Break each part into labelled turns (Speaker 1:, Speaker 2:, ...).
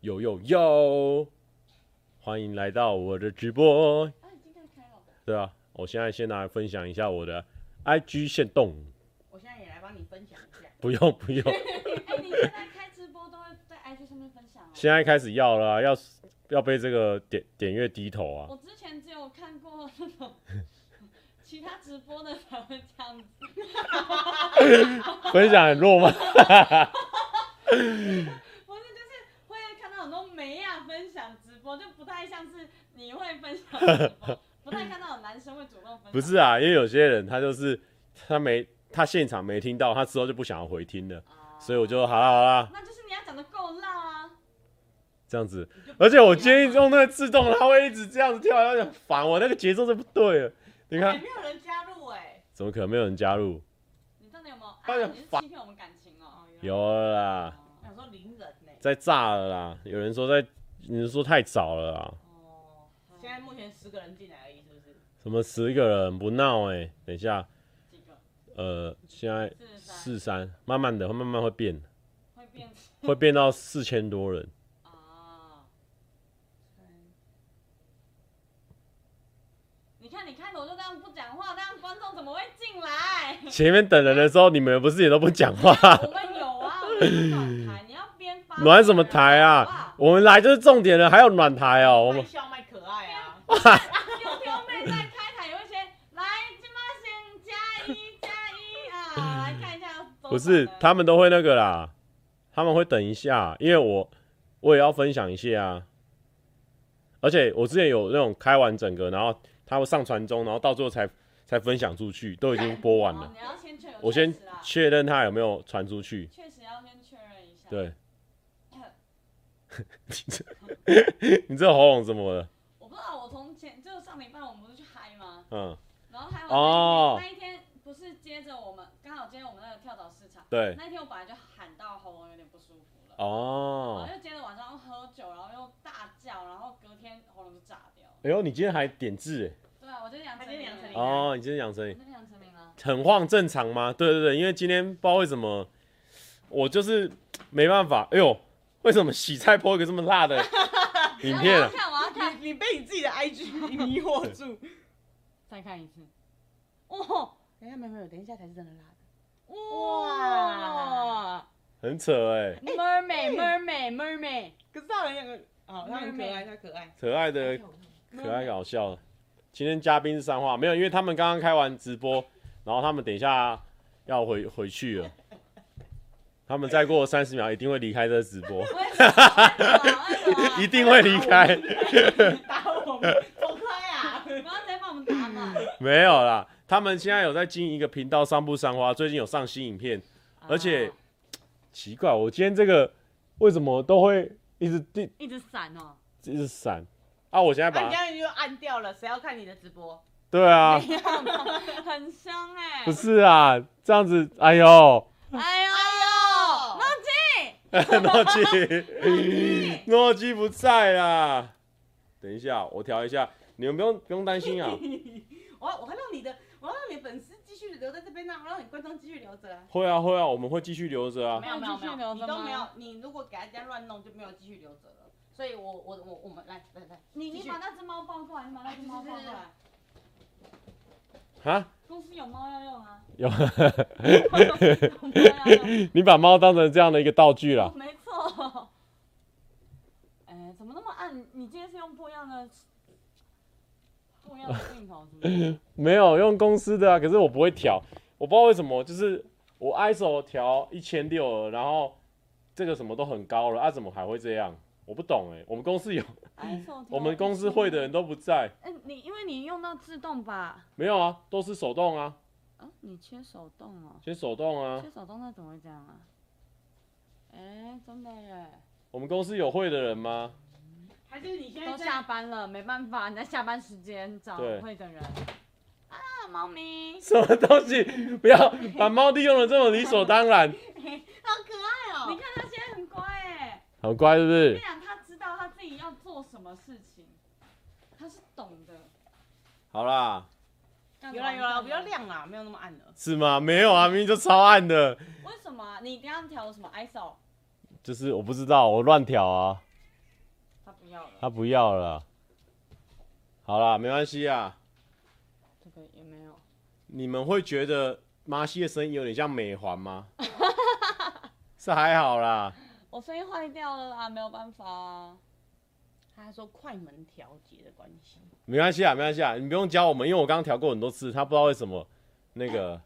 Speaker 1: 有有有，欢迎来到我的直播。
Speaker 2: 啊，已经在开了。
Speaker 1: 对啊，我现在先来分享一下我的 IG 线动，
Speaker 2: 我现在也来帮你分享一下。
Speaker 1: 不用不用，
Speaker 2: 哎、你现在开直播都会在 IG 上面分享哦。
Speaker 1: 现在开始要了啊、要要被这个点点阅低头啊。
Speaker 2: 我之前只有看过那种其他直播的才会这样子。
Speaker 1: 分享很弱吗？
Speaker 2: 不是，就是会看到很多美亚分享直播，就不太像是你会分享直播，不太看到有男生会主动分享。
Speaker 1: 不是啊，因为有些人他就是他没他现场没听到，他之后就不想要回听了，
Speaker 2: 啊，
Speaker 1: 所以我就好啦好啦
Speaker 2: 那就是你要讲的够辣啊！
Speaker 1: 这样子。而且我建议用那个自动，它会一直这样子跳，然后就很烦我那个节奏就不对了。你
Speaker 2: 哎
Speaker 1: 看，
Speaker 2: 没有人加入哎、
Speaker 1: 怎么可能没有人加入？
Speaker 2: 你到底有没有？
Speaker 1: 哎呀
Speaker 2: 啊，你是欺骗我们感情哦、
Speaker 1: 有了啦，
Speaker 2: 我想说零人呢、
Speaker 1: 在炸了啦！有人说在，有人说太早了啦，
Speaker 2: 哦，
Speaker 3: 现在目前十个人进来而已，是不是？
Speaker 1: 什么十个人不闹哎、等一下，
Speaker 2: 几个
Speaker 1: 呃，现在
Speaker 2: 四十三
Speaker 1: 四三，慢慢的，慢慢会变，
Speaker 2: 会变成
Speaker 1: 会变到四千多人。
Speaker 2: 啊？你看，你开头就这样不讲话，这样观众怎么会进来？
Speaker 1: 前面等人的时候，你们不是也都不讲话？
Speaker 2: 我们有啊，我们有暖台，你要编发
Speaker 1: 暖什么台
Speaker 2: 哦
Speaker 1: 啊？我们来就是重点了，还有暖台哦、我
Speaker 3: 卖
Speaker 1: 们
Speaker 3: 笑卖可爱啊！
Speaker 2: 丢丢妹在开台有一些，来，今妈先加一加一啊，来看一下。
Speaker 1: 不是他们都会那个啦，他们会等一下，因为我我也要分享一下啊。而且我之前有那种开完整个，然后他会上传中，然后到最后才才分享出去，都已经播完
Speaker 2: 哦
Speaker 1: 了。
Speaker 2: 你要先确认，
Speaker 1: 我先
Speaker 2: 确实啊
Speaker 1: 确认他有没有传出去。
Speaker 2: 确实要先确认一下。，
Speaker 1: 对， 你这你这喉咙怎么了？
Speaker 2: 我不知道，我从前就是上礼拜我们不是去嗨吗？
Speaker 1: 嗯，
Speaker 2: 然后还有
Speaker 1: 哦
Speaker 2: 那一天、那一天不是接着我们刚好接着我们那个跳蚤市场，
Speaker 1: 对，
Speaker 2: 那一天我本来就喊到喉咙有点不舒服了，然
Speaker 1: 哦
Speaker 2: 后，又接着晚上喝酒，然后又大叫，然后隔天喉咙就炸掉了。
Speaker 1: 哎呦，你今天还点痣
Speaker 2: 对啊，我就养成
Speaker 3: 他今天养成
Speaker 1: 哎？哦，你今天养成瘾
Speaker 2: 我就养成名了。
Speaker 1: 很晃正常吗？对对对，因为今天不知道为什么，我就是没办法。哎呦，为什么洗菜播一个这么辣的影片
Speaker 2: 我要
Speaker 1: 啊？
Speaker 2: 看，我要看，
Speaker 3: 你你被你自己的 IG 迷惑住。
Speaker 2: 再看一次。哦，
Speaker 3: 等一下，没有没有，等一下才是真的辣的。
Speaker 2: 哇
Speaker 1: 很扯哎、
Speaker 2: ！Mermaid Mermaid Mermaid，
Speaker 3: 可是他们两个，哦，他很
Speaker 2: 妹
Speaker 3: 可
Speaker 2: 妹
Speaker 3: 爱，他可爱。
Speaker 1: 可爱的可爱搞笑。今天嘉宾是三话，没有，因为他们刚刚开完直播，然后他们等一下要回回去了。他们再过三十秒一定会离开这直播，
Speaker 2: 为什么？为什么？
Speaker 1: 一定会离开。
Speaker 3: 打我们，走开啊！
Speaker 2: 不要直接把我们打嘛！
Speaker 1: 没有啦，他们现在有在经营一个频道“三不三花”，最近有上新影片，而且
Speaker 2: 啊
Speaker 1: 奇怪，我今天这个为什么都会一直地
Speaker 2: 一直闪哦。
Speaker 1: 一直闪啊？我现在
Speaker 3: 啊，
Speaker 1: 把
Speaker 3: 你这样就按掉了，谁要看你的直播？
Speaker 1: 对啊，
Speaker 2: 很香哎、
Speaker 1: 不是啊，这样子，哎呦，
Speaker 2: 哎呦，
Speaker 3: 哎呦
Speaker 2: 诺基，
Speaker 1: 诺基， 诺基不在啦。等一下，我调一下，你们不用不用担心啊。
Speaker 3: 我要我要让你的，我要让你的粉丝继续留在这边呢，我要让你观众继续留着啊。
Speaker 1: 会啊会啊，我们会继续留着啊
Speaker 3: 没。有没有没
Speaker 2: 继续留
Speaker 3: 有，你
Speaker 2: 着
Speaker 3: 都
Speaker 2: 吗
Speaker 3: 没有，你如果给他这样乱弄就没有继续留着了。所以我我我我们来来来，
Speaker 2: 你
Speaker 3: 继
Speaker 2: 你
Speaker 3: 续
Speaker 2: 把那只猫抱过来，你把那只猫抱过来。
Speaker 1: 啊，
Speaker 2: 公司有猫要用 啊，
Speaker 1: 有，
Speaker 2: 有猫要用，
Speaker 1: 你把猫当成这样的一个道具啦。
Speaker 2: 没错。哎、怎么那么暗？你今天是用不一样的不一样的镜头，是不是？
Speaker 1: 没有用公司的啊，可是我不会调，我不知道为什么，就是我 ISO 调一千六了，然后这个什么都很高了，啊，怎么还会这样？我不懂哎、我们公司 有，
Speaker 2: 哎手调
Speaker 1: 我们公司会的人都不在，
Speaker 2: 哎、你因为你用到自动吧？
Speaker 1: 没有啊，都是手动啊，
Speaker 2: 啊，你切手动哦。
Speaker 1: 先手动啊
Speaker 2: 切。手动那怎么会这样啊？哎、真的耶，
Speaker 1: 我们公司有会的人 吗？
Speaker 3: 还是你现在
Speaker 2: 都
Speaker 3: 在
Speaker 2: 下班了，没办法，你在下班时间找
Speaker 1: 对
Speaker 2: 会的人。啊，猫咪，
Speaker 1: 什么东西？不要把猫弟用的这么理所当然，
Speaker 3: 好可爱哦、
Speaker 2: 你看它现在很乖哎，
Speaker 1: 很乖是不
Speaker 2: 虽
Speaker 1: 是？
Speaker 2: 然它知道它自己要做什么事情，它是懂的。
Speaker 1: 好啦，
Speaker 3: 有啦有啦，比较。亮啦，没有那么暗了。
Speaker 1: 是吗？没有啊，明明就超暗的，
Speaker 2: 为什么啊、你刚刚调什么 ISO？
Speaker 1: 就是我不知道，我乱调啊。
Speaker 2: 要了，
Speaker 1: 他不要了啦。好啦，没关系啊。
Speaker 2: 这个也没有。
Speaker 1: 你们会觉得麻西的声音有点像美环吗？是还好啦，
Speaker 2: 我声音坏掉了啦，没有办法啊。
Speaker 4: 他还说快门调节的关系，
Speaker 1: 没关系啊，没关系啊，你不用教我们，因为我刚刚调过很多次，他不知道为什么那个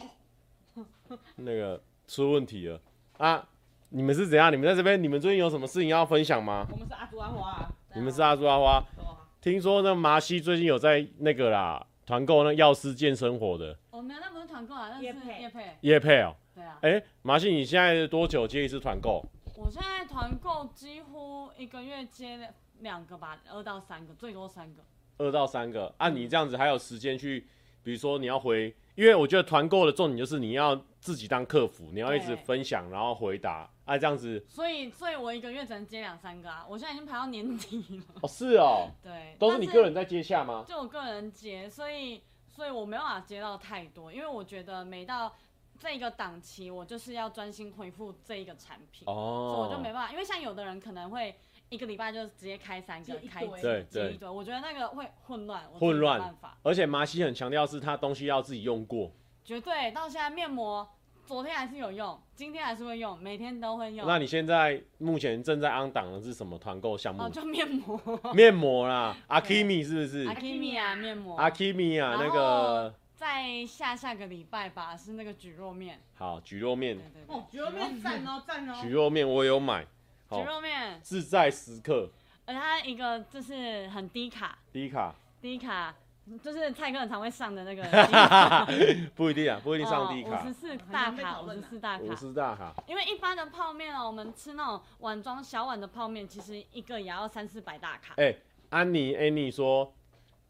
Speaker 1: 那个出问题了啊。你们是怎样？你们在这边，你们最近有什么事情要分享吗？
Speaker 4: 我们是阿朱阿花啊，
Speaker 1: 你们是阿朱阿花，
Speaker 4: 对啊
Speaker 1: 听说那麻西最近有在那个啦团购那药师健生活的
Speaker 2: 哦，没有，那不是团购啊，那是
Speaker 4: 业配
Speaker 2: 业配。
Speaker 1: 叶配哦、
Speaker 2: 对啊，
Speaker 1: 哎、麻西你现在多久接一次团购？
Speaker 2: 我现在团购几乎一个月接两两个吧，二到三个，最多三个。
Speaker 1: 二到三个，按、你这样子还有时间去，比如说你要回，因为我觉得团购的重点就是你要自己当客服，你要一直
Speaker 2: 对
Speaker 1: 分享，然后回答，啊这样子
Speaker 2: 所以，所以我一个月只能接两三个啊！我现在已经排到年底了。
Speaker 1: 哦是哦，
Speaker 2: 对，
Speaker 1: 都是你
Speaker 2: 但
Speaker 1: 个人在接洽吗？
Speaker 2: 就我个人接，所以所以我没有办法接到太多，因为我觉得每到这个档期，我就是要专心回复这一个产品，所以
Speaker 1: 哦
Speaker 2: 我就没办法。因为像有的人可能会一个礼拜就直接开三个
Speaker 4: 接，一
Speaker 2: 开
Speaker 4: 堆
Speaker 1: 对
Speaker 2: 接
Speaker 1: 对
Speaker 2: 一堆，我觉得那个会混乱，我
Speaker 1: 混乱
Speaker 2: 自己没办法，
Speaker 1: 而且麻西很强调是他东西要自己用过，
Speaker 2: 绝对到现在面膜。昨天还是有用，今天还是会用，每天都会用。
Speaker 1: 那你现在目前正在安档的是什么团购项目
Speaker 2: 哦，？就面膜
Speaker 1: 面膜啦 a k i m i 是不是
Speaker 2: a k i m i 啊，面膜。哦
Speaker 1: a k i m i 啊，那
Speaker 2: 然后
Speaker 1: 个
Speaker 2: 在下下个礼拜吧，是那个蒟蒻面。
Speaker 1: 好蒟蒻面
Speaker 2: 对，对对，
Speaker 4: 哦，觉得面赞哦赞哦，
Speaker 1: 蒟蒻面我有买，好、
Speaker 2: 蒟蒻面，
Speaker 1: 自在时刻
Speaker 2: 而它一个就是很低卡，
Speaker 1: 低卡。
Speaker 2: 低卡就是蔡哥很常会上的那个 哦
Speaker 1: 不一定啊，不一定上
Speaker 4: 哦
Speaker 1: 低卡
Speaker 2: 五十，四大卡，五十四大
Speaker 1: 我
Speaker 2: 卡。
Speaker 1: 是大卡，
Speaker 2: 因为一般的泡面哦，我们吃那种碗装小碗的泡面，其实一个也要三四百大卡。
Speaker 1: 哎、安妮安妮说，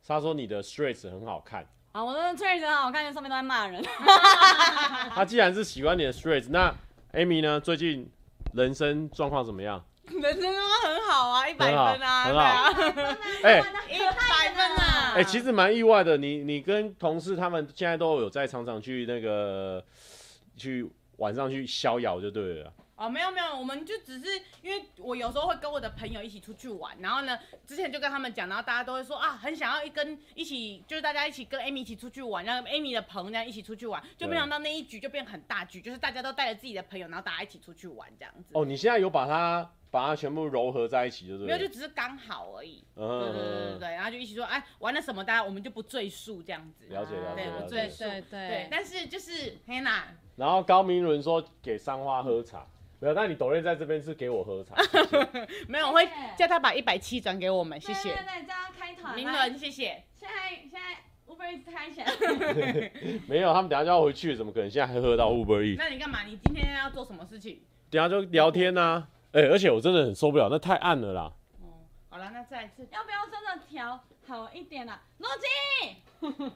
Speaker 1: 她说你的 Straits 很好看，
Speaker 2: 啊，我真的确实很好看，上面都在骂人。
Speaker 4: 啊
Speaker 1: 她既然是喜欢你的 Straits，那 Amy 呢？最近人生状况怎么样？
Speaker 4: 人生都很好啊， 一百
Speaker 1: 很好
Speaker 4: 分啊，
Speaker 1: 很
Speaker 4: 对啊，
Speaker 1: 哎
Speaker 4: 一百分啊，
Speaker 1: 哎、其实蛮意外的，你你跟同事他们现在都有在常常去那个去晚上去逍遥就对了，
Speaker 4: 哦，没有没有，我们就只是因为我有时候会跟我的朋友一起出去玩，然后呢，之前就跟他们讲，然后大家都会说啊，很想要一跟一起，就是大家一起跟 Amy 一起出去玩，让 Amy 的朋友这样一起出去玩，就没想到那一局就变很大局，就是大家都带着自己的朋友，然后大家一起出去玩这样子。
Speaker 1: 哦，你现在有把它把它全部糅合在一起就对
Speaker 4: 没有，
Speaker 1: 了，
Speaker 4: 就只是刚好而已。
Speaker 1: 嗯
Speaker 4: 对
Speaker 1: 嗯
Speaker 4: 对对对
Speaker 1: 嗯嗯
Speaker 4: 对，然后就一起说，哎，玩了什么，大家我们就不赘述这样子。
Speaker 1: 了解了解
Speaker 4: 对
Speaker 1: 了
Speaker 4: 我最
Speaker 1: 解。
Speaker 4: 对对，但是就是黑娜，
Speaker 1: 然后高明伦说给三花喝茶，没有，那你抖音在这边是给我喝茶，谢谢
Speaker 4: 没有，我会叫他把一百七转给我们，谢
Speaker 2: 对对
Speaker 4: 谢。
Speaker 2: 对，这样开团。
Speaker 4: 明
Speaker 2: 来
Speaker 4: 伦，谢谢。
Speaker 2: 现在现在 Uber 一直开起来。
Speaker 1: 没有，他们等一下就要回去，怎么可能现在还喝到 Uber E？
Speaker 4: 那你干嘛？你今天要做什么事情？
Speaker 1: 等一下就聊天呐、啊。哎、而且我真的很受不了，那太暗了啦。
Speaker 4: 哦，好了，那再一次。
Speaker 2: 要不要真的调好一点啊？诺基，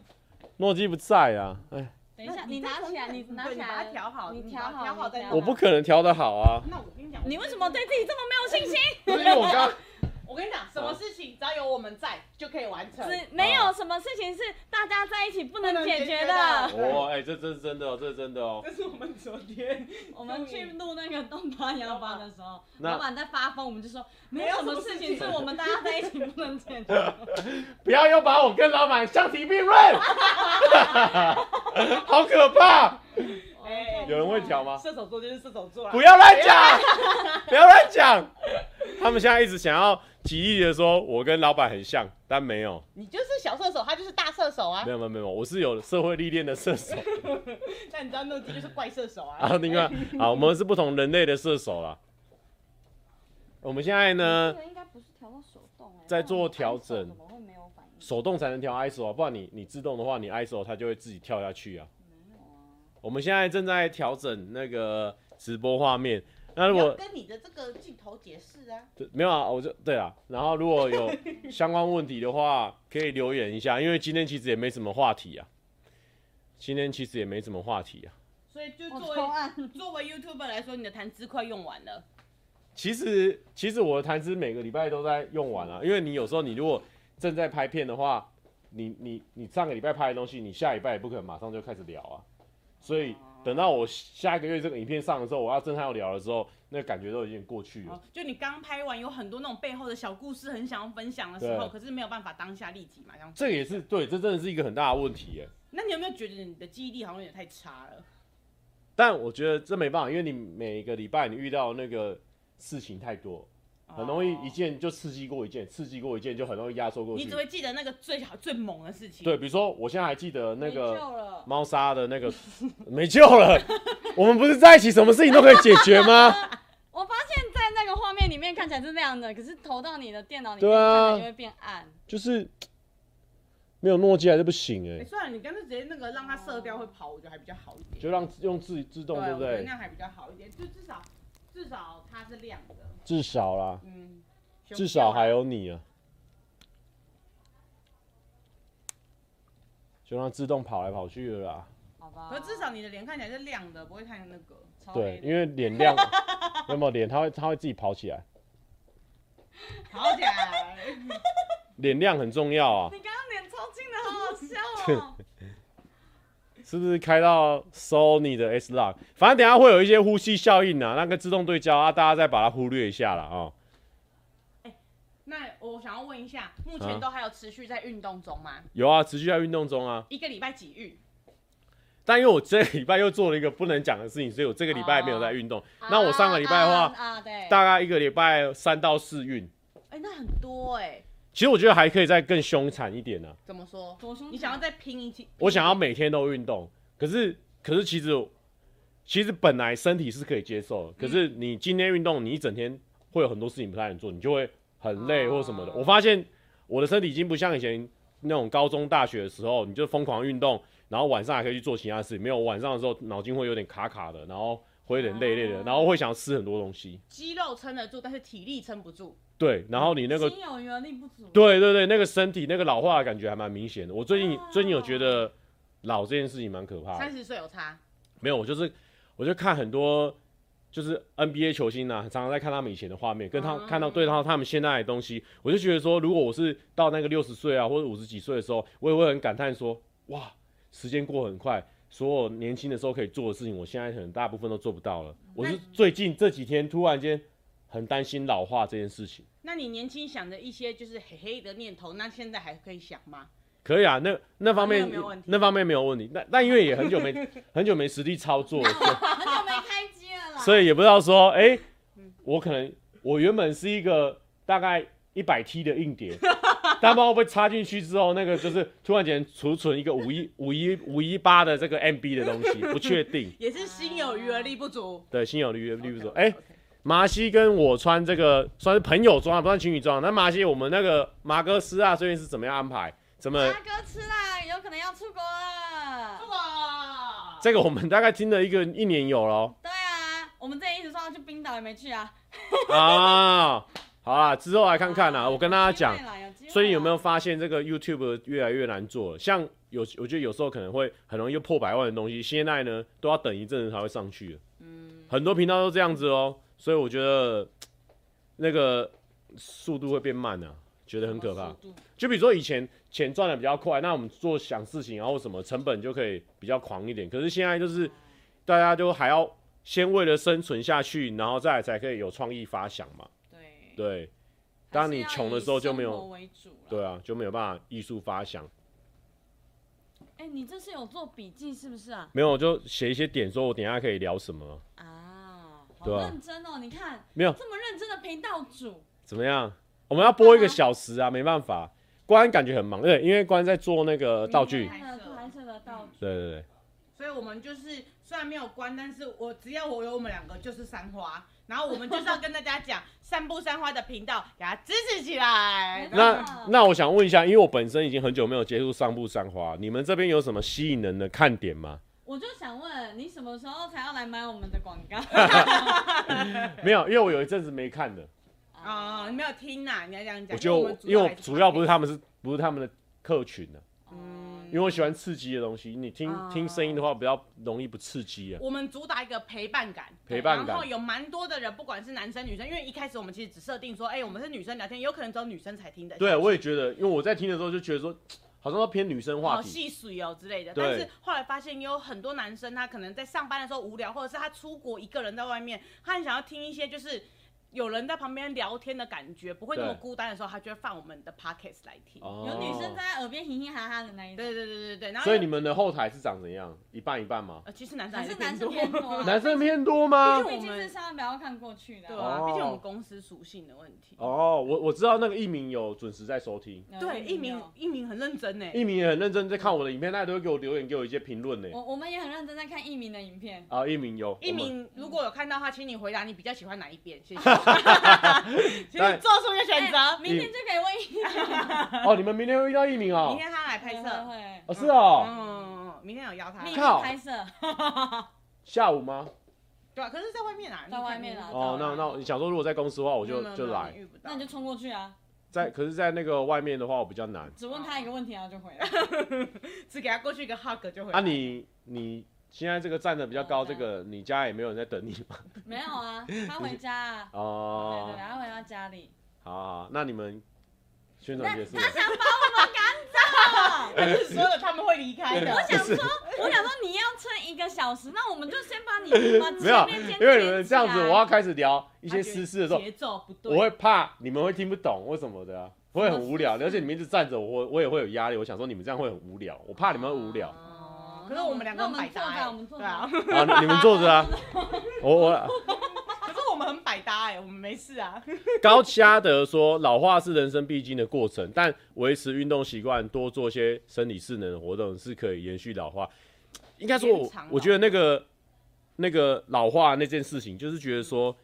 Speaker 1: 诺基不在啊，哎，
Speaker 2: 等一下，
Speaker 4: 那你
Speaker 2: 你拿起来，你拿
Speaker 4: 对
Speaker 2: 起
Speaker 4: 你
Speaker 2: 来，
Speaker 4: 把它调好
Speaker 2: 你
Speaker 4: 你
Speaker 2: 调
Speaker 4: 把它
Speaker 2: 好，
Speaker 4: 调好再
Speaker 2: 你
Speaker 4: 拿
Speaker 1: 我不可能调得好啊，
Speaker 4: 那我跟你讲，
Speaker 2: 你为什么对自己这么没有信心？
Speaker 1: 因为我刚
Speaker 4: 我跟你讲，什么事情只要有我们在就可以完成。
Speaker 2: 只没有什么事情是大家在一起不能解决
Speaker 4: 不能解决
Speaker 2: 的。
Speaker 1: 哦，哎、这这是真的哦，这是真的哦。
Speaker 4: 这是我们昨天
Speaker 2: 我们去录那个东巴摇吧的时候，
Speaker 1: 那
Speaker 2: 老板在发疯，我们就说没有什么事情是我们大家在一起不能解 决的。
Speaker 1: 不要又把我跟老板相提并论， 好可怕！
Speaker 4: 哎
Speaker 1: 有人会调吗？
Speaker 4: 射手座就是射手座啦
Speaker 1: 不。要乱讲，不要乱讲。他们现在一直想要极力的说，我跟老板很像，但没有，
Speaker 4: 你就是小射手，他就是大射手啊
Speaker 1: 没。有，没有，没有，我是有社会历练的射手。
Speaker 4: 但你知道诺基就是怪射手啊。
Speaker 1: 啊，另外啊，我们是不同人类的射手啦。我们现在呢，
Speaker 2: 应该不是调到手动，
Speaker 1: 呃
Speaker 2: 哎
Speaker 1: 在做调整
Speaker 2: 怎么会没有反应？
Speaker 1: 手动才能调 ISO 啊，不然你你自动的话，你 ISO 它就会自己跳下去啊。我们现在正在调整那个直播画面，那如
Speaker 4: 你要
Speaker 1: 果
Speaker 4: 跟你的这个镜头解释啊。
Speaker 1: 对没有啊，我就对啊。然后如果有相关问题的话，可以留言一下，因为今天其实也没什么话题啊。今天其实也没什么话题啊。
Speaker 4: 所以就
Speaker 2: 我
Speaker 4: 作
Speaker 2: 抽
Speaker 4: 为
Speaker 2: 按，
Speaker 4: 作为 YouTuber 来说，你的谈资快用完了。
Speaker 1: 其实其实我的谈资每个礼拜都在用完啊，因为你有时候你如果正在拍片的话，你你你上个礼拜拍的东西，你下礼拜也不可能马上就开始聊啊，所以
Speaker 4: 哦
Speaker 1: 等到我下一个月这个影片上的时候，我要真的要聊的时候，那感觉都已经过去了
Speaker 4: 哦。，就你刚拍完，有很多那种背后的小故事，很想要分享的时
Speaker 1: 对
Speaker 4: 候，可是没有办法当下立即马上。
Speaker 1: 这也是对，这真的是一个很大的问题耶。
Speaker 4: 那你有没有觉得你的记忆力好像有点太差了？
Speaker 1: 但我觉得这没办法，因为你每个礼拜你遇到那个事情太多，很容易一
Speaker 4: 哦
Speaker 1: 件就刺激过一件，刺激过一件就很容易压缩过
Speaker 4: 你
Speaker 1: 去
Speaker 4: 只。会记得那个最好最猛的事情。
Speaker 1: 对，比如说我现在还记得那
Speaker 2: 没
Speaker 1: 个
Speaker 2: 救了
Speaker 1: 猫砂的那个没救 了，我们不是在一起，什么事情都可以解决吗？
Speaker 2: 我发现，在那个画面里面看起来是亮的，可是投到你的电脑里面
Speaker 1: 对啊
Speaker 2: 看起来就会变暗。
Speaker 1: 就是没有诺基亚就不行哎、
Speaker 4: 哎，算了，你干脆直接那个让它射掉会跑，我觉得还比较好一点。啊
Speaker 1: 就让用自自动，对
Speaker 4: 我
Speaker 1: 不
Speaker 4: 觉得
Speaker 1: 对
Speaker 4: 那？样还比较好一点，就至少至少它是亮的。
Speaker 1: 至少啦，
Speaker 4: 嗯，
Speaker 1: 至少还
Speaker 4: 有
Speaker 1: 有你啊，就让自动跑来跑去的啦。
Speaker 2: 好吧，
Speaker 4: 可至少你的脸看起来是亮的，不会太那个。
Speaker 2: 超
Speaker 1: 对
Speaker 2: 黑，的
Speaker 1: 因为脸亮， 有没有脸？它会它会自己跑起来，
Speaker 4: 好起来，
Speaker 1: 脸亮很重要 啊，
Speaker 2: 你刚刚脸超近的，好好笑哦。
Speaker 1: 是不是？开到 Sony 的 S Log，反正等一下会有一些呼吸效应啊，那个自动对焦啊，大家再把它忽略一下啦啊、哦
Speaker 4: 那我想要问一下，目
Speaker 1: 啊
Speaker 4: 前都还有持续在运动中吗？
Speaker 1: 有啊，持续在运动中啊，
Speaker 4: 一个礼拜几运？
Speaker 1: 但因为我这个礼拜又做了一个不能讲的事情，所以我这个礼拜没有在运动。 那我上个礼拜的话
Speaker 2: 啊，啊啊对，
Speaker 1: 大概一个礼拜三到四运。
Speaker 4: 哎、那很多哎、
Speaker 1: 其实我觉得还可以再更凶残一点呢、啊
Speaker 4: 怎么说？
Speaker 2: 左胸
Speaker 4: 你想要再拼一期？
Speaker 1: 我想要每天都运动，可是可是其实其实本来身体是可以接受的，可是你今天运动，你一整天会有很多事情不太能做，你就会很累或什么的。
Speaker 2: 哦
Speaker 1: 我发现我的身体已经不像以前那种高中大学的时候，你就疯狂运动，然后晚上还可以去做其他事。没有晚上的时候，脑筋会有点卡卡的，然后会有点累累的，
Speaker 2: 哦
Speaker 1: 然后会想吃很多东西。
Speaker 4: 肌肉撑得住，但是体力撑不住。
Speaker 1: 对，然后你那个
Speaker 2: 心有余而力不足。，
Speaker 1: 对对对，那个身体那个老化的感觉还蛮明显的。我最近、
Speaker 2: 哦
Speaker 1: 最近有觉得老这件事情蛮可怕
Speaker 4: 三
Speaker 1: 的。
Speaker 4: 十岁有差，
Speaker 1: 没有，我就是我就看很多就是 NBA 球星啊，常常在看他们以前的画面，跟他、
Speaker 4: 哦
Speaker 1: 看到对到他们现在的东西，我就觉得说，如果我是到那个六十岁啊或者五十几岁的时候，我也会很感叹说，哇，时间过很快。所有年轻的时候可以做的事情，我现在可能大部分都做不到了。我是最近这几天突然间很担心老化这件事情。
Speaker 4: 那你年轻想的一些就是嘿嘿的念头，那现在还可以想吗？
Speaker 1: 可以啊，那那方
Speaker 4: 那
Speaker 1: 面
Speaker 4: 个没有问题
Speaker 1: 那方面没有问题。那那因为也很久没 很久没实地操作了，所
Speaker 2: 很久没开机了啦。
Speaker 1: 以啊所以也不知道说，哎、我可能我原本是一个大概一百 T 的硬碟， 但不知道会不会插进去之后，那个就是突然间储存一个五一 五一五一八的这个 MB 的东西，不确定。
Speaker 4: 也是心有余而力不足。
Speaker 1: 对，心有余而力不足。
Speaker 4: OK，OK，OK
Speaker 1: 哎、麻西跟我穿这个算是朋友装啊，不算情侣装啊。那麻西我们那个马哥斯啊，最近是怎么样安排？怎么
Speaker 2: 大哥吃啦，有可能要出国了。
Speaker 4: 哇，
Speaker 1: 这个我们大概听了一个一年有了哦。
Speaker 2: 对啊，我们之前一直说要去冰岛，也没去啊。
Speaker 1: 啊，好啦，之后来看看啦。
Speaker 2: 啊
Speaker 1: 我跟大家讲，，所
Speaker 2: 所
Speaker 1: 以
Speaker 2: 以
Speaker 1: 有没有发现这个 YouTube 越来越难做了？像有，我觉得有时候可能会很容易就破百万的东西，现在呢都要等一阵子才会上去了。
Speaker 4: 嗯，
Speaker 1: 很多频道都这样子哦，所以我觉得嘖那个速度会变慢啊，觉得很可怕
Speaker 4: 速。度。
Speaker 1: 就比如说以前钱赚的比较快，那我们做想事情然后什么成本就可以比较狂一点。可是现在就是大家都还要先为了生存下去，然后再来才可以有创意发想嘛。
Speaker 2: 对，
Speaker 1: 对，当你穷的时候就没有
Speaker 2: 还是要以生活为主了。
Speaker 1: 对啊，就没有办法艺术发想，
Speaker 2: 哎、你这是有做笔记是不是啊？
Speaker 1: 没有就写一些点，说我等一下可以聊什么，
Speaker 2: 啊，
Speaker 1: 对
Speaker 2: 好
Speaker 1: 啊
Speaker 2: 认真哦！你看
Speaker 1: 没有
Speaker 2: 这么认真的频道主，
Speaker 1: 怎么样？我们要播一个小时啊，没办法，关感觉很忙，对，因为关在做那个道具
Speaker 4: 明，白
Speaker 2: 看了拍摄的道具，
Speaker 1: 对对对，
Speaker 4: 所以我们就是虽然没有关，但是我只要我有我们两个就是三花，然后我们就是要跟大家讲散步三花的频道，给它支持起来。
Speaker 2: 没
Speaker 1: 那
Speaker 2: 办法
Speaker 1: 那我想问一下，因为我本身已经很久没有接触上部山花，你们这边有什么吸引人的看点吗？
Speaker 2: 我就想问你什么时候才要来买我们的广 告？
Speaker 1: 没有，因为我有一阵子没看的，
Speaker 4: 啊、
Speaker 2: 哦
Speaker 4: 你没有听呐、你要这样
Speaker 1: 我
Speaker 4: 讲。
Speaker 1: 就因为我主要不是他们是不是他们的客群呢、
Speaker 2: 嗯，
Speaker 1: 因为我喜欢刺激的东西，你听听声音的话比较容易不刺激啊。
Speaker 4: 我们主打一个陪伴感，
Speaker 1: 陪伴感
Speaker 4: 然后有蛮多的人，不管是男生女生，因为一开始我们其实只设定说，哎、我们是女生聊天，有可能只有女生才听得。
Speaker 1: 对，我也觉得，因为我在听的时候就觉得说，好像都偏女生话
Speaker 3: 好
Speaker 1: 题，
Speaker 3: 细水哦之类的。
Speaker 1: 对
Speaker 3: 但是后来发现有很多男生，他可能在上班的时候无聊，或者是他出国一个人在外面，他很想要听一些就是有人在旁边聊天的感觉，不会那么
Speaker 1: 对
Speaker 3: 孤单的时候，他就会放我们的 podcast 来听。
Speaker 1: 哦
Speaker 2: 有女生在他耳边嘻嘻哈哈的那一种，
Speaker 3: 对对对对对，然后
Speaker 1: 所以你们的后台是长怎样？一半一半吗？
Speaker 3: 呃，其实男生
Speaker 2: 还
Speaker 3: 还
Speaker 2: 是
Speaker 3: 是
Speaker 2: 男
Speaker 3: 偏
Speaker 2: 生
Speaker 3: 多，
Speaker 2: 偏多啊。
Speaker 1: 男生偏多吗
Speaker 3: 毕？
Speaker 2: 毕
Speaker 3: 我
Speaker 2: 竟
Speaker 3: 们
Speaker 2: 是千万不要看过去的
Speaker 3: 对
Speaker 2: 啊。
Speaker 3: 啊，毕竟我
Speaker 1: 哦
Speaker 3: 们公司属性的问题。
Speaker 1: 哦，我我知道那个一鸣有准时在收听，
Speaker 2: 嗯
Speaker 3: 对，一鸣
Speaker 2: 有
Speaker 3: 一鸣很认真呢。
Speaker 1: 一鸣也很认真在看我的影片，大家都会给我留言，给我一些评论呢。
Speaker 2: 我我们也很认真在看一鸣的影片。
Speaker 1: 啊，一鸣有
Speaker 3: 哦一，
Speaker 1: 我们
Speaker 3: 鸣如果有看到的话，请你回答你比较喜欢哪一边， 谢谢。请
Speaker 1: 但
Speaker 3: 你做出一个选
Speaker 1: 哎
Speaker 3: 择。
Speaker 2: 明天哎就可以问 一鸣
Speaker 1: 哦，你们明天会遇到一鸣
Speaker 3: 明
Speaker 1: 哦，
Speaker 3: 天他来拍 摄，
Speaker 2: 会
Speaker 1: 哦是哦，
Speaker 3: 嗯，明天有邀他
Speaker 2: 秘密。
Speaker 3: 来
Speaker 1: 靠
Speaker 2: 拍摄，
Speaker 1: 下午吗？
Speaker 3: 对啊，可是在外面啊，
Speaker 2: 在外面啊
Speaker 3: 啊。
Speaker 1: 哦，那那我想说，如果在公司的话，我就
Speaker 3: 没有
Speaker 1: 就，
Speaker 3: 没有没
Speaker 1: 来。
Speaker 3: 有遇不到
Speaker 2: 那你就冲过去啊，
Speaker 1: 在可是，在那个外面的话，我比较难。
Speaker 2: 只问他一个问题，然后就回来。
Speaker 3: 只给他过去一个 hug 就回来。
Speaker 1: 啊你，你现在这个站的比较高，
Speaker 2: 哦
Speaker 1: 这
Speaker 2: 对
Speaker 3: 啊
Speaker 1: 个你家也没有人在等你吗？
Speaker 2: 没 有啊，他回家啊，对对
Speaker 1: 哦
Speaker 2: 对，，他回到家 里。
Speaker 1: 好好，好那你们宣
Speaker 2: 那
Speaker 1: 传结束了
Speaker 2: 他。想把我们赶走，
Speaker 3: 他是说了他们会离开的。
Speaker 2: 哦我想说，我想说你要撑一个小时，那我们就先 把你把
Speaker 1: 没有
Speaker 2: 前面先，
Speaker 1: 因为你们这样子，
Speaker 2: 剪起来
Speaker 1: 我要开始聊一
Speaker 3: 一
Speaker 1: 些私事的时候，
Speaker 3: 节奏不对，
Speaker 1: 我会怕你们会听不懂或什么的、啊，会很无聊。
Speaker 2: 哦
Speaker 1: 而且你们一直站着，我我也会有压力。我想说你们这样会很无聊，我怕你们会无聊。
Speaker 2: 哦
Speaker 3: 可是我们两个很百搭欸，
Speaker 2: 那我们坐着
Speaker 3: 对啊
Speaker 2: 我们，
Speaker 1: 啊，你们坐 着啊，我我
Speaker 3: 可是我们很百搭哎，我们没事啊。
Speaker 1: 高嘉德说，老化是人生必经的过程，但维持运动习惯，多做些生理势能的活动，是可以延续老化。应该说
Speaker 3: 延
Speaker 1: 我
Speaker 3: 长老，
Speaker 1: 我觉得那个那个老化那件事情，就是觉得说，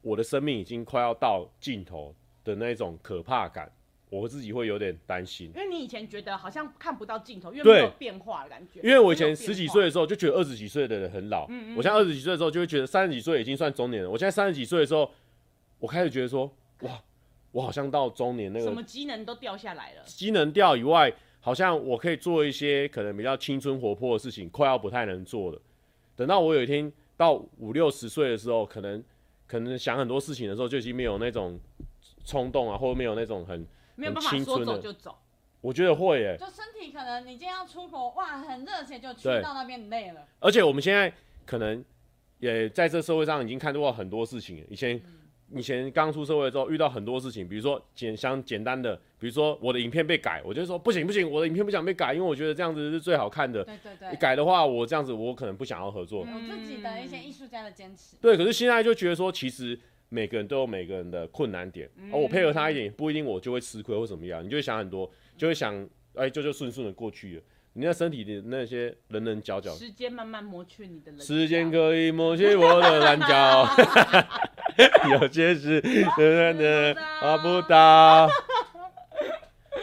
Speaker 1: 我的生命已经快要到尽头的那种可怕感，我自己会有点担心。
Speaker 3: 因为你以前觉得好像看不到尽头，因为
Speaker 1: 对
Speaker 3: 没有变化的感觉。
Speaker 1: 因为我以
Speaker 3: 没
Speaker 1: 前
Speaker 3: 有变化嗯
Speaker 1: 十几岁，的时候就觉得二十几岁的人很老，我现在二十几岁的时候就会觉得三十几岁已经算中年了。我现在三十几岁的时候，我开始觉得说，哇，我好像到中年那
Speaker 3: 什
Speaker 1: 个
Speaker 3: 么机能都掉下来了。
Speaker 1: 机能掉以外，好像我可以做一些可能比较青春活泼的事情，快要不太能做了。等到我有一天到五六十岁的时候，可能可能想很多事情的时候，就已经没有那种冲动啊，或者没有那种很，
Speaker 3: 没有办法
Speaker 1: 很青
Speaker 3: 说
Speaker 1: 春
Speaker 3: 走
Speaker 1: 的
Speaker 3: 就走。
Speaker 1: 我觉得会耶、
Speaker 2: 就身体可能你今天要出国，哇，很热血，就去
Speaker 1: 对
Speaker 2: 到那边累了。
Speaker 1: 而且我们现在可能也在这社会上已经看到很多事情了。以前、以前刚出社会之后，遇到很多事情，比如说简像简单的，比如说我的影片被改，我就说不行不行，我的影片不想被改，因为我觉得这样子是最好看的。
Speaker 2: 对对嗯
Speaker 1: 你
Speaker 2: 对，
Speaker 1: 改的话，我这样子我可能不想要合作。
Speaker 2: 有自己的一些艺术家的坚持。
Speaker 1: 对，可是现在就觉得说，其实每个人都有每个人的困难点，
Speaker 2: 嗯
Speaker 1: 而、我配合他一点，不一定我就会吃亏或怎么样，你就会想很多，就会想，哎，就就顺顺的过去了。你那身体的那些棱棱角角，
Speaker 3: 时间慢慢磨去你的人。
Speaker 1: 时间可以抹去我的棱角， 有些事真的达不到。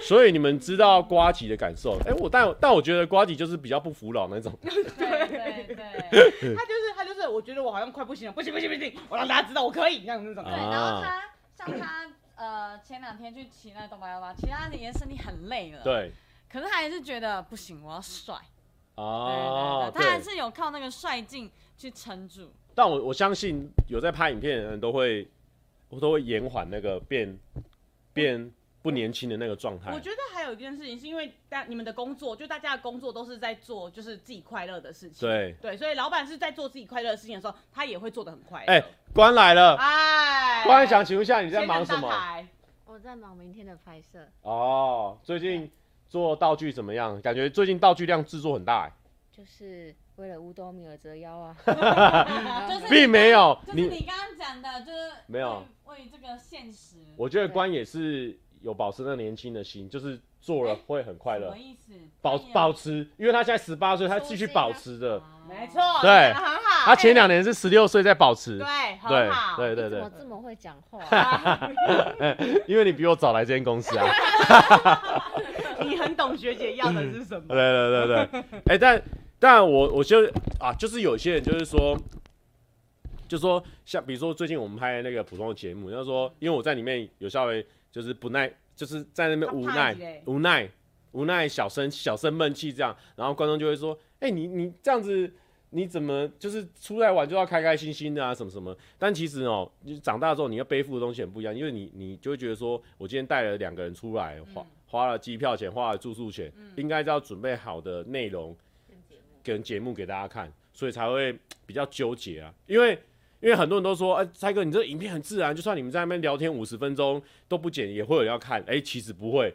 Speaker 1: 所以你们知道瓜吉的感受，哎、我但但我觉得瓜吉就是比较不服老那种，嗯
Speaker 2: 对对对，
Speaker 3: 他就是他就是，我觉得我好像快不行了，不行不行不行，我让大家知道我可以这样那
Speaker 1: 啊
Speaker 3: 种。
Speaker 2: 对，然后他像他呃前两天去骑那东八幺八，骑他的也身体很累了，，
Speaker 1: 对
Speaker 2: 可是他还是觉得不行，我要帅，
Speaker 1: 哦，
Speaker 2: 对对对，他还是有靠那个帅劲去撑住，
Speaker 1: 但我我相信有在拍影片的人都会，我都会延缓那个变变不年轻的那个状态
Speaker 3: 我。觉得还有一件事情，是因为大你们的工作，就大家的工作都是在做就是自己快乐的事情。
Speaker 1: 对，
Speaker 3: 对，所以老板是在做自己快乐的事情的时候，他也会做的很快乐。
Speaker 1: 哎、关来了，
Speaker 3: 哎
Speaker 1: 关想请问一下你
Speaker 3: 你
Speaker 1: 在忙什么？
Speaker 4: 我在忙明天的拍摄，
Speaker 1: 哦，最近做道具怎么样？感觉最近道具量制作很大、欸
Speaker 4: 就是为了五斗米而折腰啊。
Speaker 2: 就是
Speaker 1: 哎，并没有
Speaker 2: 就是
Speaker 1: 你，
Speaker 2: 你刚刚讲的，就是
Speaker 1: 没有
Speaker 2: 为为这个现实，
Speaker 1: 我觉得关也是有保持那年轻的心，就是做了会很快
Speaker 2: 什
Speaker 1: 乐
Speaker 2: 么，意思？
Speaker 1: 保
Speaker 2: 没有
Speaker 1: 保持，因为他现在十八岁，他
Speaker 4: 初
Speaker 1: 继续
Speaker 4: 心啊
Speaker 1: 保持着，
Speaker 3: 没错，
Speaker 1: 对
Speaker 3: 讲得很好。
Speaker 1: 他前两年是十六岁在保持，
Speaker 3: 哎对
Speaker 1: 对
Speaker 3: 很好，
Speaker 1: 对对
Speaker 4: 怎
Speaker 1: 对
Speaker 4: 么，这么会讲话、啊
Speaker 1: 因为你比我早来这间公司啊。
Speaker 3: 你很懂学姐要的是什
Speaker 1: 嗯
Speaker 3: 么。
Speaker 1: 对对对对，哎、但但我我就啊，就是有些人就是说，就说像比如说最近我们拍那个普通的节目，然后说因为我在里面有稍微就是不耐，就是在那边无
Speaker 3: 他怕
Speaker 1: 奈
Speaker 3: 你嘞
Speaker 1: 无奈无奈小生小生闷气这样，然后观众就会说，哎、你你这样子。你怎么就是出来玩就要开开心心的啊，什么什么？但其实哦，你长大之后你要背负的东西很不一样，因为你你就会觉得说，我今天带了两个人出来，花、花了机票钱，花了住宿钱，应该是要准备好的内容跟节目给大家看，所以才会比较纠结啊。因为因为很多人都说，哎、蔡哥，你这影片很自然，就算你们在那边聊天五十分钟都不剪，也会有人要看。哎、其实不会，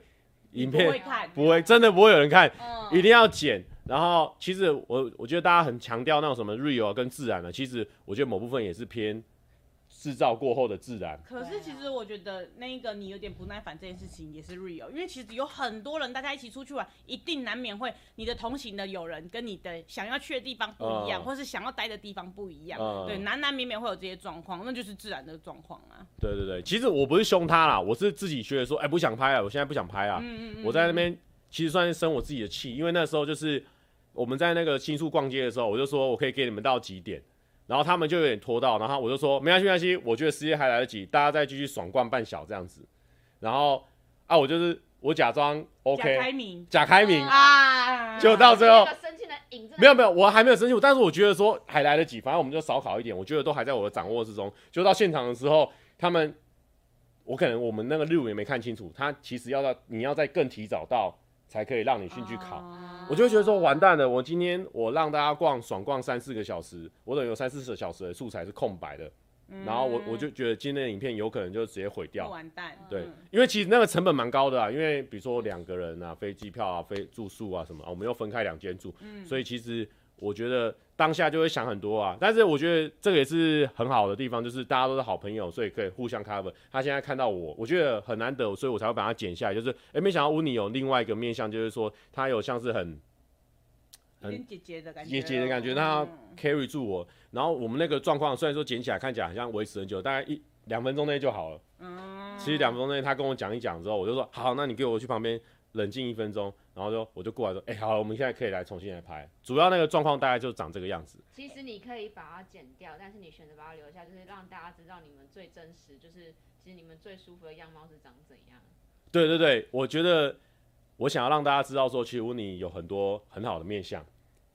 Speaker 1: 影
Speaker 3: 不会
Speaker 1: 片
Speaker 3: 看，
Speaker 1: 不会，真的不会有人看。
Speaker 2: 嗯，
Speaker 1: 一定要剪。然后其实我我觉得大家很强调那种什么 real 啊跟自然的，其实我觉得某部分也是偏制造过后的自然。
Speaker 3: 可是其
Speaker 1: 啊
Speaker 3: 实我觉得那一个你有点不耐烦这件事情也是 real，因为其实有很多人大家一起出去玩，一定难免会你的同行的友人跟你的想要去的地方不一
Speaker 1: 嗯
Speaker 3: 样，或是想要待的地方不一样，
Speaker 1: 嗯
Speaker 3: 对，难难免免会有这些状况，那就是自然的状况啊。
Speaker 1: 对对对，其实我不是凶他啦，我是自己觉得说，哎、不想拍了，我现在不想拍了。
Speaker 3: 嗯嗯嗯，
Speaker 1: 啊我在那边其实算是生我自己的气，因为那时候就是我们在那个新宿逛街的时候，我就说我可以给你们到几点，然后他们就有点拖到，然后我就说没关系没关系，我觉得时间还来得及，大家再继续爽逛半小这样子。然后啊，我就是我假装
Speaker 3: 贾
Speaker 1: OK，
Speaker 3: 开明
Speaker 1: 假开明。
Speaker 3: 啊，
Speaker 1: 就到最后
Speaker 4: 那个生气的
Speaker 2: 啊
Speaker 4: 影子，
Speaker 1: 没有没有，我还没有生气，但是我觉得说还来得及，反正我们就少考一点，我觉得都还在我的掌握之中。就到现场的时候，他们我可能我们那个日文也没看清楚，他其实要到你要再更提早到才可以让 你进去考。
Speaker 3: 啊
Speaker 1: 我就会觉得说完蛋了，我今天我让大家逛爽逛三四个小时，我等于有三四个小时的素材是空白的，然后我我就觉得今天的影片有可能就直接毁掉。
Speaker 3: 完蛋，
Speaker 1: 对
Speaker 3: 嗯，
Speaker 1: 因为其实那个成本蛮高的啊，因为比如说两个人啊，飞机票啊，飞住宿啊什么啊，我们又分开两间住，
Speaker 3: 嗯
Speaker 1: 所以其实我觉得当下就会想很多啊。但是我觉得这个也是很好的地方，就是大家都是好朋友，所以可以互相 cover。他现在看到我，我觉得很难得，所以我才会把它剪下来。就是诶，没想到乌尼有另外一个面向，就是说他有像是很
Speaker 3: 有
Speaker 1: 很
Speaker 3: 点姐姐的感觉，嗯
Speaker 1: 姐姐的感觉，那他 carry 住我。然后我们那个状况虽然说剪起来看起来好像维持很久，大概一两分钟内就好了。
Speaker 3: 嗯，
Speaker 1: 其实两分钟内他跟我讲一讲之后，我就说好，那你给我去旁边冷静一分钟，然后就我就过来说，哎、好了，我们现在可以来重新来拍。主要那个状况大概就长这个样子。
Speaker 4: 其实你可以把它剪掉，但是你选择把它留下，就是让大家知道你们最真实，就是其实你们最舒服的样貌是长怎样。
Speaker 1: 对对对，我觉得我想要让大家知道说，其实温妮有很多很好的面相。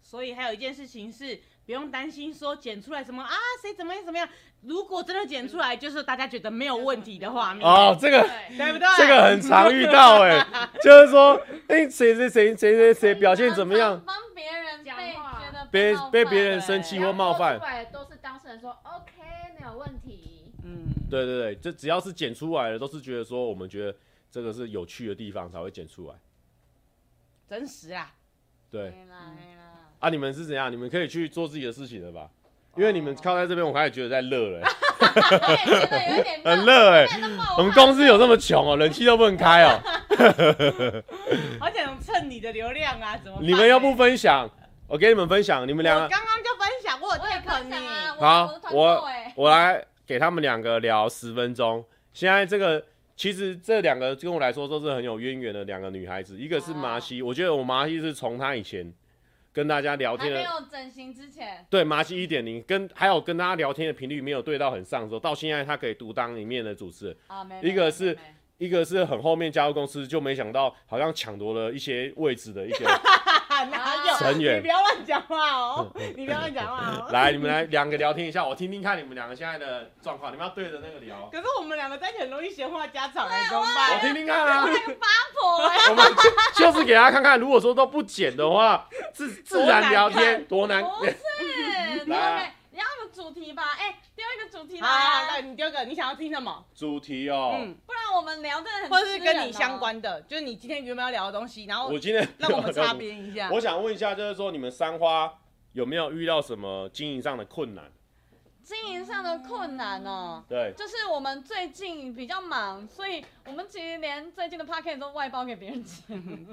Speaker 3: 所以还有一件事情是不用担心说剪出来什么啊，谁怎么样怎么样。如果真的剪出来，就是大家觉得没有问题的画面，
Speaker 1: 哦，这个
Speaker 4: 对，
Speaker 3: 对不对？
Speaker 1: 这个很常遇到哎、 就是说，哎、谁谁谁谁谁谁表现怎么样，
Speaker 2: 帮别人
Speaker 4: 讲
Speaker 2: 被
Speaker 4: 话
Speaker 2: 觉得
Speaker 1: 被
Speaker 2: 冒
Speaker 1: 被
Speaker 2: 犯
Speaker 1: 别人生气或冒犯
Speaker 4: 然后做出。来的都是当事人说 OK 没有问题。
Speaker 3: 嗯，
Speaker 1: 对对对，这只要是剪出来的，都是觉得说我们觉得这个是有趣的地方才会剪出来。
Speaker 3: 真实啊啦。
Speaker 1: 对，
Speaker 2: 没啦没啦，
Speaker 1: 啊，你们是怎样？你们可以去做自己的事情了吧？因为你们靠在这边，我开始觉得在热了、欸
Speaker 2: 我
Speaker 4: 哎
Speaker 2: 也觉得有点
Speaker 1: 很热哎、
Speaker 2: 真的冒
Speaker 1: 我
Speaker 2: 犯
Speaker 1: 们公司有这么穷哦、冷气都不能开哦、
Speaker 3: 好想蹭你的流量啊，怎么办？
Speaker 1: 你们又不分享，我给你们分享，你们两
Speaker 3: 我
Speaker 1: 个，
Speaker 3: 刚刚就分享，我有
Speaker 2: 我也
Speaker 3: take
Speaker 2: 分
Speaker 3: 你
Speaker 2: 享，啊，
Speaker 1: 好
Speaker 2: 我
Speaker 1: 我
Speaker 2: 我哎，
Speaker 1: 我来给他们两个聊十分钟。现在这个其实这两个跟我来说都是很有渊源的两个女孩子，一个
Speaker 2: 啊
Speaker 1: 是麻西，我觉得我麻西是从她以前跟大家聊
Speaker 2: 还
Speaker 1: 天的
Speaker 2: 没有整形之前，
Speaker 1: 对麻西一点零，跟还有跟大家聊天的频率没有对到很上的时候，到现在她可以独当一面的主持人。
Speaker 2: 啊，没
Speaker 1: 一个是
Speaker 2: 没没
Speaker 1: 一个是很后面加入公司，就没想到好像抢夺了一些位置的一 个。
Speaker 3: 啊， 哪有？
Speaker 1: 成员
Speaker 3: 你不要乱讲话 哦，你不要乱讲话哦。
Speaker 1: 来，你们来两个聊天一下，我听听看你们两个现在的状况，你们要对着那个聊，
Speaker 3: 可是我们两个在一起很容易闲话家常哎，怎么办
Speaker 1: 我？听听看 啊。
Speaker 2: 婆哎，
Speaker 1: 我们就就是给大家看看，如果说都不剪的话，自自然聊天多难。
Speaker 3: 哦
Speaker 2: 不是，你
Speaker 1: 来啊
Speaker 2: 们你要有主题吧？哎，丢一个主题
Speaker 3: 好好，
Speaker 2: 来
Speaker 3: 那
Speaker 2: 啊，
Speaker 3: 你丢个，你想要听什么？
Speaker 1: 主题哦，
Speaker 3: 嗯，
Speaker 2: 不然我们聊的很，
Speaker 3: 或者是跟你
Speaker 4: 哦
Speaker 3: 相。关的，就是你今天原本要聊的东西，然后
Speaker 1: 我今天
Speaker 3: 哦让我们啊擦。边一下。
Speaker 1: 我想问一下，就是说你们三花有没有遇到什么经营上的困难？
Speaker 2: 经营上的困难哦。
Speaker 1: 对，
Speaker 2: 就是我们最近比较忙，所以我们其实连最近的 p a c k e t 都外包给别人吃。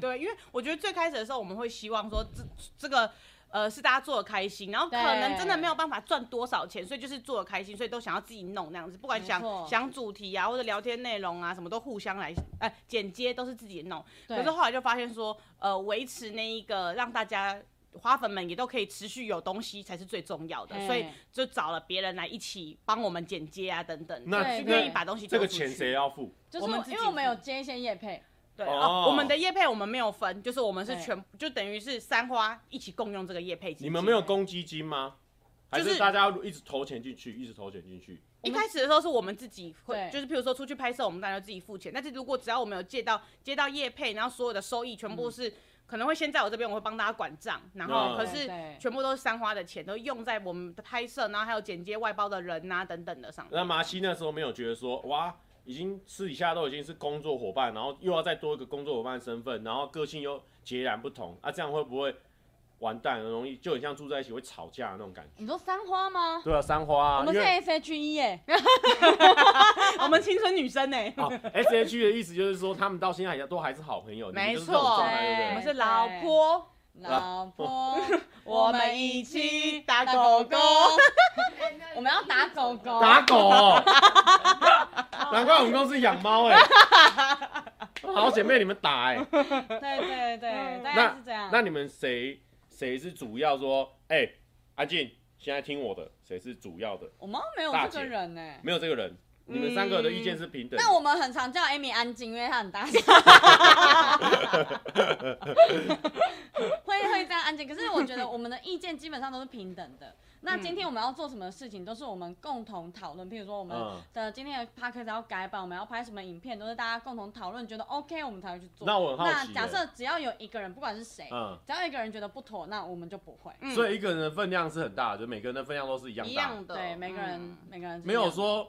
Speaker 3: 对，因为我觉得最开始的时候，我们会希望说这这个呃是大家做的开心，然后可
Speaker 2: 对
Speaker 3: 能真的没有办法赚多少钱，所以就是做的开心，所以都想要自己弄那样子，不管
Speaker 2: 没
Speaker 3: 想
Speaker 2: 错
Speaker 3: 想主题啊或者聊天内容啊，什么都互相来，呃，剪接都是自己弄。
Speaker 2: 对
Speaker 3: 可是后来就发现说，呃，维持那一个让大家。花粉们也都可以持续有东西才是最重要的，所以
Speaker 2: 嘿
Speaker 3: 就找了别人来一起帮我们剪接啊等等，
Speaker 1: 那
Speaker 3: 就
Speaker 2: 对
Speaker 3: 愿意把东西
Speaker 1: 这个
Speaker 3: 丢出
Speaker 1: 钱
Speaker 3: 去
Speaker 1: 谁要付？
Speaker 2: 就是
Speaker 3: 我们
Speaker 2: 我
Speaker 3: 自己
Speaker 2: 因为我们有接一些业配，
Speaker 3: 对、
Speaker 1: 哦
Speaker 3: 哦，我们的叶配我们没有分，就是我们是
Speaker 2: 对
Speaker 3: 全就等于是三花一起共用这个叶配基金
Speaker 1: 你们没有公积金吗？还
Speaker 3: 就是
Speaker 1: 是大家一直投钱进去，一直投钱进去？
Speaker 3: 一开始的时候是我们自己会，
Speaker 2: 对
Speaker 3: 就是譬如说出去拍摄，我们当然就自己付钱。但是如果只要我们有借到接到业配，然后所有的收益全部是、可能会先在我这边，我会帮大家管账，然后
Speaker 1: 嗯
Speaker 3: 可
Speaker 2: 对
Speaker 3: 是
Speaker 2: 对
Speaker 3: 全部都是三花的钱，都用在我们的拍摄，然后还有剪接外包的人呐、等等的上面。
Speaker 1: 那麻西那时候没有觉得说，哇，已经私底下都已经是工作伙伴，然后又要再多一个工作伙伴身份，然后个性又截然不同，啊，这样会不会完蛋？很容易就很像住在一起会吵架的那种感觉。
Speaker 2: 你说三花吗？
Speaker 1: 对啊，三花、
Speaker 2: 我
Speaker 1: 啊，因
Speaker 2: 们是
Speaker 1: 为
Speaker 2: S H E 耶，
Speaker 3: 我们青春女生呢、欸
Speaker 1: 啊，S H 的意思就是说，他们到现在也都还是好朋友，你们就是这种
Speaker 3: 没错哎
Speaker 1: 状态对
Speaker 2: 对
Speaker 3: 我
Speaker 1: 不对？
Speaker 3: 们是老婆，
Speaker 2: 老婆，
Speaker 3: 我们一起打狗 狗。
Speaker 2: 我们要打狗狗
Speaker 1: 打狗、哦， 难怪我们公司养猫哎， 好姐妹你们打哎、
Speaker 2: 对对对，
Speaker 3: 嗯
Speaker 2: 大概是这样。
Speaker 1: 那你们谁谁是主要说，哎、安静，现在听我的，谁是主要的？
Speaker 2: 我们没有这个人呢、
Speaker 1: 没有这个人，你们三个的意见是平等的。
Speaker 2: 但我们很常叫 Amy 安静，因为她很 大声，会会这样安静。可是我觉得我们的意见基本上都是平等的。那今天我们要做什么事情，都是我们共同讨论。譬如说我们
Speaker 1: 嗯，
Speaker 2: 的今天的 p a r k 要改版，我们要拍什么影片，都是大家共同讨论，觉得 OK，我们才会去做。
Speaker 1: 那我很好
Speaker 2: 那
Speaker 1: 奇、
Speaker 2: 假设只要有一个人，不管是谁，
Speaker 1: 嗯，
Speaker 2: 只要有一个人觉得不妥，那我们就不会。
Speaker 3: 嗯
Speaker 1: 所以一个人的分量是很大的，就每个人的分量都是一样
Speaker 3: 一
Speaker 1: 大的，
Speaker 3: 样的，
Speaker 2: 对，每个人
Speaker 3: 嗯
Speaker 2: 每个人是
Speaker 1: 没
Speaker 2: 一
Speaker 1: 有
Speaker 2: 样的
Speaker 1: 说。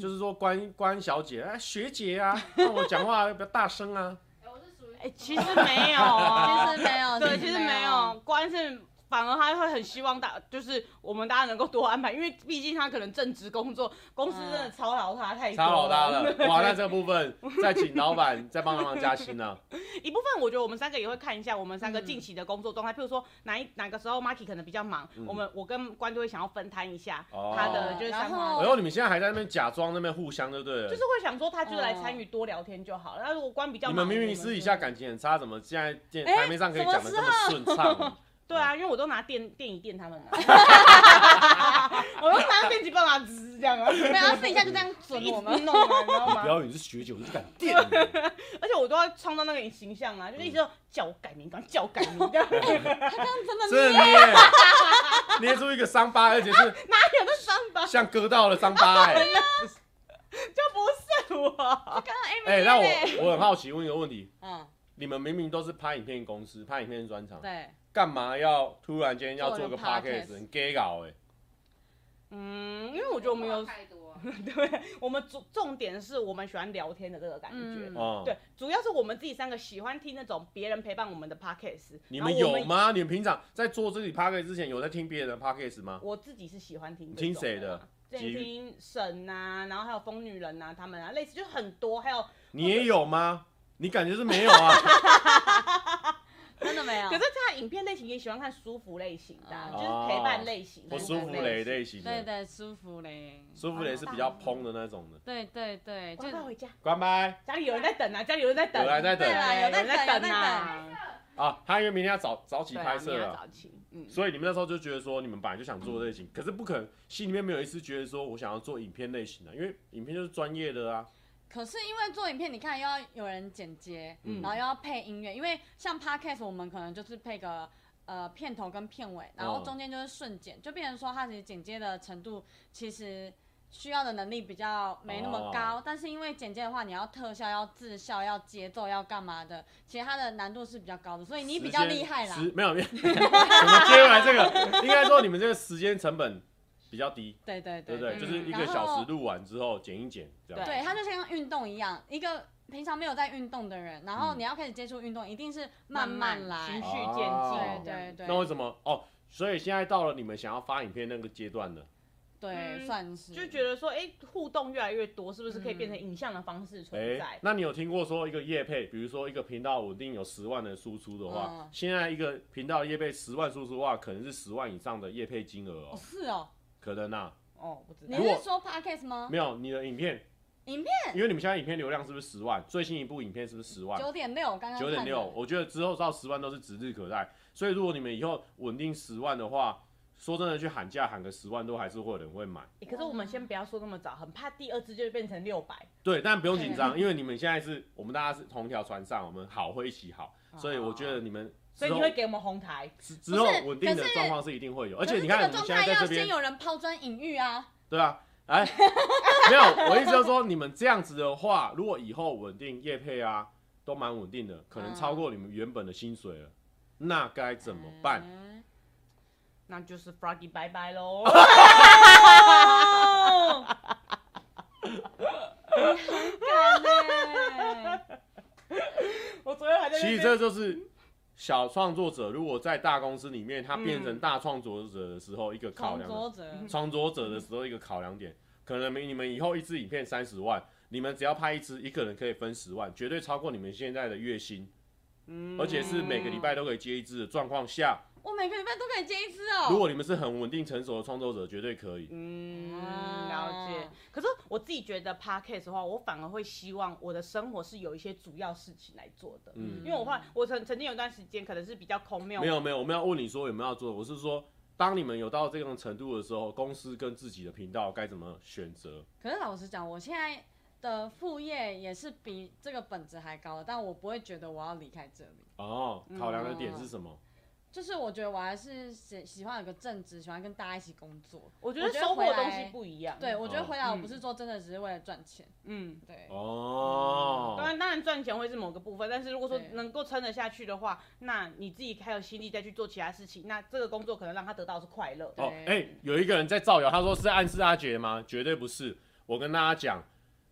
Speaker 1: 就是说关关小姐啊，学姐啊，那我讲话要不要大声啊？
Speaker 4: 哎，我是属于
Speaker 3: 哎、其实没 有啊、
Speaker 2: 其实没有，
Speaker 1: 嗯
Speaker 3: 对，其实没有，关键是反而他会很希望大，就是我们大家能够多安排，因为毕竟他可能正职工作，公司真的操劳他太多
Speaker 1: 差老大
Speaker 3: 了。
Speaker 1: 了，哇！那这部分再请老板再帮忙加薪啊。
Speaker 3: 一部分我觉得我们三个也会看一下我们三个
Speaker 2: 嗯
Speaker 3: 近期的工作状态，譬如说哪一哪个时候 Marky 可能比较忙，
Speaker 1: 嗯
Speaker 3: 我们我跟关就会想要分摊一下
Speaker 1: 哦
Speaker 3: 他的就是三
Speaker 2: 然
Speaker 3: 花
Speaker 2: 后
Speaker 1: 然后你们现在还在那边假装那边互相，对不对了？
Speaker 3: 就是会想说他就来参与多聊天就好了。那如果关比较
Speaker 1: 你
Speaker 3: 忙，
Speaker 1: 们明
Speaker 3: 我
Speaker 1: 明
Speaker 3: 就
Speaker 1: 私底下感情很差，怎么现在电
Speaker 2: 哎
Speaker 1: 台面上可以讲的这么顺 畅？
Speaker 3: 对
Speaker 1: 哦
Speaker 3: 啊，因为我都拿电电椅电他 们了， 我都拿电击棒啊，滋这样啊，
Speaker 2: 没有，他私底下就这样准我们。
Speaker 3: 弄啊，你知道吗？
Speaker 1: 表演是学姐，我就敢电你。
Speaker 3: 而且我都要创造那个形象啊，就是一直都叫我改名，刚叫我改名这样，哪
Speaker 2: 真的
Speaker 1: 真
Speaker 2: 你
Speaker 1: 的捏，捏出一个伤疤，而且是
Speaker 3: 有的伤疤？
Speaker 1: 像割到了伤疤哎、
Speaker 3: 就不是我，
Speaker 2: 刚刚 Amy
Speaker 1: 哎、那
Speaker 2: 耶
Speaker 1: 我我很好奇，问一个问题：
Speaker 2: 嗯，
Speaker 1: 你们明明都是拍影片公司、拍影片专场，
Speaker 2: 对，
Speaker 1: 干嘛要突然间要做个
Speaker 2: 做一个
Speaker 1: podcast？
Speaker 2: podcast
Speaker 1: 很 gay 搞哎、
Speaker 3: 嗯，因为我觉得我们有，
Speaker 4: 太多啊，
Speaker 3: 对，我们重重点是我们喜欢聊天的这个感觉。
Speaker 2: 嗯
Speaker 1: 哦、
Speaker 3: 对，主要是我们自己三个喜欢听那种别人陪伴我们的 podcast。
Speaker 1: 你们有？吗？你们平常在做自己 podcast 之前，有在听别人的 podcast 吗？
Speaker 3: 我自己是喜欢听。
Speaker 1: 你听谁的？
Speaker 3: 之
Speaker 1: 吉
Speaker 3: 前听沈呐、啊，然后还有疯女人呐、啊，他们啊，类似就很多，还有
Speaker 1: 你也有吗？你感觉是没有啊？
Speaker 2: 真的没有。
Speaker 3: 可是他影片类型也喜欢看舒服类型的啊、
Speaker 2: 哦
Speaker 3: 就是陪伴类型的。
Speaker 1: 我
Speaker 2: 对
Speaker 1: 哦舒服雷类型
Speaker 2: 对
Speaker 1: 的，
Speaker 2: 对，舒服嘞。
Speaker 1: 舒服雷是比较蓬的那种的。
Speaker 2: 对对对，就
Speaker 3: 快快回家，
Speaker 1: 关麦
Speaker 3: 家里有人在等啊，家里有人在等。
Speaker 1: 有
Speaker 3: 啊
Speaker 1: 人在等
Speaker 2: 对啦，有
Speaker 3: 有
Speaker 2: 在
Speaker 3: 人
Speaker 2: 等，有在
Speaker 3: 在等
Speaker 2: 等。
Speaker 3: 啊。
Speaker 1: 啊，他因为明天要早早起
Speaker 3: 对啊
Speaker 1: 拍摄
Speaker 3: 明天
Speaker 1: 了
Speaker 3: 要
Speaker 1: 啊，
Speaker 3: 早起，嗯，
Speaker 1: 所以你们那时候就觉得说你们本来就想做类型，可是不可能心里面没有一次觉得说我想要做影片类型的，因为影片就是专业的啊。
Speaker 2: 可是因为做影片，你看又要有人剪接，
Speaker 1: 嗯
Speaker 2: 然后又要配音乐，因为像 podcast 我们可能就是配个呃片头跟片
Speaker 1: 哦
Speaker 2: 尾，然后中间就是瞬剪，就变成说它其实剪接的程度其实需要的能力比较没那么高，
Speaker 1: 哦
Speaker 2: 但是因为剪接的话，你要特效、要自效、要节奏、要干嘛的，其实它的难度是比较高的，所以你比较
Speaker 1: 时间
Speaker 2: 厉害啦。
Speaker 1: 时没有，没有我们接回来这个，应该说你们这个时间成本比较低，
Speaker 2: 对对
Speaker 1: 对
Speaker 2: 对
Speaker 1: 不对？
Speaker 3: 嗯
Speaker 1: 就是一个
Speaker 2: 然后
Speaker 1: 小时录完之后剪一剪这样。
Speaker 2: 对，它就像运动一样，一个平常没有在运动的人，然后
Speaker 1: 嗯
Speaker 2: 你要开始接触运动，一定是慢
Speaker 3: 慢
Speaker 2: 慢
Speaker 3: 慢
Speaker 2: 来，
Speaker 3: 循序渐
Speaker 1: 哦
Speaker 3: 进，
Speaker 2: 对对对，
Speaker 1: 那为什么哦？所以现在到了你们想要发影片那个阶段了。
Speaker 2: 对，
Speaker 3: 嗯
Speaker 2: 算是
Speaker 3: 就觉得说，哎，互动越来越多，是不是可以变成影像的方式存
Speaker 1: 哎
Speaker 3: 在，？
Speaker 1: 那你有听过说一个业配，比如说一个频道稳定有十万的输出的话，
Speaker 2: 嗯
Speaker 1: 现在一个频道业配十万输出的话，可能是十万以上的业配金额哦，
Speaker 2: 哦是哦，
Speaker 1: 可能啊，
Speaker 3: 哦，不知
Speaker 2: 你
Speaker 3: 道
Speaker 1: 如。果
Speaker 2: 是说 podcast 吗？
Speaker 1: 没有你的影片，
Speaker 2: 影
Speaker 1: 片，因为你们现在影片流量是不是十万？最新一部影片是不是十万？
Speaker 2: 九点六，刚刚
Speaker 1: 九点
Speaker 2: 看的
Speaker 1: 六，，我觉得之后到十万都是指日可待。所以如果你们以后稳定十万的话，说真的去喊价喊个十万都还是会有人会买。
Speaker 3: 哎可是我们先不要说那么早，很怕第二支就变成六百。
Speaker 1: 对，但不用紧张，因为你们现在是我们大家是同一条船上，我们好会一起好，所以我觉得你们之
Speaker 3: 所以
Speaker 1: 后
Speaker 3: 你会给我们红台，
Speaker 1: 之之后
Speaker 2: 不是
Speaker 1: 稳定
Speaker 2: 可
Speaker 1: 的
Speaker 2: 是
Speaker 1: 状况是一定会有，而
Speaker 2: 可
Speaker 1: 且
Speaker 2: 是
Speaker 1: 你
Speaker 2: 这个
Speaker 1: 看你们
Speaker 2: 状
Speaker 1: 现在
Speaker 2: 态
Speaker 1: 在
Speaker 2: 要
Speaker 1: 这
Speaker 2: 先
Speaker 1: 边，
Speaker 2: 有人抛砖引玉啊，
Speaker 1: 对啊，哎，没有，我意思就是说，你们这样子的话，如果以后稳定业配啊，都蛮稳定的，可能超过你们原本的薪水了，那该怎么办？
Speaker 2: 嗯
Speaker 3: 那就是 Froggy 拜拜喽。
Speaker 2: 哦你很敢欸
Speaker 3: 我昨天还在
Speaker 2: 嗯
Speaker 3: 那
Speaker 1: 其
Speaker 3: 边
Speaker 1: 实这就是小创作者如果在大公司里面，他
Speaker 2: 嗯
Speaker 1: 变成大创作者的时候，一个考
Speaker 2: 从
Speaker 1: 量
Speaker 2: 作者
Speaker 1: 创作者的时候一个考量点，可能你们以后一支影片三十万，你们只要拍一支，一个人可以分十万，绝对超过你们现在的月薪，
Speaker 3: 嗯
Speaker 1: 而且是每个礼拜都可以接一支的状况下，
Speaker 2: 我每个礼拜都可以接一支哦。
Speaker 1: 如果你们是很稳定成熟的创作者，绝对可以。
Speaker 3: 嗯，
Speaker 2: 啊
Speaker 3: 了解。可是我自己觉得 podcast 的话，我反而会希望我的生活是有一些主要事情来做的。
Speaker 1: 嗯
Speaker 3: 因为我后来我曾曾经有一段时间可能是比较空没有
Speaker 1: 没有没有，我们要问你说有没有要做，我是说，当你们有到这种程度的时候，公司跟自己的频道该怎么选择？
Speaker 2: 可是老实讲，我现在的副业也是比这个本职还高的，但我不会觉得我要离开这里。
Speaker 1: 哦，考量的点是什么？
Speaker 2: 就是我觉得我还是喜喜欢有个正职，喜欢跟大家一起工作。
Speaker 3: 我觉
Speaker 2: 我
Speaker 3: 得
Speaker 2: 觉得
Speaker 3: 收获
Speaker 2: 回
Speaker 3: 的
Speaker 2: 来
Speaker 3: 东西不一样。
Speaker 2: 对，我觉得
Speaker 1: 哦
Speaker 2: 回来我
Speaker 3: 嗯
Speaker 2: 不是做真的只是为了赚钱，
Speaker 3: 嗯，
Speaker 2: 对，
Speaker 1: 哦，
Speaker 3: 当然当然赚钱会是某个部分，但是如果说
Speaker 2: 对
Speaker 3: 能够撑得下去的话，那你自己还有心力再去做其他事情，那这个工作可能让他得到的是快乐。
Speaker 1: 哦，
Speaker 2: 对
Speaker 1: 哎、有一个人在造谣，他说是暗示阿杰吗？绝对不是。我跟大家讲，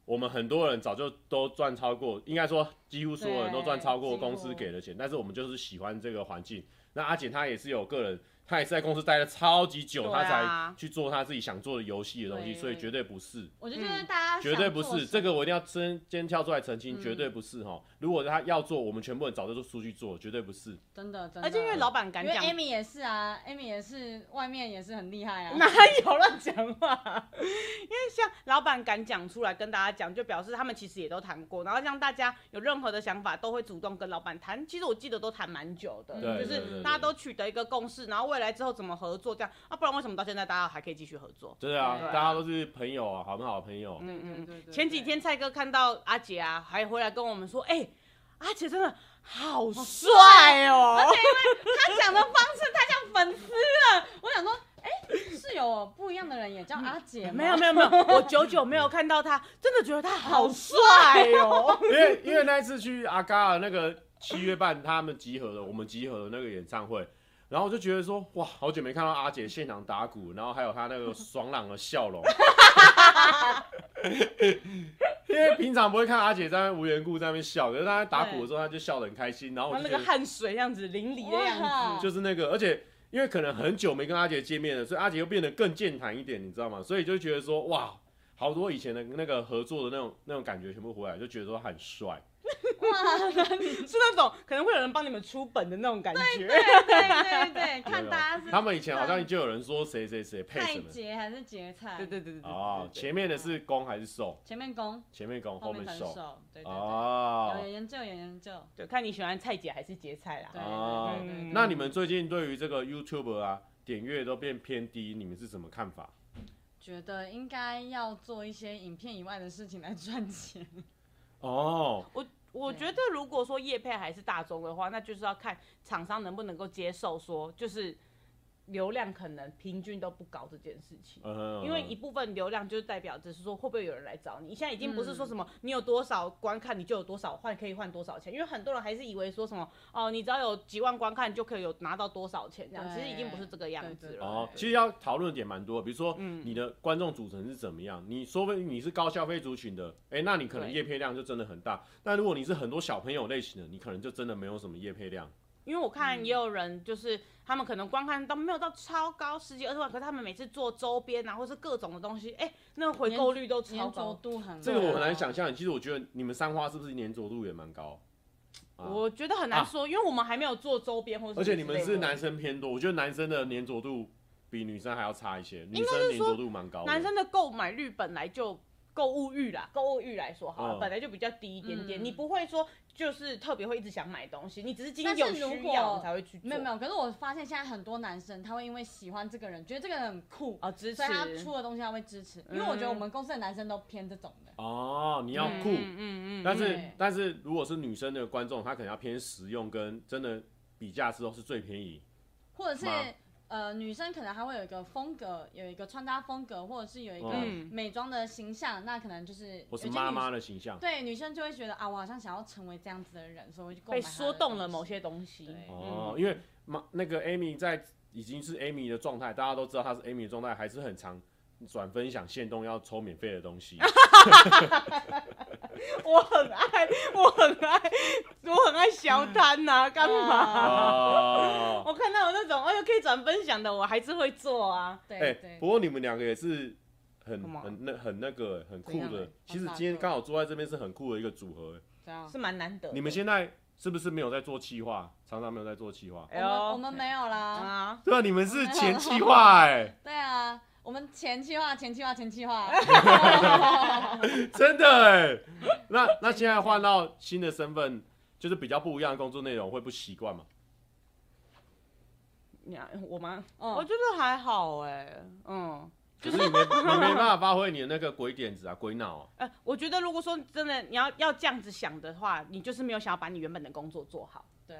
Speaker 1: 我们很多人早就都赚超过，应该说几乎所有人都赚超过
Speaker 2: 对几乎
Speaker 1: 公司给的钱，但是我们就是喜欢这个环境。那阿杰他也是有个人，他也是在公司待了超级久，
Speaker 3: 对
Speaker 1: 他
Speaker 3: 啊
Speaker 1: 才去做他自己想做的游戏的东西，
Speaker 2: 对
Speaker 1: 所以绝对不是。
Speaker 2: 我觉得就是大家
Speaker 1: 绝对
Speaker 2: 想
Speaker 1: 不
Speaker 2: 做
Speaker 1: 是，
Speaker 2: 什
Speaker 1: 这个
Speaker 2: 么
Speaker 1: 我一定要先先跳出来澄清，
Speaker 2: 嗯
Speaker 1: 绝对不是哈。如果他要做，我们全部人早就出去做，绝对不是。
Speaker 2: 真的真的，
Speaker 3: 而且因为老板敢
Speaker 2: 因为
Speaker 3: 讲
Speaker 2: Amy 也是啊，Amy 也是外面也是很厉害啊，
Speaker 3: 哪有乱讲话？因为像老板敢讲出来跟大家讲，就表示他们其实也都谈过，然后让大家有任何的想法都会主动跟老板谈。其实我记得都谈蛮久的，
Speaker 2: 对
Speaker 3: 就
Speaker 2: 对对
Speaker 3: 是
Speaker 2: 对
Speaker 3: 大家都取得一个共识，然后未来之后怎么合作这样啊？不然为什么到现在大家还可以继续合作？
Speaker 1: 对啊，
Speaker 3: 对啊
Speaker 1: 大家都是朋友啊，好不好朋友？
Speaker 3: 嗯嗯
Speaker 2: 对对对
Speaker 3: 嗯。前几天蔡哥看到阿杰啊，还回来跟我们说，哎、阿杰真的好帅哦、
Speaker 2: 他讲的方式太像粉丝了，我想说，哎、是有不一样的人也叫阿姐吗
Speaker 3: 没有没有没有，我久久没有看到他，真的觉得他好帅哦、
Speaker 1: 因为因为那一次去阿嘎尔那个七月半他们集合了，我们集合了那个演唱会，然后我就觉得说哇，好久没看到阿姐现场打鼓，然后还有她那个爽朗的笑容。 因为平常不会看阿姐在那边无缘故在那边笑，可是她在打鼓的时候，她就笑得很开心。然后我
Speaker 3: 他
Speaker 1: 就
Speaker 3: 那
Speaker 1: 觉
Speaker 3: 个
Speaker 1: 得
Speaker 3: 汗水样子淋漓的样
Speaker 2: 哇
Speaker 3: 子，
Speaker 1: 就是那个，而且因为可能很久没跟阿杰见面了，所以阿杰又变得更健谈一点，你知道吗？所以就觉得说哇，好多以前的那个合作的那种那种感觉全部回来，就觉得说他很帅。
Speaker 3: 是那种可能会有人帮你们出本的那种感觉。
Speaker 2: 对对对，
Speaker 1: 有没
Speaker 2: 看
Speaker 1: 有
Speaker 2: 大家 是
Speaker 1: 他们以前好像就有人说谁谁谁配
Speaker 2: 太
Speaker 1: 什么
Speaker 2: 节还是节菜？
Speaker 3: 对对对对对
Speaker 1: 哦，
Speaker 3: 对对
Speaker 1: 前面的是攻还是受？
Speaker 2: 前面攻，
Speaker 1: 前面攻，
Speaker 2: 后
Speaker 1: 面
Speaker 2: 面很
Speaker 1: 受。
Speaker 2: 瘦，对对对，有
Speaker 1: 哦，
Speaker 2: 研究有研究，
Speaker 3: 对，看你喜欢菜姐还是节菜啦
Speaker 2: 对。
Speaker 1: 哦
Speaker 2: 对对对对
Speaker 1: 那你们最近对于这个 YouTube 啊点阅都变偏低，你们是什么看法？
Speaker 2: 觉得应该要做一些影片以外的事情来赚钱。
Speaker 1: 哦，
Speaker 3: 我我
Speaker 2: 对
Speaker 3: 觉得如果说叶配还是大众的话，那就是要看厂商能不能够接受说，就是流量可能平均都不高这件事情。
Speaker 1: 嗯，
Speaker 3: 因为一部分流量就是代表着是说会不会有人来找你。现在已经不是说
Speaker 2: 嗯
Speaker 3: 什么你有多少观看你就有多少换可以换多少钱，因为很多人还是以为说什么哦，你只要有几万观看就可以有拿到多少钱这样，其
Speaker 2: 对
Speaker 3: 实已经不是这个样子
Speaker 2: 对对
Speaker 3: 了。
Speaker 1: 哦，其
Speaker 3: 实
Speaker 1: 实要讨论的点蛮多的，比如说
Speaker 3: 嗯
Speaker 1: 你的观众组成是怎么样，你说不定你是高消费族群的，哎，那你可能
Speaker 3: 对
Speaker 1: 业配量就真的很大。但如果你是很多小朋友类型的，你可能就真的没有什么业配量。
Speaker 3: 因为我
Speaker 2: 嗯
Speaker 3: 看也有人就是他们可能观看到没有到超高十几二十万，可是他们每次做周边啊或是各种的东西，哎、那回购率都超
Speaker 2: 粘着
Speaker 3: 高。
Speaker 2: 度很高，
Speaker 1: 这
Speaker 3: 啊
Speaker 1: 个我很难想象。其实我觉得你们三花是不是粘着度也蛮高？啊
Speaker 3: 我觉得很难说，因为我们还没有做周边或者
Speaker 1: 而且你们是男生偏多，我觉得男生的粘着度比女生还要差一些，女生粘着度蛮高的。
Speaker 3: 男生的购买率本来就购物欲啦，购物欲来说好了，
Speaker 1: 嗯
Speaker 3: 本来就比较低一点点，
Speaker 2: 嗯
Speaker 3: 你不会说就是特别会一直想买东西，你只是今天
Speaker 2: 但
Speaker 3: 有
Speaker 2: 是如
Speaker 3: 需要
Speaker 2: 果
Speaker 3: 你才会去做。
Speaker 2: 没有没有，可是我发现现在很多男生他会因为喜欢这个人，觉得这个人很酷，
Speaker 3: 哦，支持
Speaker 2: 所以他出的东西他会支
Speaker 1: 嗯
Speaker 2: 持。因为我觉得我们公司的男生都偏这种的，
Speaker 1: 哦，你要
Speaker 3: 嗯
Speaker 1: 酷，
Speaker 3: 嗯嗯嗯
Speaker 1: 但是
Speaker 2: 对
Speaker 1: 但是如果是女生的观众，她可能要偏实用跟真的比价之后是最便宜。
Speaker 2: 或者是
Speaker 1: 吗
Speaker 2: 呃，女生可能还会有一个风格，有一个穿搭风格，或者是有一个
Speaker 3: 嗯
Speaker 2: 美妆的形象，那可能就是
Speaker 1: 我是
Speaker 2: 有些
Speaker 1: 妈
Speaker 2: 女
Speaker 1: 妈的形象。
Speaker 2: 对，女生就会觉得啊，我好像想要成为这样子的人，所以我就购买
Speaker 3: 被
Speaker 2: 她的
Speaker 3: 说动了
Speaker 2: 东西
Speaker 3: 某些东西
Speaker 2: 对。
Speaker 1: 哦，
Speaker 3: 嗯
Speaker 1: 因为妈那个 Amy 在已经是 Amy 的状态，大家都知道她是 Amy 的状态，还是很常转分享限动要抽免费的 东西，
Speaker 3: 我很爱，我很爱，我很爱小摊
Speaker 2: 嗯
Speaker 3: 呐、啊，干嘛？
Speaker 1: 哦，
Speaker 3: 我看到有那种，哎呦可以转分享的，我还是会做啊。
Speaker 2: 对
Speaker 1: 哎、
Speaker 2: 对
Speaker 1: 不过你们两个也是很
Speaker 3: 干嘛
Speaker 1: 很那很那个欸很酷
Speaker 3: 怎
Speaker 1: 的
Speaker 3: 样，
Speaker 1: 其实今天
Speaker 2: 很大个
Speaker 1: 刚好坐在这边是很酷的一个组合。欸
Speaker 2: 这样。
Speaker 3: 是蛮难得的。
Speaker 1: 你们现在是不是没有在做企划？常常没有在做企划？
Speaker 3: 哎
Speaker 2: 我
Speaker 3: 呦，
Speaker 2: 们我们没有啦，
Speaker 3: 啊，
Speaker 1: 对啊，你们是前企划哎、
Speaker 2: 对啊，我们前期化、前期化、前期化，
Speaker 1: 真的哎、那那现在换到新的身份，就是比较不一样的工作内容，会不习惯吗？
Speaker 3: 你啊我吗？
Speaker 2: 嗯
Speaker 3: 我觉得还好哎、嗯。
Speaker 1: 可是你没你没办法发挥你的那个鬼点子啊，鬼脑、啊。
Speaker 3: 呃，我觉得如果说真的你要要这样子想的话，你就是没有想要把你原本的工作做好。
Speaker 2: 对，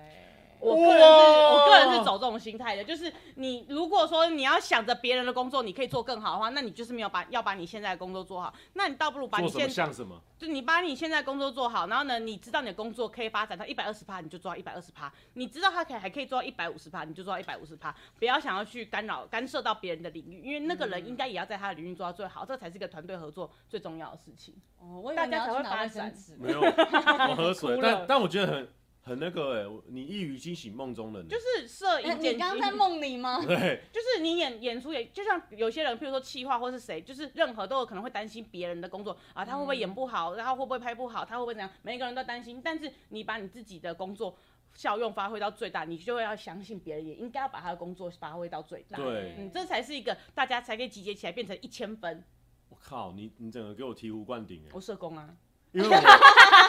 Speaker 3: 我个人是，
Speaker 1: 哇
Speaker 3: 我个人是走这种心态的，就是你如果说你要想着别人的工作，你可以做更好的话，那你就是没有把要把你现在的工作做好，那你倒不如把
Speaker 1: 做
Speaker 3: 你
Speaker 1: 什么
Speaker 3: 现
Speaker 1: 像什么，
Speaker 3: 就你把你现在工作做好，然后呢，你知道你的工作可以发展到一百二十趴，你就做到一百二十趴；你知道它可以还可以做到一百五十趴，你就做到一百五十趴。不要想要去干扰、干涉到别人的领域，因为那个人
Speaker 1: 嗯
Speaker 3: 应该也要在他的领域做到最好，这才是一个团队合作最重要的事情。
Speaker 2: 哦，我以
Speaker 3: 大
Speaker 2: 为
Speaker 3: 家
Speaker 2: 你要
Speaker 3: 才会
Speaker 2: 去拿
Speaker 3: 发
Speaker 2: 卫生
Speaker 3: 展
Speaker 2: 纸，
Speaker 1: 没有我喝水
Speaker 3: 哭，了
Speaker 1: 但但我觉得很很那个哎、你一语惊醒梦中人欸，
Speaker 3: 就是摄
Speaker 2: 哎
Speaker 3: 影
Speaker 2: 你
Speaker 3: 剪
Speaker 2: 刚刚
Speaker 3: 辑
Speaker 2: 在梦里吗？
Speaker 1: 对，
Speaker 3: 就是你演演出也就像有些人，譬如说企划或是谁，就是任何都有可能会担心别人的工作啊，他会不会演不好，然后会不会拍不好，他会不会怎样，每一个人都担心。但是你把你自己的工作效用发挥到最大，你就会要相信别人也应该要把他的工作发挥到最大。
Speaker 1: 对
Speaker 3: 嗯，这才是一个大家才可以集结起来变成一千分。
Speaker 1: 我靠，你你整个给我醍醐灌顶哎、
Speaker 3: 我社工啊，
Speaker 1: 因为我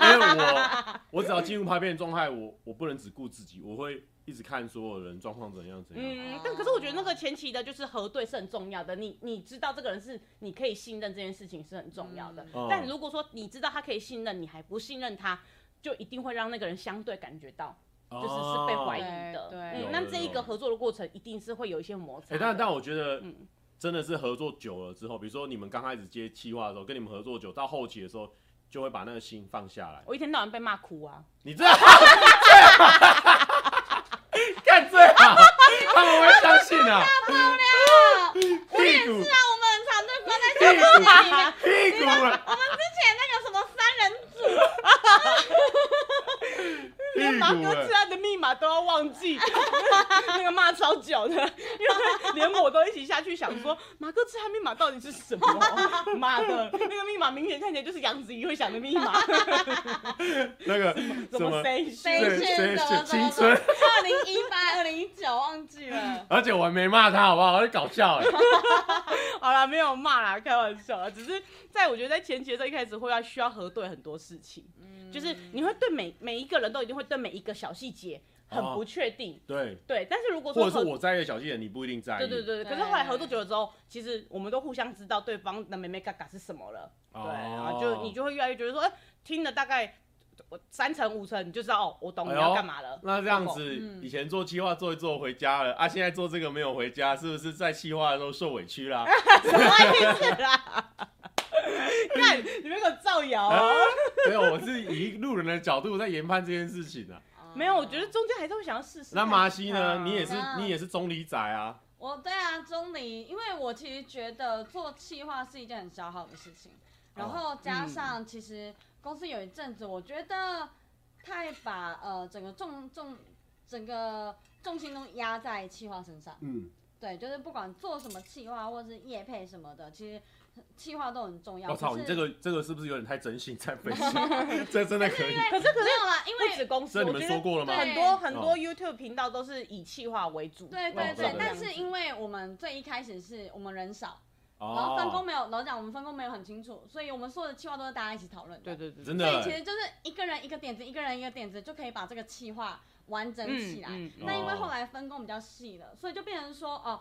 Speaker 1: 因为我我只要进入拍片状态，我我不能只顾自己，我会一直看所有人状况怎样怎样。
Speaker 3: 嗯，但可是我觉得那个前期的就是核对是很重要的，你你知道这个人是你可以信任这件事情是很 重要的。
Speaker 1: 嗯
Speaker 3: 但如果说你知道他可以信任，你还不信任他，就一定会让那个人相对感觉到就是是被怀
Speaker 1: 疑。
Speaker 3: 疑的。
Speaker 2: 对对
Speaker 1: 有
Speaker 3: 嗯，那
Speaker 1: 有
Speaker 3: 这一
Speaker 1: 哦有
Speaker 3: 个合作的过程一定是会有一些摩擦
Speaker 1: 哎、
Speaker 3: 的。
Speaker 1: 但但我觉得
Speaker 3: 嗯，
Speaker 1: 真的是合作久了之后，比如说你们刚开始接企划的时候，跟你们合作久，到后期的时候，就会把那个心放下来。
Speaker 3: 我一天到晚被骂 哭啊，
Speaker 1: 你这干最好，他们会相信 啊。
Speaker 3: 哦
Speaker 1: 我也是
Speaker 2: 啊，我们很常对关在
Speaker 1: 屁股
Speaker 2: 里面。
Speaker 1: 屁股啊，
Speaker 2: 之前那个什么三人组，
Speaker 1: 屁
Speaker 3: 马
Speaker 1: 股
Speaker 3: 哥
Speaker 1: 啊
Speaker 3: 自！然的密码都要忘记， 那个骂超久的，因 为连我都一起下去想说，马哥自然密码到底是什么？ 妈的，那个密码明显看起来就是杨子怡会想的密码，
Speaker 1: 那个
Speaker 3: 怎么 C
Speaker 2: 谁
Speaker 1: 对
Speaker 2: 是
Speaker 1: 谁是
Speaker 2: 什么什么
Speaker 1: 青
Speaker 2: 什么？
Speaker 1: 春？
Speaker 2: 二零一八、二零一九忘记了。
Speaker 1: 而且我还没骂他，好不好？我在搞笑哎、
Speaker 3: 好啦，没有骂啦，开玩笑啦，只是在我觉得在前期的时候一开始会要需要核对很多事情，就是你会对每每一个人都一定会对每一个小细节很
Speaker 1: 哦
Speaker 3: 不确定，
Speaker 1: 对，
Speaker 3: 对。但是如果说
Speaker 1: 或者
Speaker 3: 合
Speaker 1: 是我在意的小细节，你不一定在意。
Speaker 3: 对对对对，可是后来合作久了之后，其实我们都互相知道对方的妹妹嘎嘎是什么了，
Speaker 1: 哦，
Speaker 3: 对，然后就你就会越来越觉得说，哎、听了大概我三成五成，你就知道哦，我懂你
Speaker 1: 哎呦
Speaker 3: 要干嘛了。
Speaker 1: 那这样
Speaker 3: 够
Speaker 1: 子，
Speaker 2: 嗯
Speaker 1: 以前做企划做一做回家了啊，现在做这个没有回家，是不是在企划的时候受委屈啦？
Speaker 3: 什么意思啦？ 看你们给我造谣啊！
Speaker 1: 哎没有，我是以路人的角度在研判这件事情啊。
Speaker 3: 没有，我觉得中间还是会想要试试
Speaker 1: 那
Speaker 3: 看。
Speaker 1: 麻西呢？
Speaker 3: 啊
Speaker 1: 你也是
Speaker 2: 那
Speaker 1: 你也是中离宅啊？
Speaker 2: 我对啊，钟离，因为我其实觉得做企划是一件很消耗的事情，然后加上其实公司有一阵子，我觉得太把呃整个重重整个重心都压在企划身上，
Speaker 1: 嗯，
Speaker 2: 对，就是不管做什么企划或是业配什么的，其实企划都很重要。
Speaker 1: 我操，
Speaker 2: 可
Speaker 1: 你
Speaker 2: 是
Speaker 1: 这个这个是不是有点太真心在分析？这真的可以？
Speaker 3: 可是可
Speaker 2: 没
Speaker 3: 是
Speaker 2: 有啦，因
Speaker 3: 不
Speaker 2: 为
Speaker 3: 止公司，
Speaker 1: 这你
Speaker 3: 我
Speaker 1: 们
Speaker 3: 觉
Speaker 1: 说
Speaker 3: 得
Speaker 1: 过了吗？
Speaker 3: 很多很
Speaker 1: 哦
Speaker 3: 多 YouTube 频道都是以企划为主。
Speaker 2: 对
Speaker 1: 哦
Speaker 2: 对
Speaker 1: 对
Speaker 2: 对
Speaker 1: 对，
Speaker 2: 但是因为我们最一开始是我们人少，然后分工
Speaker 1: 哦，
Speaker 2: 没有，老实讲我们分工没有很清楚，所以我们所有的企划都是大家一起讨论的。
Speaker 3: 对对对，
Speaker 1: 真
Speaker 2: 所
Speaker 1: 的
Speaker 2: 以其
Speaker 1: 欸
Speaker 2: 实就是一个人一个点子，一个人一个点子就可以把这个企划完整起来。
Speaker 3: 嗯嗯
Speaker 2: 那因为
Speaker 1: 哦
Speaker 2: 后来分工比较细了，所以就变成说哦。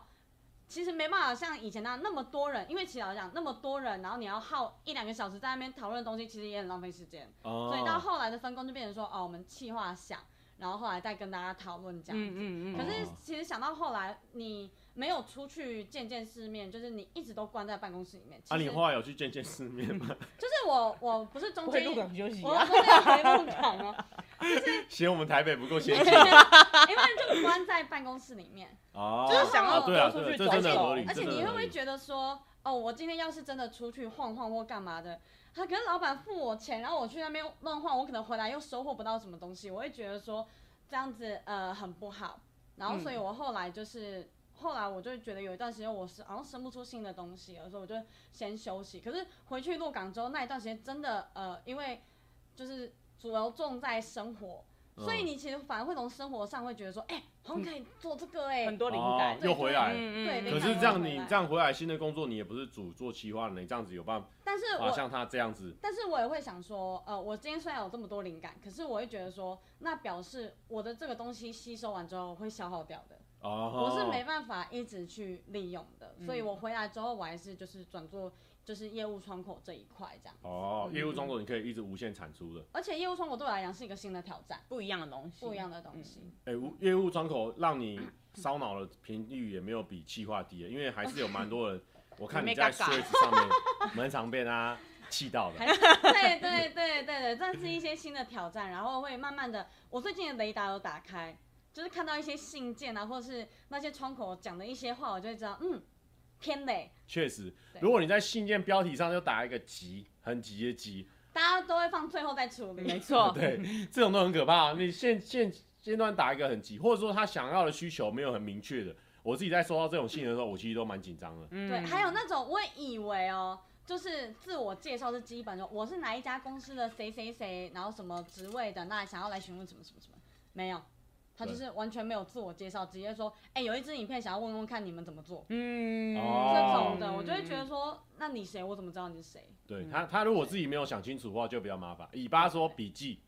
Speaker 2: 其实没办法像以前那样那么多人，因为其实老实讲那么多人，然后你要耗一两个小时在那边讨论东西，其实也很浪费时间。所以到
Speaker 1: 哦，
Speaker 2: 后来的分工就变成说，哦，我们企划想，然后后来再跟大家讨论这样子。
Speaker 3: 嗯
Speaker 2: 可
Speaker 3: 嗯
Speaker 2: 是其实想到后来，你没有出去见见世面，就是你一直都关在办公室里面。其
Speaker 1: 啊，
Speaker 2: 实
Speaker 1: 你后来有去见见世面吗？
Speaker 2: 就是我，我不是中
Speaker 3: 回
Speaker 2: 间，
Speaker 3: 鹿港休息
Speaker 2: 我
Speaker 3: 啊，
Speaker 2: 中间回鹿港哦，
Speaker 1: 嫌我们台北不够先
Speaker 2: 因
Speaker 1: 进
Speaker 2: 为就关在办公室里面。
Speaker 1: 哦，
Speaker 3: 就是想要
Speaker 1: 哦对啊，
Speaker 3: 多出
Speaker 1: 对啊
Speaker 3: 去
Speaker 1: 这真的
Speaker 3: 走
Speaker 1: 合理，
Speaker 2: 而且
Speaker 1: 这真的
Speaker 2: 你会不
Speaker 1: 合
Speaker 2: 会
Speaker 1: 理
Speaker 2: 觉得说，哦，我今天要是真的出去晃晃或干嘛的，他、可是老板付我钱，然后我去那边乱晃，我可能回来又收获不到什么东西，我会觉得说这样子呃很不好。然后所以
Speaker 1: 嗯
Speaker 2: 我后来就是、后来我就觉得有一段时间我是好像生不出新的东西了，所以我就先休息。可是回去鹿港之后那一段时间真的呃，因为就是主流重在生活。
Speaker 1: 嗯
Speaker 2: 所以你其实反而会从生活上会觉得说，哎、好像可以做这个哎、
Speaker 3: 很多灵感
Speaker 1: 哦，又回来。
Speaker 3: 嗯
Speaker 2: 对
Speaker 1: 可
Speaker 2: 灵
Speaker 1: 是
Speaker 2: 感
Speaker 1: 这样你这样回来新的工作，你也不是主做企划的，你这样子有办
Speaker 2: 但是
Speaker 1: 法
Speaker 2: 呃我
Speaker 1: 像他这样子
Speaker 2: 但是我也会想说，呃，我今天虽然有这么多灵感，可是我会觉得说，那表示我的这个东西吸收完之后会消耗掉的，
Speaker 1: 哦
Speaker 2: 我是没办法一直去利用的，所以我回来之后我还是就是转做就是业务窗口这一块这样。
Speaker 1: 哦，
Speaker 3: 嗯
Speaker 1: 业务中国你可以一直无限产出的。
Speaker 2: 而且业务窗口对我来讲是一个新的挑战，
Speaker 3: 不一样的东西，
Speaker 2: 不一样的东西。
Speaker 1: 哎、无业务窗口让你烧脑的频率也没有比气化低，因为还是有蛮多 人，我看你在 Switch 上面蛮常被他气到的。
Speaker 2: 对对对对对，这是一些新的挑战，然后会慢慢的，我最近的雷达有打开，就是看到一些信件啊，或是那些窗口讲的一些话，我就会知道，嗯，偏累。
Speaker 1: 确实，
Speaker 2: 对
Speaker 1: 如果你在信件标题上就打一个急，很急的急，
Speaker 2: 大家都会放最后再处理，
Speaker 3: 没错，
Speaker 1: 对，这种都很可怕。你现现现段打一个很急，或者说他想要的需求没有很明确的。我自己在收到这种信的时候，我其实都蛮紧张的。
Speaker 3: 嗯
Speaker 2: 对，还有那种我以为哦，就是自我介绍是基本的，我是哪一家公司的谁谁谁，然后什么职位的，那想要来询问什么什么什么，没有，他就是完全没有自我介绍，直接说，哎、有一支影片想要问问看你们怎么做，
Speaker 3: 嗯
Speaker 1: 哦
Speaker 2: 这种的，我就会觉得说，那你谁，我怎么知道你是谁？
Speaker 1: 对他，他如果自己没有想清楚的话，就比较麻烦。尾巴说笔 记，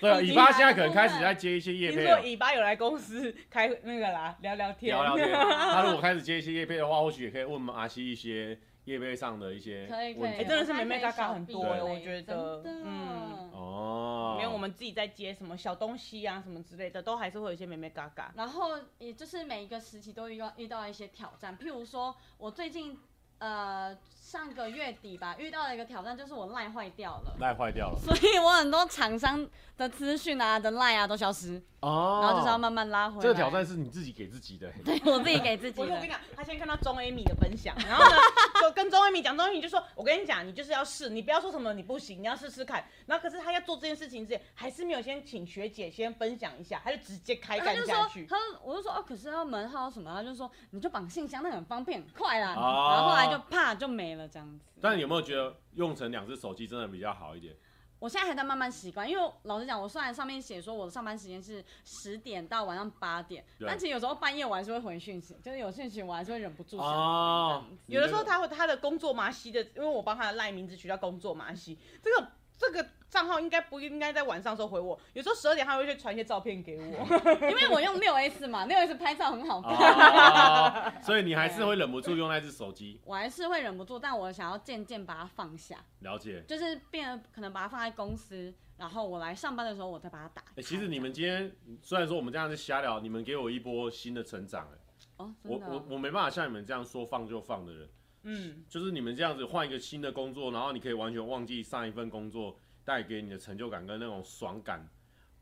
Speaker 1: 对啊，
Speaker 2: 笔记
Speaker 1: 尾巴现在可能开始在接一些业
Speaker 3: 听
Speaker 1: 配
Speaker 3: 说
Speaker 1: 了。
Speaker 3: 尾巴有来公司开那个啦，聊聊天，
Speaker 1: 聊聊 天。他如果开始接一些业配的话，或许也可以问阿西一些业配上的一些
Speaker 2: 可以可以，
Speaker 1: 问
Speaker 3: 哎
Speaker 1: 题。
Speaker 3: 真的是妹妹嘎嘎很多
Speaker 1: 哎
Speaker 3: 我觉得
Speaker 2: 真的
Speaker 3: 嗯
Speaker 1: 哦，
Speaker 3: 没有，我们自己在接什么小东西啊，什么之类的，都还是会有一些妹妹嘎嘎。
Speaker 2: 然后也就是每一个时期都遇到遇到一些挑战，譬如说我最近呃上个月底吧遇到了一个挑战，就是我赖坏掉了。
Speaker 1: 赖坏掉了
Speaker 2: 所以我很多厂商的资讯啊、的 line 啊都消失，
Speaker 1: 哦
Speaker 2: 然后就是要慢慢拉回来。
Speaker 1: 这个挑战是你自己给自己的，
Speaker 2: 对我自己给自己
Speaker 3: 我
Speaker 2: 的
Speaker 3: 跟你。讲， 他先看到钟 Amy 的分享，然后呢，就跟钟 Amy 讲，钟 Amy 就说：“我跟你讲，你就是要试，你不要说什么你不行，你要试试看。”然后可是他要做这件事情之前，还是没有先请学姐先分享一下，他就直接开
Speaker 2: 他
Speaker 3: 干
Speaker 2: 就
Speaker 3: 下
Speaker 2: 说
Speaker 3: 去，。
Speaker 2: 他就我就说哦，可是要门号什么，他就说你就绑信箱，那很方便，很快啦。
Speaker 1: 哦
Speaker 2: 然后后来就啪就没了这样子。
Speaker 1: 但你有没有觉得用成两只手机真的比较好一点？
Speaker 2: 我现在还在慢慢习惯，因为老实讲，我虽然上面写说我的上班时间是十点到晚上八点，
Speaker 1: 对
Speaker 2: 但其实有时候半夜我还是会回讯息，就是有讯息我还是会忍不住想。
Speaker 1: 哦，
Speaker 3: 有的时候他会他的工作麻西的，因为我帮他的赖名字取叫工作麻西，这个这个账号应该不应该在晚上的时候回我，有时候十二点他会去传一些照片给我，
Speaker 2: 因为我用六 S 嘛，六 S 拍照很好看。
Speaker 1: 哦， 所以你还是会忍不住用那只手机，
Speaker 2: 我还是会忍不住，但我想要渐渐把它放下，
Speaker 1: 了解。
Speaker 2: 就是变得可能把它放在公司，然后我来上班的时候我再把它打开。
Speaker 1: 哎，其实你们今天虽然说我们这样子瞎聊，你们给我一波新的成长，哎，
Speaker 2: 哦，
Speaker 1: 我
Speaker 2: 真的
Speaker 1: 我
Speaker 2: 哦，
Speaker 1: 我没办法像你们这样说放就放的人。
Speaker 3: 嗯。
Speaker 1: 就是你们这样子换一个新的工作，然后你可以完全忘记上一份工作带给你的成就感跟那种爽感，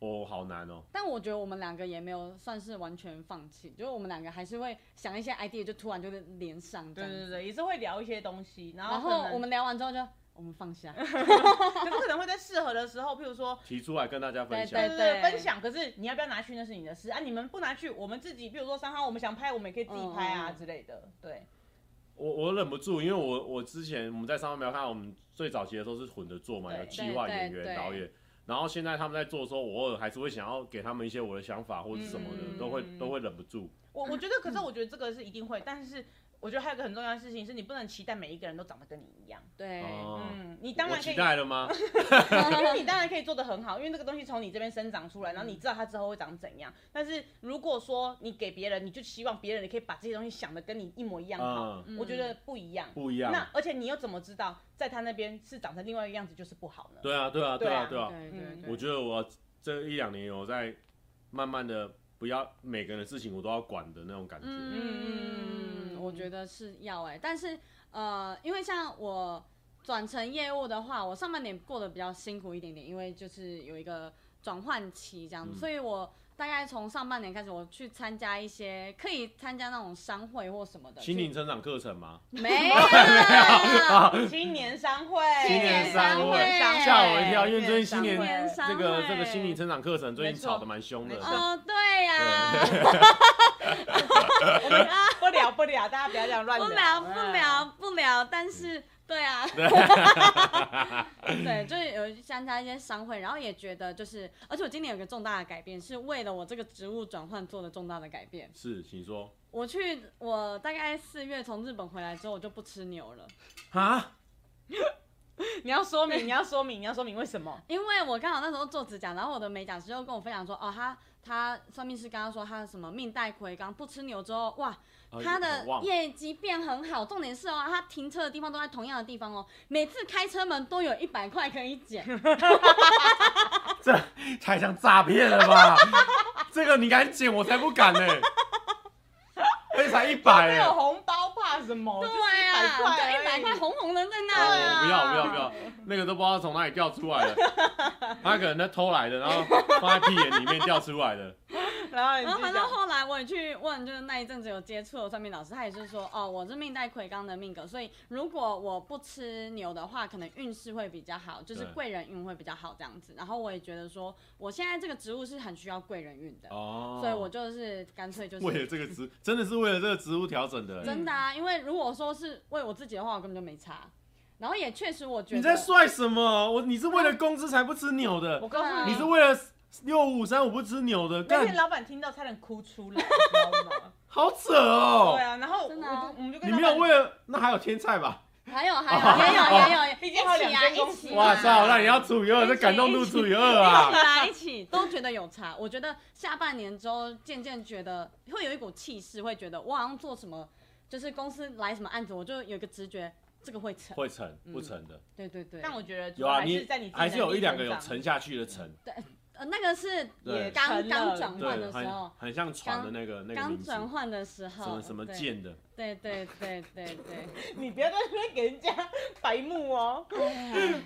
Speaker 1: 哦，好难哦。
Speaker 2: 但我觉得我们两个也没有算是完全放弃，就是我们两个还是会想一些 idea，就突然就是连上这
Speaker 3: 对
Speaker 2: 样
Speaker 3: 对
Speaker 2: 子。
Speaker 3: 对，也是会聊一些东西，然
Speaker 2: 然
Speaker 3: 后
Speaker 2: 后
Speaker 3: 可能
Speaker 2: 我们聊完之后就我们放下，
Speaker 3: 可是可能会在适合的时候，譬如说。
Speaker 1: 提出来跟大家分享
Speaker 2: 对对
Speaker 3: 对对
Speaker 2: 对
Speaker 3: 对，分享。可是你要不要拿去，那是你的事啊。你们不拿去，我们自己，譬如说三号，我们想拍，我们也可以自己拍啊
Speaker 2: 嗯嗯嗯
Speaker 3: 之类的。对，
Speaker 1: 我我忍不住，因为我我之前我们在上面没有看到，我们最早期的时候是混着做嘛，
Speaker 3: 对
Speaker 1: 有企划
Speaker 2: 对对
Speaker 1: 演员、
Speaker 2: 对
Speaker 1: 导演，然后现在他们在做的时候，我偶尔还是会想要给他们一些我的想法或者是什么的，
Speaker 3: 嗯
Speaker 1: 都会都会忍不住。
Speaker 3: 我我觉得，可是我觉得这个是一定会，但是我觉得还有一个很重要的事情是，你不能期待每一个人都长得跟你一样。
Speaker 2: 对，
Speaker 1: 哦，
Speaker 3: 嗯，你当
Speaker 1: 我
Speaker 3: 然可
Speaker 1: 期
Speaker 3: 以，
Speaker 1: 待了 吗？
Speaker 3: 因为你当然可以做的很好，因为这个东西从你这边生长出来，然后你知道它之后会长怎样。但是如果说你给别人，你就希望别人也可以把这些东西想的跟你一模一样好，
Speaker 2: 嗯
Speaker 3: 我觉得不一样。
Speaker 1: 不一样。
Speaker 3: 那而且你又怎么知道在他那边是长成另外一个样子就是不好呢？
Speaker 1: 对啊，对啊，对啊，
Speaker 3: 对
Speaker 1: 对啊。
Speaker 2: 对对
Speaker 3: 嗯
Speaker 2: 对，
Speaker 1: 我觉得我这一两年有在慢慢的不要每个人的事情我都要管的那种感觉。
Speaker 2: 嗯，我觉得是要哎、但是呃，因为像我转成业务的话，我上半年过得比较辛苦一点点，因为就是有一个转换期这样，
Speaker 1: 嗯
Speaker 2: 所以我大概从上半年开始，我去参加一些可以参加那种商会或什么的，
Speaker 1: 心灵
Speaker 2: 去
Speaker 1: 成长课程吗？
Speaker 2: 没 有啦，
Speaker 3: 青年商会，
Speaker 2: 青
Speaker 1: 年
Speaker 2: 商
Speaker 1: 会
Speaker 2: 会
Speaker 1: 吓我一跳，因为最近新
Speaker 2: 青
Speaker 1: 年
Speaker 2: 年商
Speaker 1: 这
Speaker 2: 会
Speaker 1: 个这个心灵成长课程最
Speaker 3: 没
Speaker 1: 近
Speaker 3: 错
Speaker 1: 吵得蛮凶的
Speaker 3: 没。错
Speaker 2: 哦，对呀、
Speaker 3: 我们啊不聊不聊，大家不要这样乱
Speaker 2: 不聊哎不聊不聊，但是对 啊，对，就是有参加一些商会，然后也觉得就是，而且我今年有个重大的改变，是为了我这个职务转换做的重大的改变。
Speaker 1: 是，请说。
Speaker 2: 我去，我大概四月从日本回来之后，我就不吃牛了，
Speaker 1: 啊？
Speaker 3: 你要说明，你要说明，你要说明为什么？
Speaker 2: 因为我刚好那时候做指甲，然后我的美甲师就跟我分享说，哦，他他算命师刚刚说他什么命带魁罡，不吃牛之后，哇，他的
Speaker 1: 哦忘
Speaker 2: 业绩变很好，重点是哦，他停车的地方都在同样的地方哦，每次开车门都有一百块可以 捡，
Speaker 1: 这太像诈骗了吧？ 这个你敢剪，我才不 敢呢、而且才一百
Speaker 3: 没
Speaker 1: 哎
Speaker 3: 有，红包怕什么？
Speaker 2: 对
Speaker 3: 呀，
Speaker 2: 啊，
Speaker 3: 就
Speaker 2: 就一百块红红的在那
Speaker 1: 哦
Speaker 2: 里，
Speaker 1: 不要不要不要，那个都不知道从哪里掉出 来的，他可能在偷来的，然后放在屁眼里面掉出来的。
Speaker 3: 然后你
Speaker 2: 然后
Speaker 3: 就
Speaker 2: 反正后来我也去问，就是那一阵子有接触的算命老师，他也是说，哦，我是命带魁罡的命格，所以如果我不吃牛的话，可能运势会比较好，就是
Speaker 1: 对
Speaker 2: 贵人运会比较好这样子。然后我也觉得说，我现在这个职务是很需要贵人运的，
Speaker 1: 哦，
Speaker 2: 所以我就是干脆就是
Speaker 1: 为了这个植，真的是为了这个植物调整的、欸。
Speaker 2: 真的
Speaker 3: 嗯
Speaker 2: 啊，因为如果说是为我自己的话，我根本就没差。然后也确实，我觉得
Speaker 1: 你在帅什么？我你是为了工资才不吃牛
Speaker 3: 我
Speaker 1: 的，
Speaker 3: 告诉
Speaker 1: 你
Speaker 3: 你
Speaker 1: 是，为了六五三我不吃牛的，
Speaker 3: 那天
Speaker 1: 干
Speaker 3: 老板听到差点哭出来，你知道吗？
Speaker 1: 好扯哦、
Speaker 3: 对啊，然后我
Speaker 2: 真
Speaker 3: 就
Speaker 2: 的啊
Speaker 3: 我们就跟
Speaker 1: 你
Speaker 3: 老
Speaker 1: 没
Speaker 3: 板
Speaker 1: 有为了那还有天菜吧？
Speaker 2: 还 有还有也有也有，
Speaker 3: 毕
Speaker 2: 一
Speaker 3: 竟还有
Speaker 2: 起啊
Speaker 3: 两间公
Speaker 2: 一起
Speaker 3: 司
Speaker 2: 啊，
Speaker 1: 哦哇操，那你要除以二，这感动度除以二啊
Speaker 2: 一！起来一起都觉得有差。我觉得下半年之后，渐渐觉得会有一股气势，会觉得我好像做什么，就是公司来什么案子，我就有一个直觉，这个会成。
Speaker 1: 会成不成的？
Speaker 2: 对对对，
Speaker 3: 但我觉得主
Speaker 1: 有
Speaker 3: 要
Speaker 1: 啊，
Speaker 3: 还是
Speaker 1: 你
Speaker 3: 在你自己
Speaker 1: 还是有一两个有
Speaker 3: 能力成
Speaker 1: 沉下去的沉，
Speaker 2: 呃那个是
Speaker 1: 对
Speaker 2: 刚
Speaker 3: 成了
Speaker 2: 刚转换
Speaker 1: 对，
Speaker 2: 的时
Speaker 1: 很
Speaker 2: 候，
Speaker 1: 很像船的那个那个名
Speaker 2: 刚
Speaker 1: 字，
Speaker 2: 转
Speaker 1: 什
Speaker 2: 换的时候，
Speaker 1: 么什么
Speaker 2: 对
Speaker 1: 剑的，
Speaker 2: 对对对对 对，
Speaker 3: 长，你不要在那边给人家白目哦。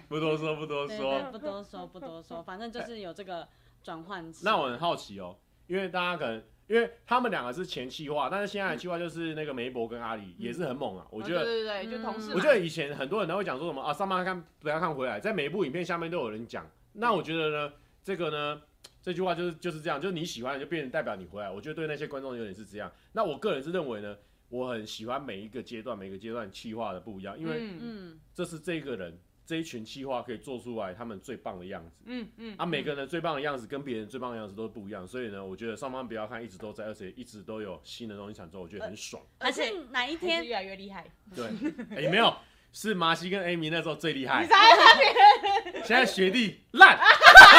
Speaker 1: 不多说不多
Speaker 2: 对
Speaker 1: 说
Speaker 2: 对，。不多说不多说，反正就是有这个转换期。
Speaker 1: 那我很好奇哦，因为大家可能。因为他们两个是前企划，但是现在的企划就是那个梅博跟阿
Speaker 2: 嗯
Speaker 1: 里、也是很猛啊，我觉得
Speaker 3: 哦对对对，就同事嘛，
Speaker 1: 我觉得以前很多人都会讲说什么啊，上班看不要看回来，在每一部影片下面都有人讲。那我觉得呢，这个呢，这句话就是就是这样，就是你喜欢的就变成代表你回来。我觉得对那些观众有点是这样。那我个人是认为呢，我很喜欢每一个阶段每个阶段企划的不一样，因为
Speaker 3: 嗯
Speaker 2: 嗯，
Speaker 1: 这是这个人这一群企划可以做出来他们最棒的样子。
Speaker 3: 嗯嗯
Speaker 1: 啊，每个人最棒的样子跟别人最棒的样子都不一样，所以呢，我觉得上班不要看一直都在，而且一直都有新的东西产出，我觉得很爽。
Speaker 2: 还
Speaker 3: 而且
Speaker 2: 是哪一
Speaker 3: 还 是
Speaker 2: 天
Speaker 3: 越来越厉害。
Speaker 1: 对，哎、没有，是麻西跟 Amy 那时候最厉害
Speaker 3: 呃你。才
Speaker 1: 现在学历烂，
Speaker 2: 哎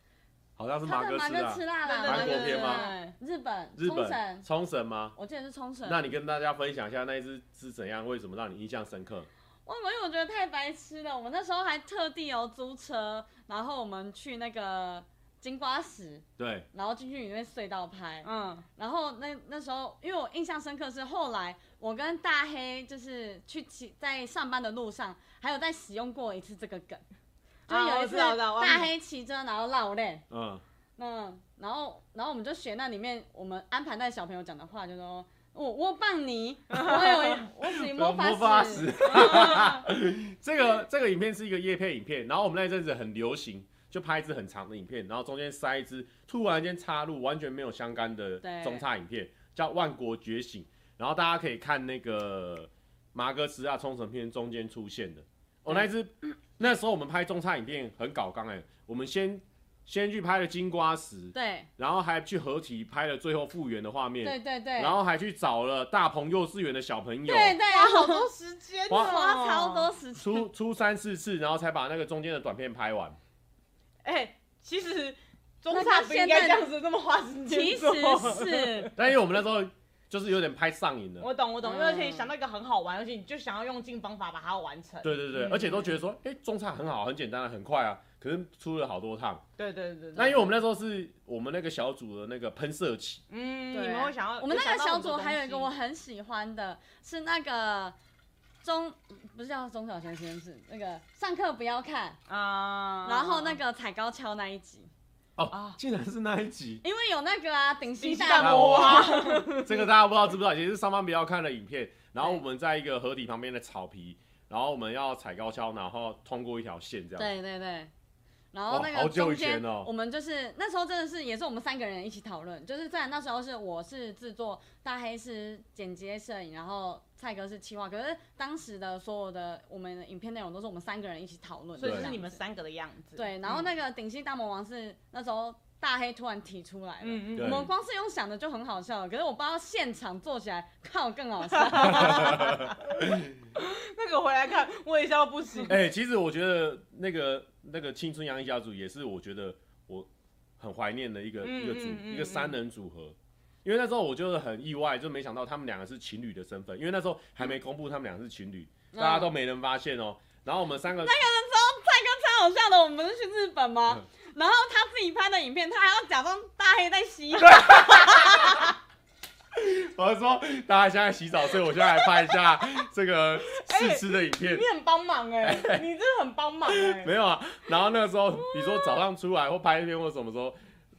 Speaker 1: 好像是
Speaker 2: 它
Speaker 1: 马
Speaker 2: 在
Speaker 1: 哥
Speaker 2: 马
Speaker 1: 吃
Speaker 2: 哥
Speaker 1: 的啊
Speaker 2: 吃，辣啦，
Speaker 1: 韩国片吗
Speaker 2: 对？日本，嗯
Speaker 1: 日
Speaker 2: 冲
Speaker 1: 本
Speaker 2: 绳，
Speaker 1: 冲绳吗？
Speaker 2: 我记得是冲绳。
Speaker 1: 那你跟大家分享一下那一只是怎样，为什么让你印象深刻？
Speaker 2: 我因为我觉得太白痴了，我们那时候还特地哦租车，然后我们去那个金瓜石，
Speaker 1: 对，
Speaker 2: 然后进去里面隧道拍。
Speaker 3: 嗯，
Speaker 2: 然后那那时候，因为我印象深刻是后来我跟大黑就是去骑在上班的路上，还有在使用过一次这个梗，就
Speaker 3: 啊
Speaker 2: 有
Speaker 3: 我
Speaker 2: 一次
Speaker 3: 知道我知道我
Speaker 2: 大黑骑车然后绕链，
Speaker 1: 嗯，
Speaker 2: 嗯，然后然后我们就学那里面我们安排带小朋友讲的话，就说我我棒你，我有我属于魔
Speaker 1: 魔
Speaker 2: 法
Speaker 1: 石
Speaker 2: 使，
Speaker 1: 这个这个影片是一个夜配影片，然后我们那一阵子很流行，就拍一支很长的影片，然后中间塞一支突然间插入完全没有相干的
Speaker 2: 对
Speaker 1: 中插影片，叫《万国觉醒》，然后大家可以看那个马哥斯亚啊冲绳片中间出现的，哦，那一支那时候我们拍中插影片很搞纲哎、我们先。先去拍了金瓜石，
Speaker 2: 对
Speaker 1: 然后还去合体拍了最后复原的画面，
Speaker 2: 对对对，
Speaker 1: 然后还去找了大鹏幼稚园的小朋友，
Speaker 2: 对对，
Speaker 3: 花好
Speaker 2: 好
Speaker 3: 多
Speaker 2: 多
Speaker 3: 时间啊
Speaker 1: 花
Speaker 2: 花超多
Speaker 3: 哦。
Speaker 2: 时间，
Speaker 1: 出出三四次，然后才把那个中间的短片拍完。
Speaker 3: 哎，其实中
Speaker 2: 那
Speaker 3: 差
Speaker 2: 他
Speaker 3: 不应该这样子那么花时间
Speaker 2: 其实
Speaker 3: 做。
Speaker 2: 是
Speaker 1: 但因为我们那时候就是有点拍上瘾了，
Speaker 3: 我懂，我懂，因为
Speaker 2: 嗯
Speaker 3: 而且你想到一个很好玩，而且你就想要用尽方法把它完成。
Speaker 1: 对对对，
Speaker 3: 嗯
Speaker 1: 而且都觉得说，哎，中差很好，很简单，很快啊。可是出了好多趟，
Speaker 3: 对对对对。
Speaker 1: 那因为我们那时候是我们那个小组的那个喷射期，
Speaker 3: 嗯，
Speaker 2: 对
Speaker 3: 你们会想要
Speaker 2: 我们那个小组还有一个我
Speaker 3: 我
Speaker 2: 很喜欢的，是那个中不是叫中小学实验室，那个上课不要看，
Speaker 3: 啊，
Speaker 2: 然后那个踩高跷那一集，，
Speaker 1: 哦
Speaker 3: 啊，
Speaker 1: 竟然是那一集
Speaker 2: 因为有那个啊顶
Speaker 3: 顶
Speaker 2: 新
Speaker 3: 西大
Speaker 1: 魔
Speaker 3: 魔
Speaker 1: 王
Speaker 3: 王，
Speaker 1: 这个大家不知道知不知道，也是上班不要看的影片。然后
Speaker 2: 对
Speaker 1: 我们在一个河堤旁边的草皮，然后我们要踩高跷，然后通过一条线这样。
Speaker 2: 对对对。然后
Speaker 1: 哇
Speaker 2: 那
Speaker 1: 好
Speaker 2: 个
Speaker 1: 久
Speaker 2: 中
Speaker 1: 以前
Speaker 2: 间，
Speaker 1: 哦
Speaker 2: 我们就是那时候真的是也是我们三个人一起讨论，就是在那时候是我是制作，大黑是剪接摄影，然后蔡哥是企划，可是当时的所有的我们的影片内容都是我们三个人一起讨论的
Speaker 3: 所
Speaker 2: 这
Speaker 3: 以
Speaker 2: 样
Speaker 3: 就
Speaker 2: 子，
Speaker 3: 是你们三个的样子。
Speaker 2: 对，然后那个顶新大魔王是那时候大黑突然提出来的。
Speaker 3: 嗯嗯
Speaker 1: 对
Speaker 2: 我们光是用想的就很好笑了，可是我不知道现场做起来靠更好 笑。
Speaker 3: 那个回来看，我也笑 不行。
Speaker 1: 哎、其实我觉得那个那个青春洋溢家族也是我觉得我很怀念的一个、
Speaker 3: 嗯
Speaker 1: 一个组、
Speaker 3: 嗯嗯
Speaker 1: 一个三人组合，因为那时候我就是很意外，就没想到他们两个是情侣的身份，因为那时候还没公布他们俩是情侣，
Speaker 3: 嗯
Speaker 1: 大家都没人发现哦。然后我们三个，
Speaker 2: 超好笑的，我们是去日本
Speaker 1: 嗯
Speaker 2: 吗？然后他自己拍的影片，他还要假装大黑在 洗澡，
Speaker 1: 我说大家现在洗澡，所以我现在来拍一 下这个
Speaker 3: 哎
Speaker 1: 试吃的影片。
Speaker 3: 你很帮 忙哎、你真的很帮忙哎、
Speaker 1: 没有啊，然后那个时候你说早上出来或拍片或什么时候，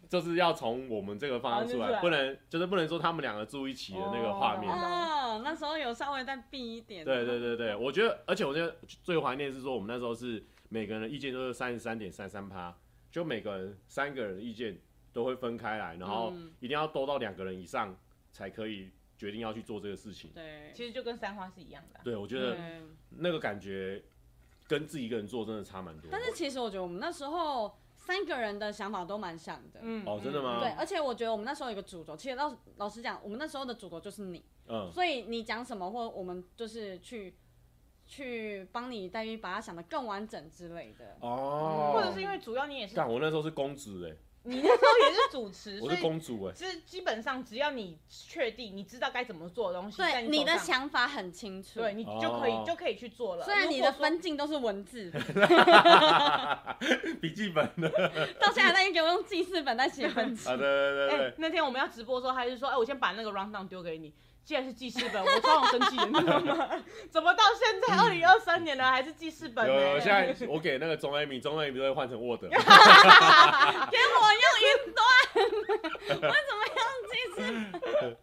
Speaker 1: 就是要从我们这个方向出
Speaker 3: 哦就是
Speaker 1: 来，
Speaker 3: 啊
Speaker 1: 不能就是不能说他们两个住一起的那个画面。
Speaker 3: 哦
Speaker 2: 啊，那时候有稍微再避一点。
Speaker 1: 嗯对对对对，我觉得，而且我觉得最怀念是说，我们那时候是每个人的意见都是三十三点三三趴，就每个人三个人的意见都会分开来，然后
Speaker 2: 嗯
Speaker 1: 一定要都到两个人以上才可以决定要去做这个事情。
Speaker 2: 对，
Speaker 3: 其实就跟三花是一样的啊、
Speaker 1: 对，我觉
Speaker 2: 对
Speaker 1: 得那个感觉跟自己一个人做真的差蛮多。
Speaker 2: 但是其实我觉得我们那时候三个人的想法都蛮像的。
Speaker 3: 嗯
Speaker 1: 哦真的吗
Speaker 2: 对，
Speaker 3: 对，
Speaker 2: 而且我觉得我们那时候有一个主轴，其实老老实讲，我们那时候的主轴就是你。
Speaker 1: 嗯，
Speaker 2: 所以你讲什么，或我们就是去去帮你待遇，把它想得更完整之类的。
Speaker 1: 哦
Speaker 3: 或者是因为主要你也是，
Speaker 1: 但我那时候是公子哎、
Speaker 3: 你那时候也是主持，
Speaker 1: 我
Speaker 3: 所
Speaker 1: 是
Speaker 3: 以
Speaker 1: 公主哎、
Speaker 3: 其实基本上只要你确定你知道该怎么做的东西，在
Speaker 2: 对，
Speaker 3: 你
Speaker 2: 你
Speaker 3: 手
Speaker 2: 的
Speaker 3: 上，
Speaker 2: 想法很清楚。
Speaker 3: 对，你就可以、
Speaker 1: 哦
Speaker 3: 就可以去做了。
Speaker 2: 虽然你的
Speaker 3: 如果说
Speaker 2: 分镜都是文字，
Speaker 1: 笔记本的
Speaker 2: 到现在他已经给我用记事本在写分
Speaker 1: 啊，对对
Speaker 2: 镜。
Speaker 3: 哎、
Speaker 1: 对对，
Speaker 3: 那天我们要直播的时候，他就说：“哎、我先把那个 round down 丢给你。”既然是记事本，我超想生气的，你知道 吗？怎么到现
Speaker 2: 嗯
Speaker 3: 在二零二三年了，还是记事本呢、
Speaker 1: 有有，现在我给那个钟 Amy，钟 Amy 都会换成 Word。
Speaker 2: 给我用云端，我 怎么用记事本？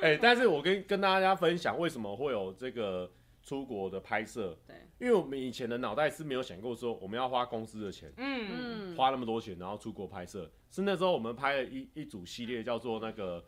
Speaker 1: 哎、但是我跟跟大家分享为什么会有这个出国的拍摄，
Speaker 2: 对，
Speaker 1: 因为我们以前的脑袋是没有想过说我们要花公司的钱，
Speaker 3: 嗯
Speaker 2: 嗯，
Speaker 1: 花那么多钱，然后出国拍摄。是那时候我们拍了一一组系列叫做那个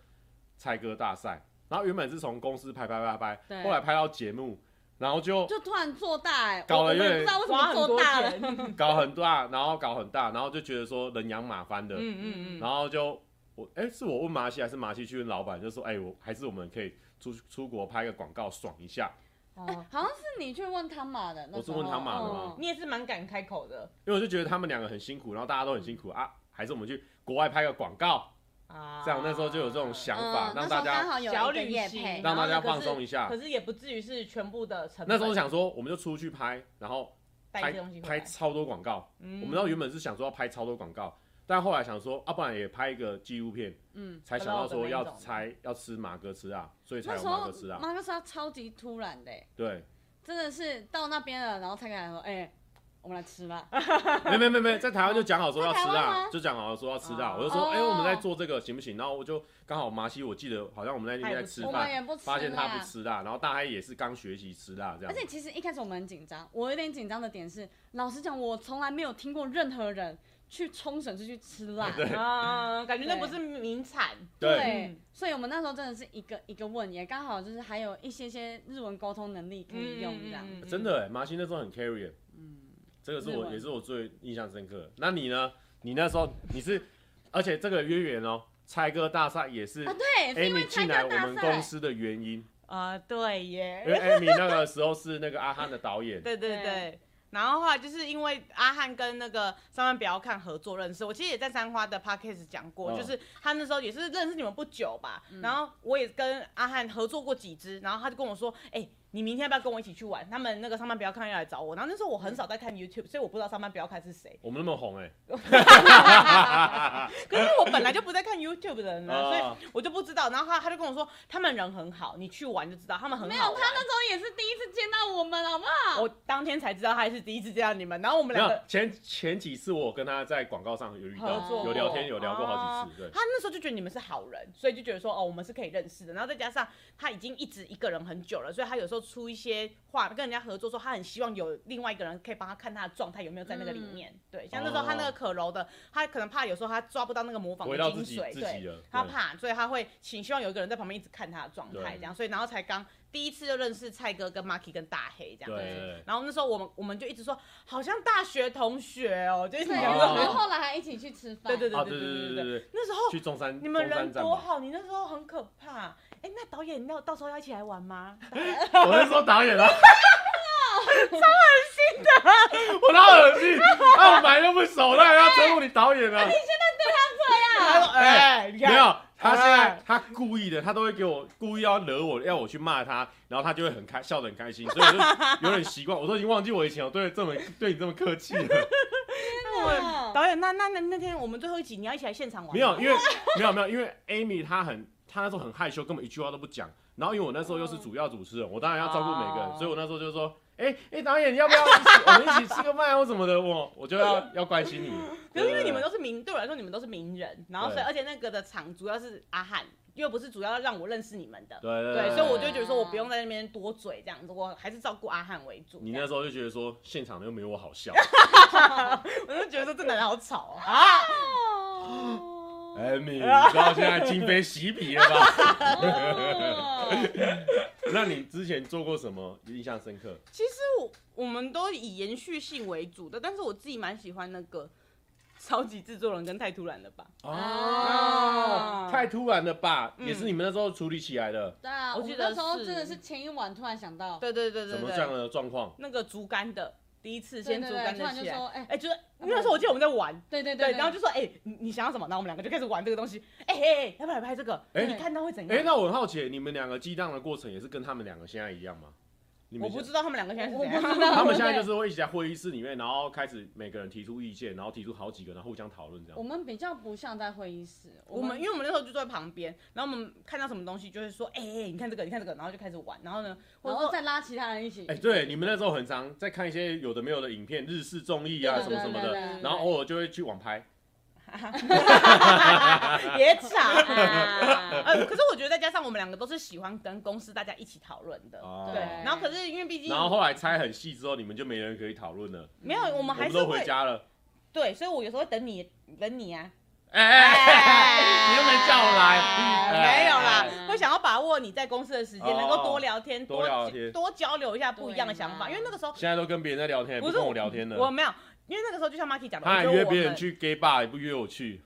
Speaker 1: 猜歌大赛，然后原本是从公司拍拍拍拍，
Speaker 2: 对
Speaker 1: 后来拍到节目，然后就
Speaker 2: 就突然做大哎，我
Speaker 1: 搞
Speaker 2: 我
Speaker 1: 了
Speaker 2: 们
Speaker 1: 有点
Speaker 2: 也不知道为什
Speaker 3: 花
Speaker 2: 么
Speaker 3: 很
Speaker 2: 做
Speaker 3: 多
Speaker 2: 大了。
Speaker 3: 钱。 嗯
Speaker 1: 搞很大，然后搞很大，然后就觉得说人仰马翻的，
Speaker 3: 嗯嗯
Speaker 1: 然后就我哎、是我问麻西还是麻西去问老板，就说哎、我还是我们可以出出国拍个广告爽一下，
Speaker 3: 哦，
Speaker 2: 好像是你去问汤马的，那时候
Speaker 1: 我是问汤马的吗
Speaker 2: 嗯
Speaker 3: 你也是蛮敢开口的
Speaker 1: 因为我就觉得他们两个很辛苦，然后大家都很辛苦啊，还是我们去国外拍个广告，
Speaker 3: 啊。
Speaker 1: 这样那时候就有这种想法，让
Speaker 2: 嗯那时
Speaker 1: 大
Speaker 2: 候刚
Speaker 1: 家
Speaker 2: 好有
Speaker 3: 小
Speaker 2: 一个
Speaker 3: 旅
Speaker 2: 夜
Speaker 3: 行
Speaker 2: 配
Speaker 1: 让大家
Speaker 3: 然后呢
Speaker 1: 放松一下
Speaker 3: 可。是也不至于是全部的成本。
Speaker 1: 那时候想说，我们就出去拍，然后
Speaker 3: 带
Speaker 1: 拍
Speaker 3: 一些东西回
Speaker 1: 拍
Speaker 3: 来，
Speaker 1: 超多广告。
Speaker 3: 嗯
Speaker 1: 我们那时候原本是想说要拍超多广告，但后来想说，啊，不然也拍一个纪录片，
Speaker 2: 嗯，
Speaker 1: 才想到说要
Speaker 3: Vlog 那种
Speaker 1: 猜要吃马哥吃啊，所以才
Speaker 2: 那
Speaker 1: 有
Speaker 2: 时
Speaker 1: 马
Speaker 2: 候
Speaker 1: 哥吃啊。
Speaker 2: 马克思他超级突然的欸，
Speaker 1: 对，
Speaker 2: 真的是到那边了，然后才敢说，哎、我们来吃吧。
Speaker 1: 没没没没，在台湾就讲好说要吃
Speaker 2: 在台湾
Speaker 1: 辣，
Speaker 2: 吗
Speaker 1: 就讲好说要吃辣，
Speaker 3: 哦
Speaker 1: 我就说，
Speaker 2: 哦
Speaker 1: 哎、我们在做这个行不行？然后我就刚好麻西，我记得好像我们那天在吃
Speaker 2: 我们
Speaker 1: 饭，
Speaker 2: 也不吃
Speaker 1: 发现他
Speaker 2: 辣
Speaker 1: 不吃
Speaker 3: 啊
Speaker 1: 辣，然后大黑也是刚学习吃辣这样
Speaker 2: 而。且其实一开始我们很紧张，我有点紧张的点是，老实讲，我从来没有听过任何人去冲绳是去吃辣。
Speaker 3: 啊，感觉那不是名产。
Speaker 1: 对，
Speaker 3: 嗯
Speaker 2: 所以我们那时候真的是一个一个问，也刚好就是还有一些些日文沟通能力可以用这样。
Speaker 3: 嗯嗯嗯嗯
Speaker 1: 欸真的哎、麻西那时候很欸 carry，、欸、这个是
Speaker 2: 日
Speaker 1: 我
Speaker 2: 文
Speaker 1: 也是我最印象深刻的。那你呢？你那时候你是，而且这个渊源哦，猜歌大赛也是
Speaker 2: 啊，对，是因为
Speaker 1: 嗯 Amy
Speaker 2: 参
Speaker 1: 进
Speaker 2: 加
Speaker 1: 来我
Speaker 2: 大
Speaker 1: 们公
Speaker 2: 赛
Speaker 1: 司的原因，
Speaker 3: 啊、对耶
Speaker 1: 因为 Amy 那个时候是那个阿汉的导演，
Speaker 3: 对对
Speaker 2: 对
Speaker 3: 对。然后后来就是因为阿汉跟那个三万不要看合作认识，我其实也在三花的 podcast 讲过，
Speaker 1: 嗯
Speaker 3: 就是他那时候也是认识你们不久吧，然后我也跟阿汉合作过几支，然后他就跟我说，哎、你明天要不要跟我一起去玩？他们那个上班不要看要来找我。然后那时候我很少在看 YouTube，所以我不知道上班不要看是谁。
Speaker 1: 我们那么红 哦哎、
Speaker 3: 可是我本来就不在看 YouTube 的 人呢、啊
Speaker 1: 哦
Speaker 3: 所以我就不知道。然后他他就跟我说，他们人很好，你去玩就知道，他们很好
Speaker 2: 没有，
Speaker 3: 玩
Speaker 2: 他那时候也是第一次见到我们，好不好？
Speaker 3: 我当天才知道他是第一次见到你们，然后我们
Speaker 1: 没
Speaker 3: 两
Speaker 1: 有
Speaker 3: 个
Speaker 1: 前前几次我跟他在广告上有遇
Speaker 3: 合
Speaker 1: 到，
Speaker 3: 作
Speaker 1: 有聊天有聊过好
Speaker 3: 哦
Speaker 1: 几次，对
Speaker 3: 他那时候就觉得你们是好人，所以就觉得说哦，我们是可以认识的。然后再加上他已经一直一个人很久了，所以他有时候出一些话跟人家合作说，他很希望有另外一个人可以帮他看他的状态有没有在那个里
Speaker 2: 嗯
Speaker 3: 面。对，像那时候他那个可柔的，他可能怕有时候他抓不到那个模仿的
Speaker 1: 哦回到
Speaker 3: 精
Speaker 1: 自己
Speaker 3: 髓，
Speaker 1: 自
Speaker 3: 对
Speaker 1: 己，了，
Speaker 3: 他
Speaker 1: 对
Speaker 3: 怕，所以他会请希望有一个人在旁边一直看他的状态，
Speaker 1: 对
Speaker 3: 这样，所以然后才刚第一次就认识蔡哥跟 Marky 跟大黑这样。
Speaker 1: 对
Speaker 3: 子。
Speaker 1: 对对
Speaker 3: 然后那时候我们我们就一直说，好像大学同学哦，就是
Speaker 2: 对，
Speaker 3: 两
Speaker 1: 哦
Speaker 2: 我们
Speaker 3: 个，
Speaker 2: 后来还一起去吃饭。
Speaker 3: 对对
Speaker 1: 啊
Speaker 3: 对
Speaker 1: 对
Speaker 3: 对对
Speaker 1: 对
Speaker 3: 对对，
Speaker 1: 对对，
Speaker 3: 那时候
Speaker 1: 去中山
Speaker 3: 你们
Speaker 1: 中山
Speaker 3: 人
Speaker 1: 站
Speaker 3: 多
Speaker 1: 吧
Speaker 3: 好，你那时候很可怕。哎、那导演，那到时候要一起来玩吗？
Speaker 1: 我是说导演 啊， 超恶心的，我哪恶心？那我本来就不熟，那还要称呼你导演
Speaker 3: 哎
Speaker 1: 啊？
Speaker 3: 他说
Speaker 1: 哎
Speaker 3: 你看
Speaker 1: 没有，他现在
Speaker 3: 哎
Speaker 1: 他故意的，他都会给我故意要惹我，要我去骂他，然后他就会很开笑得很开心，所以我就有点习惯，我都已经忘记我以前有对这么对你这么客气了。
Speaker 3: 那
Speaker 2: 哦
Speaker 3: 我导演，那那那那天我们最后一集你要一起来现场玩吗？
Speaker 1: 没有，因为没有没有，因为 Amy 她很她那时候很害羞，根本一句话都不讲。然后因为我那时候又是主要主持人，我当然要照顾每个人，
Speaker 3: 嗯哦
Speaker 1: 所以我那时候就说。哎哎、导演，你要不要一起我们一起吃个饭啊或什么的？我我就要要关心你。
Speaker 3: 可是因为
Speaker 1: 对
Speaker 3: 你们都是名，对我来说你们都是名人，然后所
Speaker 1: 对
Speaker 3: 以而且那个的场主要是阿汉，又不是主要让我认识你们的，
Speaker 1: 对对
Speaker 3: 对，
Speaker 1: 对，
Speaker 3: 所以我就觉得说我不用在那边多嘴这样子，我还是照顾阿汉为主。
Speaker 1: 你那时候就觉得说现场又没有我好 笑。
Speaker 3: 我就觉得说这男的好吵哦 啊！
Speaker 2: 哦
Speaker 1: Amy，你知道现在今非昔比了吧？
Speaker 2: 哦
Speaker 1: 那你之前做过什么印象深刻？
Speaker 3: 其实我我们都以延续性为主的，但是我自己蛮喜欢那个超级制作人跟太突然了吧。啊
Speaker 1: 哦，太突然了吧？
Speaker 3: 嗯
Speaker 1: 也是你们那时候处理起来的，
Speaker 2: 对啊，
Speaker 3: 我
Speaker 2: 我
Speaker 3: 记
Speaker 2: 们
Speaker 3: 得
Speaker 2: 那时候
Speaker 3: 是
Speaker 2: 真的是前一晚突然想到，
Speaker 3: 对对对对
Speaker 1: 怎么
Speaker 3: 对，
Speaker 1: 这样的状况？
Speaker 3: 那个竹竿的，第一次
Speaker 2: 对
Speaker 3: 先
Speaker 2: 对
Speaker 3: 竹
Speaker 2: 对，
Speaker 3: 竿
Speaker 2: 突
Speaker 3: 的
Speaker 2: 然就
Speaker 3: 起来，
Speaker 2: 说，哎，
Speaker 3: 哎，就是那时候我记得我们在玩。
Speaker 2: 对对
Speaker 3: 对，
Speaker 2: 对，
Speaker 3: 然后就说，哎、你你想要什么？然后我们两个就开始玩这个东西。哎、哎、哎，要不要来拍这个？
Speaker 1: 哎
Speaker 3: 你看到会怎样？
Speaker 1: 哎、那我很好奇，你们两个激荡的过程也是跟他们两个现在一样吗？你们
Speaker 3: 我不知道他们两个现在是
Speaker 2: 我
Speaker 3: 怎样。
Speaker 2: 不知道，
Speaker 1: 他们现在就是会一起在会议室里面，然后开始每个人提出意见，然后提出好几个，然后互相讨论这
Speaker 2: 我
Speaker 1: 样。
Speaker 2: 们比较不像在会议室，
Speaker 3: 我们因为我们那时候就坐在旁边，然后我们看到什么东西就会说，哎、哎、你看这个，你看这个，然后就开始玩。然后呢，或
Speaker 2: 然
Speaker 3: 者
Speaker 2: 后
Speaker 3: 说
Speaker 2: 再拉其他人一起，
Speaker 1: 哎、对，你们那时候很常在看一些有的没有的影片，日式综艺啊
Speaker 2: 对
Speaker 1: 什么什么的，
Speaker 2: 对对对
Speaker 1: 然后偶尔就会去网拍。
Speaker 3: 别吵
Speaker 2: 啊
Speaker 3: 呃，可是我觉得再加上我们两个都是喜欢跟公司大家一起讨论的，
Speaker 1: 哦
Speaker 3: 对。然后可是因为毕竟
Speaker 1: 然后后来拆很细之后，你们就没人可以讨论了，
Speaker 3: 没有，我
Speaker 1: 我
Speaker 3: 们还
Speaker 1: 们
Speaker 3: 是
Speaker 1: 都回
Speaker 3: 会
Speaker 1: 家了。
Speaker 3: 对，所以我有时候会等你等你啊，
Speaker 1: 哎 哎，你又没叫我
Speaker 3: 哎
Speaker 1: 来，
Speaker 3: 没有啦，
Speaker 2: 哎
Speaker 3: 会想要把握你在公司的时间，
Speaker 1: 哦
Speaker 3: 能够多聊天，
Speaker 1: 多聊天
Speaker 3: 多交流一下不一样的想法，
Speaker 2: 对嘛
Speaker 3: 因为那个时候
Speaker 1: 现在都跟别人在聊天，不跟我聊天
Speaker 3: 我
Speaker 1: 了。
Speaker 3: 没有。因为那个时候就像 Marky 讲
Speaker 1: 嗯
Speaker 3: 的，
Speaker 1: 他还
Speaker 3: 我觉得
Speaker 1: 约
Speaker 3: 我
Speaker 1: 别人
Speaker 3: 们，
Speaker 1: 去 gay bar，也不约我去，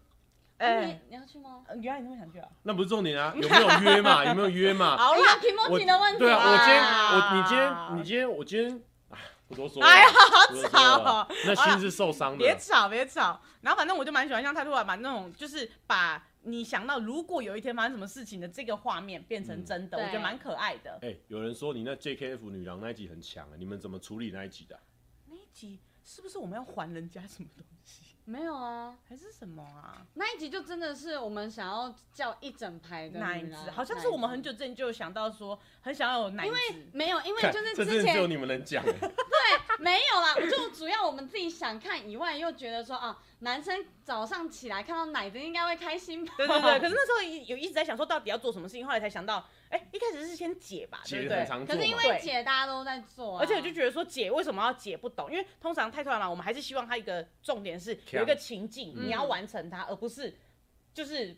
Speaker 2: 哎你
Speaker 3: 哎，
Speaker 2: 你要去吗？
Speaker 3: 呃原来你那么想去啊？
Speaker 1: 那不是重点啊，有没有约嘛？有没有约嘛？
Speaker 3: 好
Speaker 2: 哎
Speaker 3: 啦
Speaker 2: 呀，，提莫
Speaker 1: 我
Speaker 2: 提的问题，
Speaker 1: 对啊，我今天我
Speaker 3: 啊
Speaker 1: 你今天你今天我今天啊，不多说了。
Speaker 3: 哎呀
Speaker 1: 好
Speaker 3: 吵哦
Speaker 1: 那心是受伤
Speaker 3: 别
Speaker 1: 的。
Speaker 3: 吵，别吵。然后反正我就蛮喜欢像泰突然把那种，就是把你想到如果有一天发生什么事情的这个画面变成真的，
Speaker 2: 嗯
Speaker 3: 我觉得蛮可爱的。
Speaker 1: 哎，有人说你那 JKF 女郎那一集很强啊，你们怎么处理那一集的啊？
Speaker 3: 那一集是不是我们要还人家什么东西，
Speaker 2: 没有啊，
Speaker 3: 还是什么啊？
Speaker 2: 那一集就真的是我们想要叫一整排的
Speaker 3: 奶
Speaker 2: 女啊
Speaker 3: 子，
Speaker 2: 郎
Speaker 3: 好像是我们很久
Speaker 2: 奶
Speaker 3: 之前就有想到说，很想要有奶子。
Speaker 2: 子没有，因为
Speaker 1: 看
Speaker 2: 就是
Speaker 1: 这
Speaker 2: 之
Speaker 1: 真的只有
Speaker 2: 前
Speaker 1: 你们能 讲。
Speaker 2: 没有啦，就主要我们自己想看以外，又觉得说啊，男生早上起来看到奶子应该会开心吧？
Speaker 3: 对 对对，可是那时候一有一直在想说到底要做什么事情，后来才想到，哎、一开始是先解吧，
Speaker 1: 姐
Speaker 3: 对不
Speaker 1: 很
Speaker 3: 对？
Speaker 1: 常做
Speaker 2: 可是因
Speaker 1: 嘛，
Speaker 2: 为姐大家都在做、啊，
Speaker 3: 而且我就觉得说解为什么要解不懂，因为通常太突然了，我们还是希望它一个重点是有一个情境，
Speaker 1: 嗯
Speaker 3: 你要完成它，而不是就是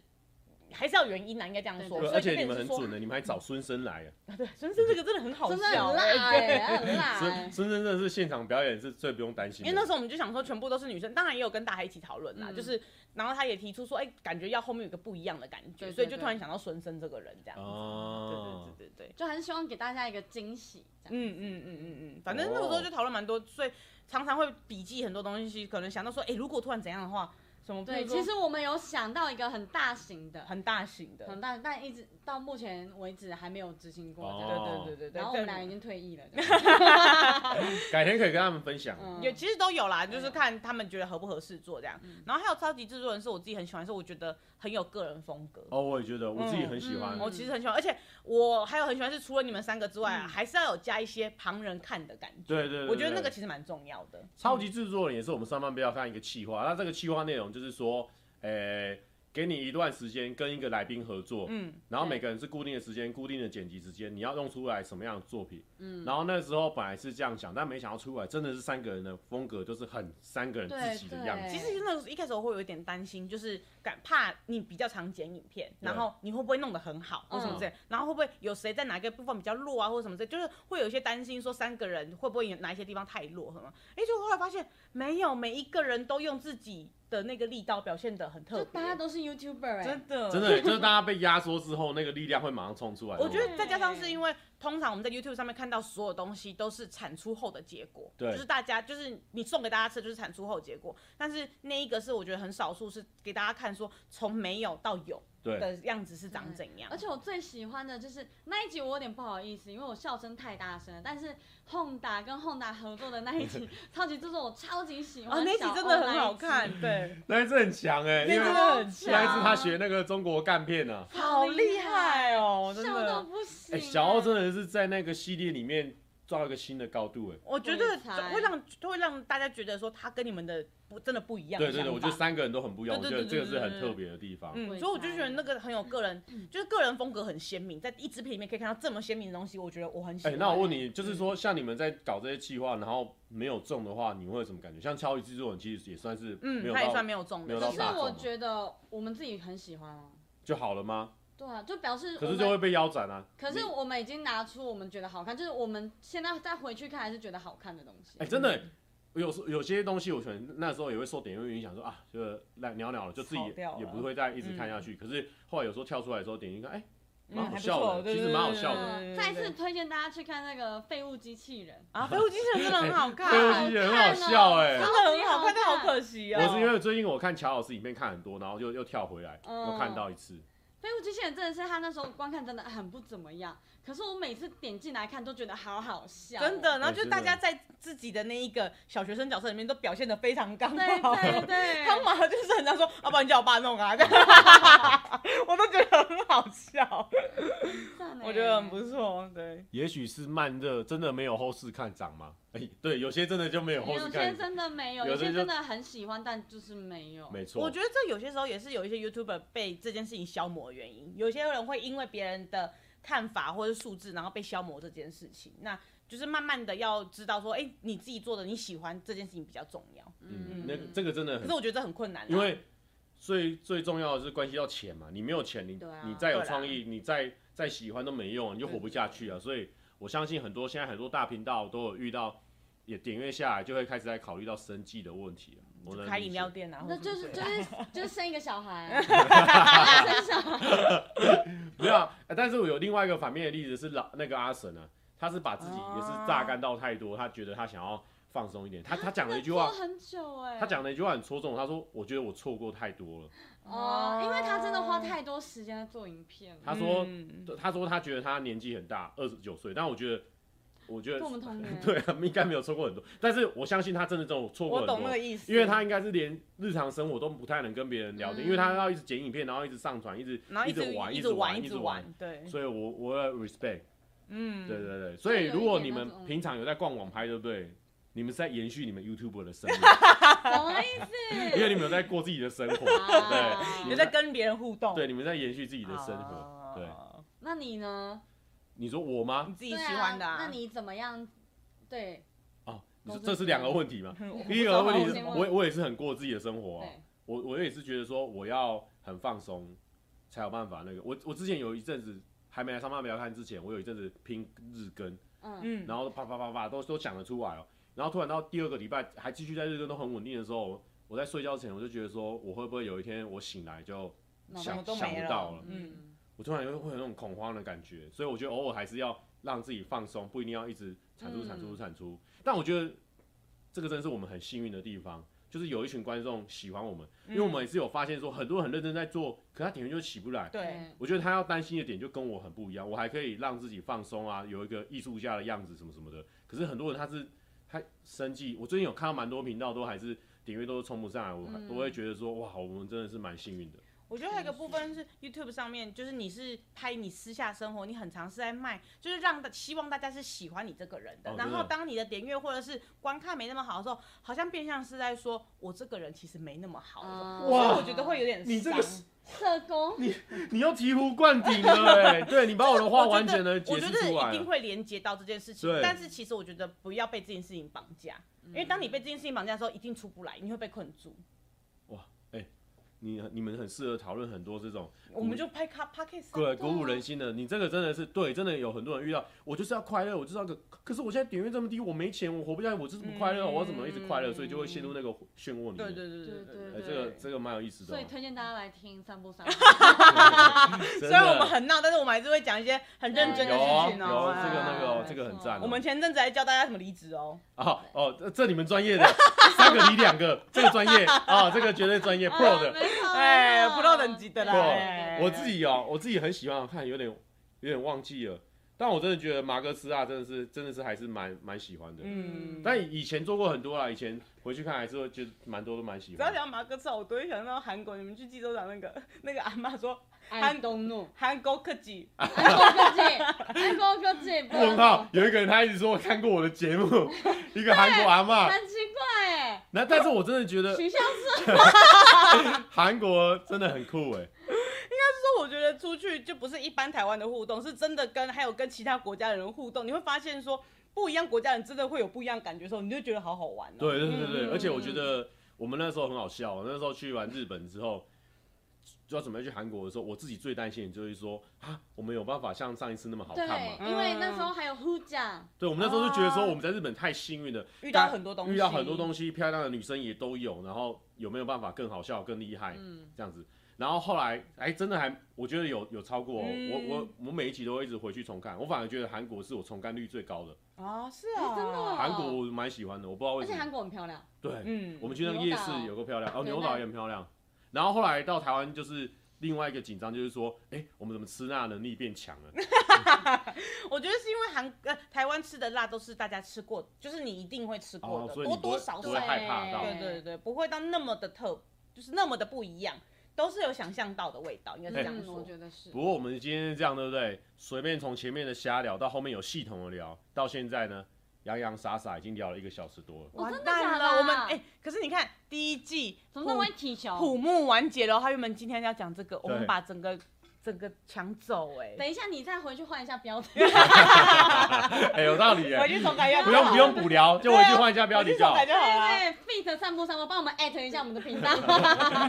Speaker 3: 还是要有原因啦，应该这样说。
Speaker 1: 对
Speaker 2: 对
Speaker 3: 所
Speaker 1: 而
Speaker 3: 以
Speaker 1: 且
Speaker 3: 就
Speaker 1: 你
Speaker 3: 变
Speaker 1: 们
Speaker 3: 成
Speaker 1: 很
Speaker 3: 说
Speaker 1: 准，的，你们还找孙生来，
Speaker 3: 对，孙生这个真的很好
Speaker 2: 真的很
Speaker 3: 笑
Speaker 2: 辣
Speaker 3: 欸，
Speaker 2: 哎、欸，很 辣、
Speaker 1: 孙
Speaker 2: 欸。
Speaker 1: 孙生真的是现场表演是最不用担心
Speaker 3: 因为那
Speaker 1: 的
Speaker 3: 时。候我们就想说，全部都是女生，当然也有跟大家一起讨论啦，
Speaker 2: 嗯
Speaker 3: 就是，然后他也提出说，哎、感觉要后面有一个不一样的感觉，
Speaker 2: 对对
Speaker 3: 所以就
Speaker 2: 对
Speaker 3: 突然想到孙生这个人这样子，
Speaker 1: 哦
Speaker 3: 对对对对对，
Speaker 2: 就还是希望给大家一个惊喜，这样。
Speaker 3: 嗯嗯嗯嗯嗯，反正那个时候就讨论蛮多，所以常常会笔记很多东西，可能想到说，哎、如果突然怎样的话，什么，
Speaker 2: 对，
Speaker 3: 比如说
Speaker 2: 其实我们有想到一个很大型的，
Speaker 3: 很大型的，
Speaker 2: 很大，但一直到目前为止还没有执行过这
Speaker 3: 对
Speaker 2: 样。
Speaker 1: 哦
Speaker 3: 对对对对，
Speaker 2: 然后我们俩
Speaker 3: 这
Speaker 2: 已经退役了，这样
Speaker 1: 改天可以跟他们分享。
Speaker 2: 嗯
Speaker 3: 也其实都有啦，就是
Speaker 2: 有
Speaker 3: 看他们觉得合不合适做这样。
Speaker 2: 嗯
Speaker 3: 然后还有超级制作人是我自己很喜欢，是我觉得很有个人风格。
Speaker 1: 哦，我也觉得我自己很喜欢
Speaker 2: 嗯
Speaker 3: 我其实很喜欢，而且我还有很喜欢是除了你们三个之外啊，还是要有加一些旁人看的感觉。
Speaker 1: 嗯对对对对
Speaker 3: 我觉得那个其实蛮重要的。
Speaker 1: 超级制作人也是我们上半辈要看一个企划，那这个企划内容就是说，呃、给你一段时间跟一个来宾合作，
Speaker 3: 嗯，
Speaker 1: 然后
Speaker 2: 对
Speaker 1: 每个人是固定的时间、固定的剪辑时间，你要弄出来什么样的作品。
Speaker 2: 嗯，
Speaker 1: 然后那时候本来是这样想，但没想到出来真的是三个人的风格，就是很三个人自己的样
Speaker 2: 对
Speaker 1: 子。
Speaker 3: 其实那个一开始我会有一点担心，就是敢怕你比较常剪影片，然后你会不会弄得很好或什
Speaker 2: 嗯
Speaker 3: 么之类，然后会不会有谁在哪个部分比较弱啊，或者什么之类，就是会有一些担心说三个人会不会有哪一些地方太弱什么。哎、就后来发现没有，每一个人都用自己的那个力道表现得很特
Speaker 2: 就
Speaker 3: 别，
Speaker 2: 大家都是 YouTuber 哎、
Speaker 3: 真的
Speaker 1: 真的， 就是大家被压缩之后，那个力量会马上冲出来。
Speaker 3: 我觉得
Speaker 2: 对
Speaker 3: 再加上是因为通常我们在 YouTube 上面看到所有东西都是产出后的结果，
Speaker 1: 对
Speaker 3: 就是大家就是你送给大家吃的就是产出后的结果，但是那一个是我觉得很少数是给大家看说从没有到有
Speaker 1: 对，
Speaker 3: 的样子是长怎样，
Speaker 2: 嗯而且我最喜欢的就是那一集，我有点不好意思，因为我笑声太大声了。但是 Honda 跟 Honda 合作的那一 集超级制作，我超级喜欢。
Speaker 3: 啊那一集真的很好，看，对，
Speaker 1: 那一次很强哎、
Speaker 3: 那一
Speaker 1: 因
Speaker 3: 集
Speaker 1: 为
Speaker 3: 真的很
Speaker 1: 那一次
Speaker 3: 强，
Speaker 1: 他学那个中国干片啊，
Speaker 3: 好厉害哦，真
Speaker 2: 笑到
Speaker 3: 的。
Speaker 2: 不行、欸
Speaker 1: 哎、小奥真的是在那个系列里面抓到一个新的高度哎、
Speaker 3: 我觉得
Speaker 2: 鬼才
Speaker 3: 会让就会让大家觉得说他跟你们的不真的不一样的
Speaker 1: 对
Speaker 3: 想
Speaker 1: 对
Speaker 3: 法。
Speaker 1: 对，我觉得三个人都很不一样，我
Speaker 3: 对
Speaker 1: 觉
Speaker 3: 对
Speaker 1: 得这个是
Speaker 3: 对对
Speaker 1: 很
Speaker 3: 对
Speaker 1: 特别的地方。
Speaker 3: 嗯，
Speaker 2: 鬼
Speaker 3: 所以我就觉得
Speaker 2: 才
Speaker 3: 那个很有个人，就是个人风格很鲜明，在一支片里面可以看到这么鲜明的东西，我觉得我很喜
Speaker 1: 哎、
Speaker 3: 欢。
Speaker 1: 那我问你，就是说，像你们在搞这些计划，然后没有中的话，你会有什么感觉？像超级制作人其实也算是没
Speaker 3: 嗯，
Speaker 1: 有
Speaker 3: 他也
Speaker 1: 到、
Speaker 3: 算没有中
Speaker 1: 没有
Speaker 3: 的，
Speaker 1: 到
Speaker 2: 可
Speaker 3: 就是
Speaker 1: 大众啊
Speaker 2: 我
Speaker 1: 嘛
Speaker 2: 觉得我们自己很喜欢啊。
Speaker 1: 就好了吗？
Speaker 2: 对啊，就表示
Speaker 1: 可是
Speaker 2: 我
Speaker 1: 就会
Speaker 2: 们
Speaker 1: 被腰斩啊。
Speaker 2: 可是
Speaker 1: 你
Speaker 2: 我们已经拿出我们觉得好看，就是我们现在再回去看还是觉得好看的东西。
Speaker 1: 哎、真的、有时有些东西，我可能那时候也会受点阅影响，说啊，就是烂鸟鸟了，就自己
Speaker 3: 跑掉了
Speaker 1: 也不会再一直看下去。可是后来有时候跳出来的时候，点进去看，哎、
Speaker 3: 嗯
Speaker 1: 蛮
Speaker 3: 还
Speaker 1: 好
Speaker 3: 不
Speaker 1: 笑
Speaker 3: 错
Speaker 1: 的，
Speaker 3: 对
Speaker 1: 其实
Speaker 3: 对
Speaker 1: 蛮好
Speaker 3: 对
Speaker 1: 笑
Speaker 3: 对
Speaker 1: 的。
Speaker 2: 嗯再次推荐大家去看那个《废物机器人
Speaker 3: 啊，飞屋精神真的很好 看，
Speaker 1: 废
Speaker 2: 对
Speaker 1: 物
Speaker 2: 啊
Speaker 1: 机器
Speaker 2: 精神
Speaker 1: 人很
Speaker 2: 好
Speaker 1: 好
Speaker 2: 看哦
Speaker 1: 笑哎、
Speaker 3: 真的很好看，但好可惜啊。
Speaker 1: 我是因为最近我看乔老师影片看很多，然后又又跳回来，
Speaker 2: 嗯
Speaker 1: 又看到一次。》。
Speaker 2: 《废物机器人》真的是他那时候观看真的很不怎么样，可是我每次点进来看都觉得好好笑，哦
Speaker 3: 真。的，然后
Speaker 1: 对
Speaker 3: 就是
Speaker 1: 真的
Speaker 3: 大家在自己的那一个小学生角色里面都表现得非常刚
Speaker 2: 对
Speaker 3: 好。
Speaker 2: 对对，
Speaker 3: 汤马就是很常说，要、不然你叫我爸弄啊， 我都觉得很好笑，
Speaker 2: 赞欸
Speaker 3: 我觉得很不错，对。
Speaker 1: 也许是慢热，真的没有后市看涨吗？哎、对，有些真的就没有后市
Speaker 2: 有
Speaker 1: 看
Speaker 2: 些
Speaker 1: 涨，
Speaker 2: 真的没有，
Speaker 1: 有
Speaker 2: 有
Speaker 1: 些
Speaker 2: 些
Speaker 1: 就
Speaker 2: 真的很喜欢，但就是没有。
Speaker 1: 没错。
Speaker 3: 我觉得这有些时候也是有一些 YouTuber 被这件事情消磨的原因，有些人会因为别人的看法或者数字，然后被消磨这件事情。那就是慢慢的要知道说，哎、你自己做的你喜欢这件事情比较重要。
Speaker 1: 嗯，那个这个真的
Speaker 3: 可
Speaker 1: 很
Speaker 3: 是，我觉得这很困难啊，
Speaker 1: 因为最最重要的是关系到钱嘛，你没有钱，你、
Speaker 2: 对啊
Speaker 1: 你再有
Speaker 3: 对啦
Speaker 1: 创意，你再再喜欢都没用，你就活不下去啊。所以我相信很多现在很多大频道都有遇到，也点阅下来就会开始在考虑到生计的问题了。我能
Speaker 3: 开
Speaker 1: 理
Speaker 3: 饮
Speaker 1: 解
Speaker 3: 料店啊，
Speaker 2: 那
Speaker 3: 或
Speaker 2: 就是
Speaker 3: 者什么之
Speaker 2: 就
Speaker 3: 类的
Speaker 2: 是就是生一个小孩，生小 孩，
Speaker 1: 没有啊、呃但是我有另外一个反面的例子是老那个阿神啊，他是把自己也是榨干到太多，他觉得他想要放松一点。他他讲了一句话
Speaker 2: 做，很久
Speaker 3: 嗯
Speaker 2: 哎，
Speaker 1: 他讲了一句话很戳中我，他说：“我觉得我错过太多了。
Speaker 2: 哦，因为他真的花太多时间在做影片了。
Speaker 1: 他说
Speaker 3: 嗯
Speaker 1: 他说他觉得他年纪很大，二十九岁，但我觉得，我觉
Speaker 2: 跟我
Speaker 1: 得
Speaker 2: 们同 年，
Speaker 1: 对啊，应该没有错过很多。但是我相信他真的这种错过
Speaker 3: 我
Speaker 1: 很
Speaker 3: 懂那
Speaker 1: 多
Speaker 3: 个，意思，
Speaker 1: 因为他应该是连日常生活都不太能跟别人聊天，
Speaker 2: 嗯
Speaker 1: 因为他要一直剪影片，然后一直上传，一直
Speaker 3: 然后
Speaker 1: 直
Speaker 3: 玩，
Speaker 1: 玩，一
Speaker 3: 直
Speaker 1: 玩，
Speaker 3: 一
Speaker 1: 直
Speaker 3: 直玩，，对，
Speaker 1: 所以我我要 respect。
Speaker 3: 嗯，
Speaker 1: 对对对，所以
Speaker 2: 有一
Speaker 1: 如果
Speaker 2: 点
Speaker 1: 你
Speaker 2: 那
Speaker 1: 们
Speaker 2: 种
Speaker 1: 平常有在逛网拍，对不对？你们是在延续你们 YouTube 的生命，
Speaker 2: 什么意思？
Speaker 1: 因为你们有在过自己的生活，
Speaker 3: 哦
Speaker 2: 啊
Speaker 1: 对，
Speaker 3: 有在跟别人互动，
Speaker 1: 对，你们在延续自己的生活。
Speaker 3: 啊
Speaker 2: 那你呢？
Speaker 1: 你说我吗？
Speaker 3: 你自己喜欢的、
Speaker 2: 哦
Speaker 3: 啊
Speaker 2: 对啊 那你怎么样？对
Speaker 1: 哦，你
Speaker 2: 都
Speaker 1: 说
Speaker 2: 是
Speaker 1: 这是两个问题 嘛？第一
Speaker 3: 我
Speaker 1: 个
Speaker 3: 不知道
Speaker 1: 问题
Speaker 2: 我
Speaker 1: 是，
Speaker 2: 先问
Speaker 1: 我我也是很过自己的生活啊，
Speaker 2: 对，
Speaker 1: 我我也是觉得说我要很放松，才有办法那个。我我之前有一阵子还没来上班不要看之前，我有一阵子拼日更，
Speaker 2: 嗯，
Speaker 3: 嗯，
Speaker 1: 然后啪啪啪啪都都讲得出来哦。然后突然到第二个礼拜还继续在日更都很稳定的时候，我在睡觉前我就觉得说，我会不会有一天我醒来就
Speaker 2: 脑
Speaker 1: 想
Speaker 3: 什么都
Speaker 1: 想
Speaker 3: 没
Speaker 1: 不
Speaker 3: 了
Speaker 1: 到了？
Speaker 2: 嗯
Speaker 3: 嗯，
Speaker 1: 我突然又会有那种恐慌的感觉，所以我觉得偶尔还是要让自己放松，不一定要一直产出、
Speaker 2: 嗯
Speaker 1: 产出、产出。但我觉得这个真的是我们很幸运的地方，就是有一群观众喜欢我们，因为
Speaker 2: 嗯
Speaker 1: 我们也是有发现说很多人很认真在做，可他点阅就起不来。
Speaker 3: 嗯对，
Speaker 2: 嗯
Speaker 1: 我觉得他要担心的点就跟我很不一样，我还可以让自己放松啊，有一个艺术家的样子什么什么的。可是很多人他是他生计，我最近有看到蛮多频道都还是点阅都冲不上来，我还
Speaker 2: 嗯
Speaker 1: 都会觉得说哇，我们真的是蛮幸运的。
Speaker 3: 我觉得还有一个部分是 YouTube 上面，就是你是拍你私下生活，你很常是在卖，就是让大希望大家是喜欢你这个人的。
Speaker 1: 哦
Speaker 3: 然
Speaker 1: 真
Speaker 3: 后
Speaker 1: 的
Speaker 3: 当你的点阅或者是观看没那么好的时候，好像变相是在说我这个人其实没那么好
Speaker 2: 啊
Speaker 3: 所以我觉得会有点
Speaker 1: 你这个
Speaker 3: 伤
Speaker 2: 社 工，
Speaker 1: 你又醍醐灌顶了哎、对你把我的话
Speaker 3: 我觉
Speaker 1: 完
Speaker 3: 得
Speaker 1: 整的
Speaker 3: 我
Speaker 1: 解释
Speaker 3: 觉得
Speaker 1: 出来
Speaker 3: 一定
Speaker 1: 了。
Speaker 3: 会连接到这件事情
Speaker 1: 对，
Speaker 3: 但是其实我觉得不要被这件事情绑架，因为当你被这件事情绑架的时候，一定出不来，你会被困住。
Speaker 1: 你你们很适合讨论很多这种
Speaker 3: 我们就拍卡 p o d c a s
Speaker 1: 嗯对鼓舞人心的，你这个真的是对，真的有很多人遇到，我就是要快乐，我就是要个，可是我现在点阅这么低，我没钱，我活不下去，我就是不快乐，
Speaker 3: 嗯
Speaker 1: 我要怎么一直快乐？所以就会陷入那个漩涡里面。
Speaker 3: 对对
Speaker 2: 对
Speaker 3: 对对
Speaker 2: 对
Speaker 1: 哎
Speaker 3: 对
Speaker 2: 对
Speaker 1: 这个这个蛮有意思的
Speaker 2: 所
Speaker 1: 哦
Speaker 2: 以，推荐大家来听散步散步。
Speaker 1: 虽
Speaker 3: 虽然我们很闹，但是我们还是会讲一些很 认真的
Speaker 1: 有
Speaker 3: 事
Speaker 1: 哦有
Speaker 3: 情
Speaker 1: 哦
Speaker 3: 哦。
Speaker 1: 这个那个哦
Speaker 3: 哎
Speaker 1: 这个很赞哦
Speaker 3: 我们前阵子还教大家怎么离职哦。
Speaker 1: 哦哦，这这你们专业的三个你两个，这个专业啊，这个绝对专业 pro
Speaker 2: 哦
Speaker 1: 的。
Speaker 3: 哎，pro 等级的啦
Speaker 1: pro，
Speaker 3: 哎
Speaker 1: 我自己哦，我自己很喜欢，我看有点有点忘记了，但我真的觉得马格斯啊，真的是真的是还是蛮蛮喜欢的。
Speaker 3: 嗯，
Speaker 1: 但以前做过很多啦，以前回去看还是会觉得蛮多都蛮喜
Speaker 3: 只要
Speaker 1: 欢的。
Speaker 3: 讲到马哥超，我都会想到韩国。你们去济州岛那个 那个阿妈说
Speaker 2: 安东怒，
Speaker 3: 韩国科技，
Speaker 2: 安东科技，安东科 技，不能
Speaker 1: 问号，有一个人他一直说我看过我的节 目，一个韩国阿嬷。
Speaker 2: 很奇怪哎，
Speaker 1: 那但是我真的觉得
Speaker 2: 取消是
Speaker 1: 韩国真的很酷哎，
Speaker 3: 就是我觉得出去就不是一般台湾的互动，是真的跟还有跟其他国家的人互动，你会发现说不一样国家人真的会有不一样感觉的时候，你就觉得好好玩、哦。
Speaker 1: 对对对对，
Speaker 3: 嗯
Speaker 1: 而且我觉得我们那时候很好笑，哦那时候去完日本之后。就要准备去韩国的时候，我自己最担心的就是说啊，我们有办法像上一次那么好看吗？
Speaker 2: 对，因为那时候还有呼奖，
Speaker 1: 对，我们那时候就觉得说
Speaker 3: 啊
Speaker 1: 我们在日本太幸运了，
Speaker 3: 遇到很多东西，
Speaker 1: 遇到很多东西，漂亮的女生也都有，然后有没有办法更好笑、更厉害、
Speaker 2: 嗯，
Speaker 1: 这样子？然后后来，哎，真的还，我觉得有有超过、哦
Speaker 3: 嗯
Speaker 1: 我我我每一集都会一直回去重看，我反而觉得韩国是我重看率最高的，
Speaker 3: 啊，是
Speaker 2: 哎
Speaker 3: 啊，
Speaker 2: 真的哦
Speaker 1: 韩国我蛮喜欢的，我不知道为
Speaker 2: 而且
Speaker 1: 什
Speaker 2: 韩
Speaker 1: 么。
Speaker 2: 国很漂亮，
Speaker 1: 对，
Speaker 3: 嗯，
Speaker 1: 我们去那个夜市有
Speaker 2: 牛
Speaker 1: 个漂亮，哦，
Speaker 2: 对
Speaker 1: 牛
Speaker 2: 那
Speaker 1: 岛也很漂亮。然后后来到台湾就是另外一个紧张，就是说，哎，我们怎么吃辣能力变 强了？
Speaker 3: 我觉得是因为韩呃台湾吃的辣都是大家吃过，就是你一定会吃过
Speaker 1: 哦，
Speaker 3: 的，
Speaker 1: 所以你
Speaker 3: 多
Speaker 1: 不会
Speaker 3: 多少
Speaker 1: 不
Speaker 3: 少
Speaker 1: 会
Speaker 2: 对，
Speaker 1: 害怕到。
Speaker 3: 对对对，不会到那么的特，就是那么的不一样，都是有想象到的味道，应该是这样
Speaker 2: 嗯，
Speaker 3: 说。
Speaker 2: 我觉得是
Speaker 1: 不，过我们今天是这样，对不对？随便从前面的瞎聊到后面有系统的聊，到现在呢，洋洋洒洒已经聊了一个小时多了。
Speaker 2: 哦
Speaker 3: 完
Speaker 2: 真的假
Speaker 3: 蛋
Speaker 2: 的
Speaker 3: 了，
Speaker 2: 啊
Speaker 3: 我们哎、可是你看第一季
Speaker 2: 怎么那么
Speaker 3: 普
Speaker 2: 会踢球？
Speaker 3: 普木完结了，他原本今天要讲这个，我
Speaker 1: 对
Speaker 3: 们把整个整个抢走哎、
Speaker 2: 等一下，你再回去换一下标 题。
Speaker 1: 哎、有道理
Speaker 3: 回
Speaker 1: 耶，
Speaker 3: 去重改一下
Speaker 1: 不
Speaker 3: 就
Speaker 1: 用
Speaker 3: 好，
Speaker 1: 不用补聊，就回去换一下标
Speaker 3: 回
Speaker 1: 题
Speaker 3: 去
Speaker 1: 就
Speaker 3: 重
Speaker 1: 好
Speaker 3: 改，就好了。
Speaker 2: 对，fit 散步散步，帮我们艾特一下我们的 频道。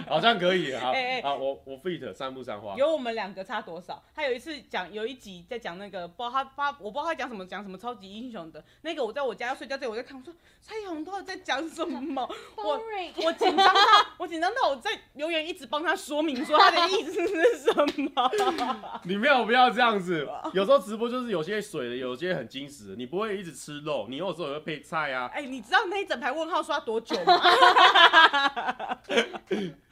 Speaker 1: 好像可以。好，
Speaker 3: 哎哎
Speaker 1: 好，我我 fit 三不三花，
Speaker 3: 有我们两个差多少？他有一次讲，有一集在讲那个，不知道他他我不知道他讲什么，讲什么超级英雄的那个，我在我家睡觉这里我在看，我说蔡依红到底在讲什么？我
Speaker 2: Boring
Speaker 3: 我紧张到我紧张到我在留言一直帮他说明说他的意思是什么。
Speaker 1: 你没有不要这样子。有时候直播就是有些水的，有些很矜持的，你不会一直吃肉，你有时候也会配菜 啊。
Speaker 3: 哎、你知道那一整排问号刷多久 吗？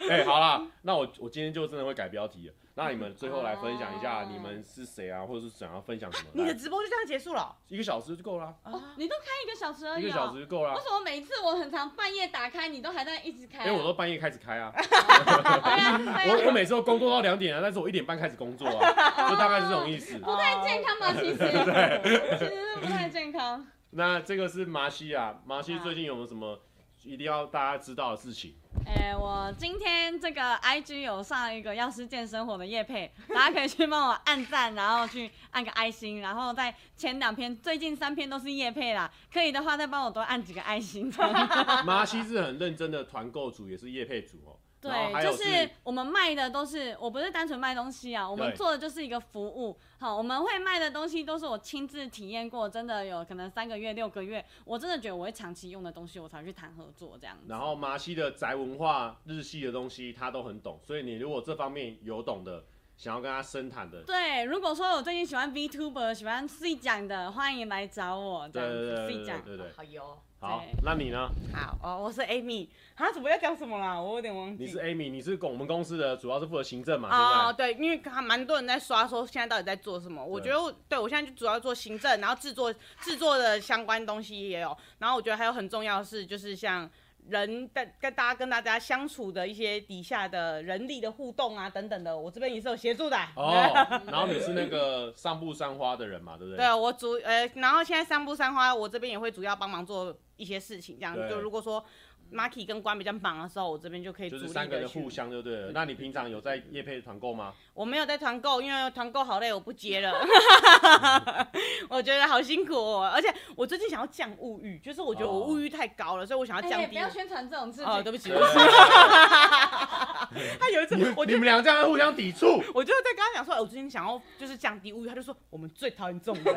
Speaker 1: 哎、好啦，那我我今天就真的会改标题了。那你们最后来分享一下
Speaker 2: 哦
Speaker 1: 你们是谁啊，或者是想要分享什么？
Speaker 3: 你的
Speaker 1: 来
Speaker 3: 直播就这样结束了
Speaker 1: 一个小时就够啦，
Speaker 3: 啊？
Speaker 2: 哦你都开一个小时而
Speaker 1: 一
Speaker 2: 已、
Speaker 1: 个小
Speaker 2: 哦。
Speaker 1: 时就够啦
Speaker 2: 为。什么每次我很常半夜打开，你都还在一直开、啊？啊
Speaker 1: 因为我都半夜开始开啊，
Speaker 2: 原来是这样
Speaker 1: 我我每次都工作到两点啊，但是我一点半开始工作啊，就大概是这种意思。
Speaker 2: 不太健 康嘛，其实，其实是不太健康。
Speaker 1: 那这个是麻西啊，麻西
Speaker 2: 嗯
Speaker 1: 最近有没有什么一定要大家知道的事情？
Speaker 2: 哎、我今天这个 IG 有上一个药师健生活的夜配，大家可以去帮我按赞，然后去按个爱心，然后在前两篇、最近三篇都是夜配啦，可以的话再帮我多按几个爱心。
Speaker 1: 麻西是很认真的团购组，也是业配组哦。然后还
Speaker 2: 对，
Speaker 1: 有
Speaker 2: 就是我们卖的都是，我不是单纯卖东西啊，我们
Speaker 1: 对
Speaker 2: 做的就是一个服务。好，我们会卖的东西都是我亲自体验过，真的有可能三个月、六个月，我真的觉得我会长期用的东西，我才去谈合作这样子。
Speaker 1: 然后麻西的宅文化、日系的东西他都很懂，所以你如果这方面有懂的，想要跟他深谈的，
Speaker 2: 对，如果说我最近喜欢 VTuber，喜欢 C 讲的，欢迎来找我这
Speaker 1: 对
Speaker 2: 样
Speaker 1: 对
Speaker 2: 子
Speaker 1: 对
Speaker 2: C
Speaker 1: 对对
Speaker 2: 讲。
Speaker 1: 对对。
Speaker 4: 好油，
Speaker 1: 好
Speaker 2: 对，
Speaker 1: 那你呢？
Speaker 3: 好哦，我是 Amy，啊，怎么要讲什么啦？我有点忘
Speaker 1: 你
Speaker 3: 记
Speaker 1: 是。Amy，你是我们公司的，主要是负责行政嘛？
Speaker 2: 呃
Speaker 3: 哦，
Speaker 1: 现在
Speaker 3: 对，因为还蛮多人在刷说现在到底在做什么。我觉得我对我现在就主要做行政，然后制作制作的相关东西也有。然后我觉得还有很重要的是，就是像人跟跟大家跟大家相处的一些底下的人力的互动啊等等的，我这边也是有协助的。啊
Speaker 1: 哦，然后你是那个上部山花的人嘛，对不对？
Speaker 3: 对，我主呃，然后现在三步三花，我这边也会主要帮忙做一些事情，这样
Speaker 1: 对
Speaker 3: 就如果说 Marky 跟关比较忙的时候，我这边就可以主
Speaker 1: 就
Speaker 3: 力
Speaker 1: 是三个
Speaker 3: 的
Speaker 1: 人
Speaker 3: 去。
Speaker 1: 互相就对了。那你平常有在业配团购吗？
Speaker 3: 我没有在团购，因为团购好累，我不 接了。我觉得好辛苦、哦，而且我最近想要降物欲，就是我觉得我物欲太高了，所以我想要
Speaker 2: 哎、
Speaker 3: 降
Speaker 2: 不
Speaker 3: 低
Speaker 2: 要
Speaker 3: 我。
Speaker 2: 宣传这种事情。
Speaker 3: 哦，对不起，
Speaker 1: 对
Speaker 3: 对不 起他有一次
Speaker 1: 你们
Speaker 3: 我
Speaker 1: 你
Speaker 3: 就
Speaker 1: 们俩这样互相抵触，
Speaker 3: 我就在跟他讲说，哎我最近想要就是降低物欲，他就说我们最讨厌这种人，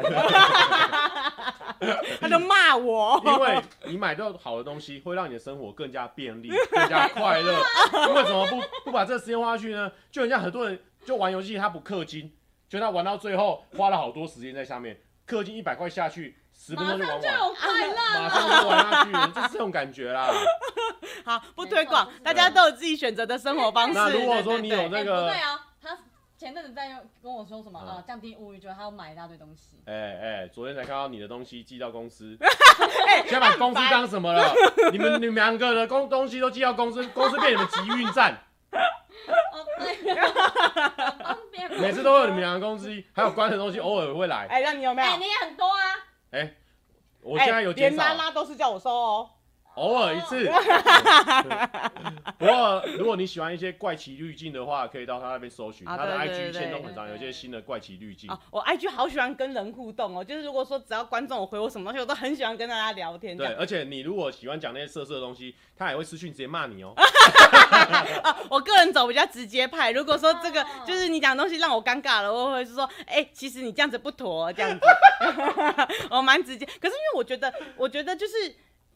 Speaker 3: 他就骂我。
Speaker 1: 因为你买到好的东西会让你的生活更加便利、更加快乐。为什么不不把这个时间花下去呢？就人家很多人就玩游戏，他不氪金，就他玩到最后花了好多时间在下面，氪金一百块下去，十分
Speaker 2: 马
Speaker 1: 钟
Speaker 2: 上
Speaker 1: 就玩
Speaker 2: 就
Speaker 1: 完，
Speaker 2: 有快乐
Speaker 1: 马
Speaker 2: 了。
Speaker 1: 上就玩下去了，就是这种感觉啦。
Speaker 3: 好，不推广
Speaker 4: 没错，
Speaker 3: 大家都有自己选择的生活方式。
Speaker 1: 那如果
Speaker 3: 对
Speaker 1: 说
Speaker 3: 对
Speaker 1: 你
Speaker 3: 对
Speaker 1: 有那
Speaker 2: 哎
Speaker 1: 个
Speaker 2: 不对，啊，他前阵子在用跟我说什么
Speaker 1: 嗯
Speaker 2: 啊、降低物欲，觉得他要买一大堆东 西。
Speaker 1: 哎哎，昨天才看到你的东西寄到公 司，
Speaker 3: 哎
Speaker 1: 先把公司当什么了？你们你们两个的公东西都寄到 公司，公司变你们集运站，
Speaker 2: 哦，对，很方便。
Speaker 1: 每次都有你啊们两个公司，还有关的东西偶尔会来。
Speaker 3: 哎，那你有没有
Speaker 2: 哎、？你也很多啊。
Speaker 1: 我现在有
Speaker 3: 哎
Speaker 1: 减
Speaker 3: 连
Speaker 1: 少，
Speaker 3: 拉拉都是叫我收哦。
Speaker 1: 偶尔一 次。不过如果你喜欢一些怪奇滤镜的话，可以到他那边搜寻，
Speaker 3: 啊
Speaker 1: 他的
Speaker 3: 对对
Speaker 1: IG
Speaker 3: 对对
Speaker 1: 线动很长，有一
Speaker 4: 对
Speaker 1: 些新的怪奇滤镜
Speaker 3: 啊。，我 IG 好喜欢跟人互动哦，就是如果说只要观众有回我什么东西，我都很喜欢跟大家聊天。
Speaker 1: 对，，而啊且你如果喜欢讲那些色色的东西，他也会私讯直接骂你哦。
Speaker 3: 我个人走比较直接派，如果说这个
Speaker 2: 哦
Speaker 3: 就是你讲的东西让我尴尬了，我会说，哎、其实你这样子不妥哦，这样子，我蛮直接。可是因为我觉得，我觉得就是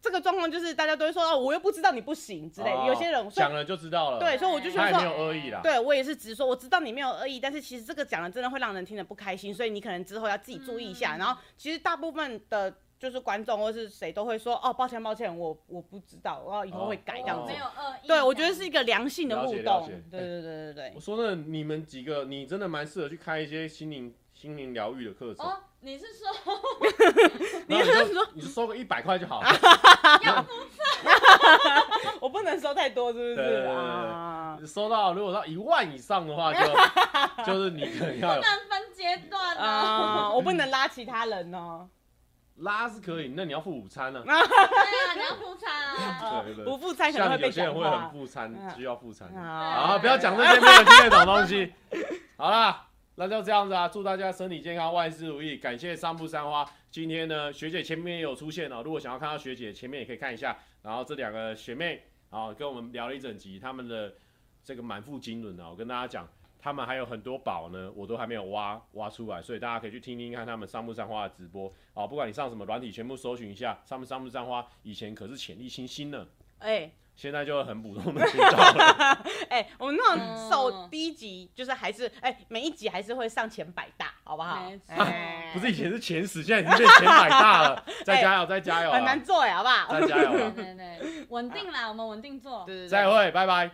Speaker 3: 这个状况，就是大家都会说，哦，我又不知道你不行之类
Speaker 1: 哦
Speaker 3: 的，有些人所以
Speaker 1: 讲了就知道了。
Speaker 3: 对，所以我就
Speaker 1: 他
Speaker 3: 想
Speaker 1: 也没
Speaker 3: 说
Speaker 1: 有。恶意啦。
Speaker 3: 对，我也是直说，我知道你没有恶意，但是其实这个讲了真的会让人听得不开心，所以你可能之后要自己注意一下。
Speaker 2: 嗯
Speaker 3: 然后其实大部分的就是观众或是谁都会说，哦，抱歉抱歉，我我不知道，我以后会改这样
Speaker 2: 哦我
Speaker 3: 子。
Speaker 2: 没有恶意。
Speaker 3: 对，我觉得是一个良性的
Speaker 1: 了
Speaker 3: 互
Speaker 1: 解了
Speaker 3: 动
Speaker 1: 解。
Speaker 3: 对对对对对
Speaker 1: 我。说真的，你们几个，你真的蛮适合去开一些心灵心灵疗愈的课程。
Speaker 2: 哦，你是说
Speaker 1: 哎你
Speaker 3: 你
Speaker 1: 就是说，你就收个一百块就 好了。
Speaker 3: 我不能收太多，是
Speaker 1: 对
Speaker 3: 不
Speaker 1: 对对
Speaker 3: 是
Speaker 1: 对
Speaker 3: 啊？
Speaker 1: 收到如果到一万以上的话就，就是你可能要 有
Speaker 2: 难分阶段哦呢、
Speaker 3: 啊，我不能拉其他人哦，
Speaker 1: 拉是可以，那你要付午餐呢、
Speaker 2: 对啊，你要铺茶、啊。
Speaker 3: 啊
Speaker 1: 对对
Speaker 3: 不付餐可能
Speaker 1: 像
Speaker 3: 会
Speaker 1: 有
Speaker 3: 被
Speaker 1: 些人
Speaker 3: 讲
Speaker 1: 会很
Speaker 3: 话。
Speaker 1: 付餐，
Speaker 3: 嗯
Speaker 1: 需要付餐。
Speaker 3: 啊，
Speaker 1: 啊，不要讲这些没有听得懂东西。好啦，那就这样子啊，祝大家身体健康，万事如意。感谢三步三花，今天呢，学姐前面也有出现哦，如果想要看到学姐，前面也可以看一下。然后这两个学妹啊，跟我们聊了一整集，她们的这个满腹经纶啊，我跟大家讲。她们还有很多宝呢，我都还没有挖挖出来，所以大家可以去听听看他们三木三花的直播啊、不管你上什么软体，全部搜寻一下，上木三木三花以前可是潜力新星呢，
Speaker 3: 哎
Speaker 1: 现在就很普通的频道了。
Speaker 3: 哎，我们那种受
Speaker 2: 嗯
Speaker 3: 第一集就是还是哎，每一集还是会上前百大，好不好
Speaker 2: 没？错
Speaker 3: 哎
Speaker 1: 不是以前是前十，现在已经变前百大 了。再加油，再加油
Speaker 3: 很
Speaker 1: 啊！
Speaker 3: 难做哎，好不好？
Speaker 1: 再加油
Speaker 2: 对
Speaker 1: 啊！
Speaker 2: 对对，稳定啦，我们稳定做。
Speaker 3: 对对对，
Speaker 1: 再会，拜拜。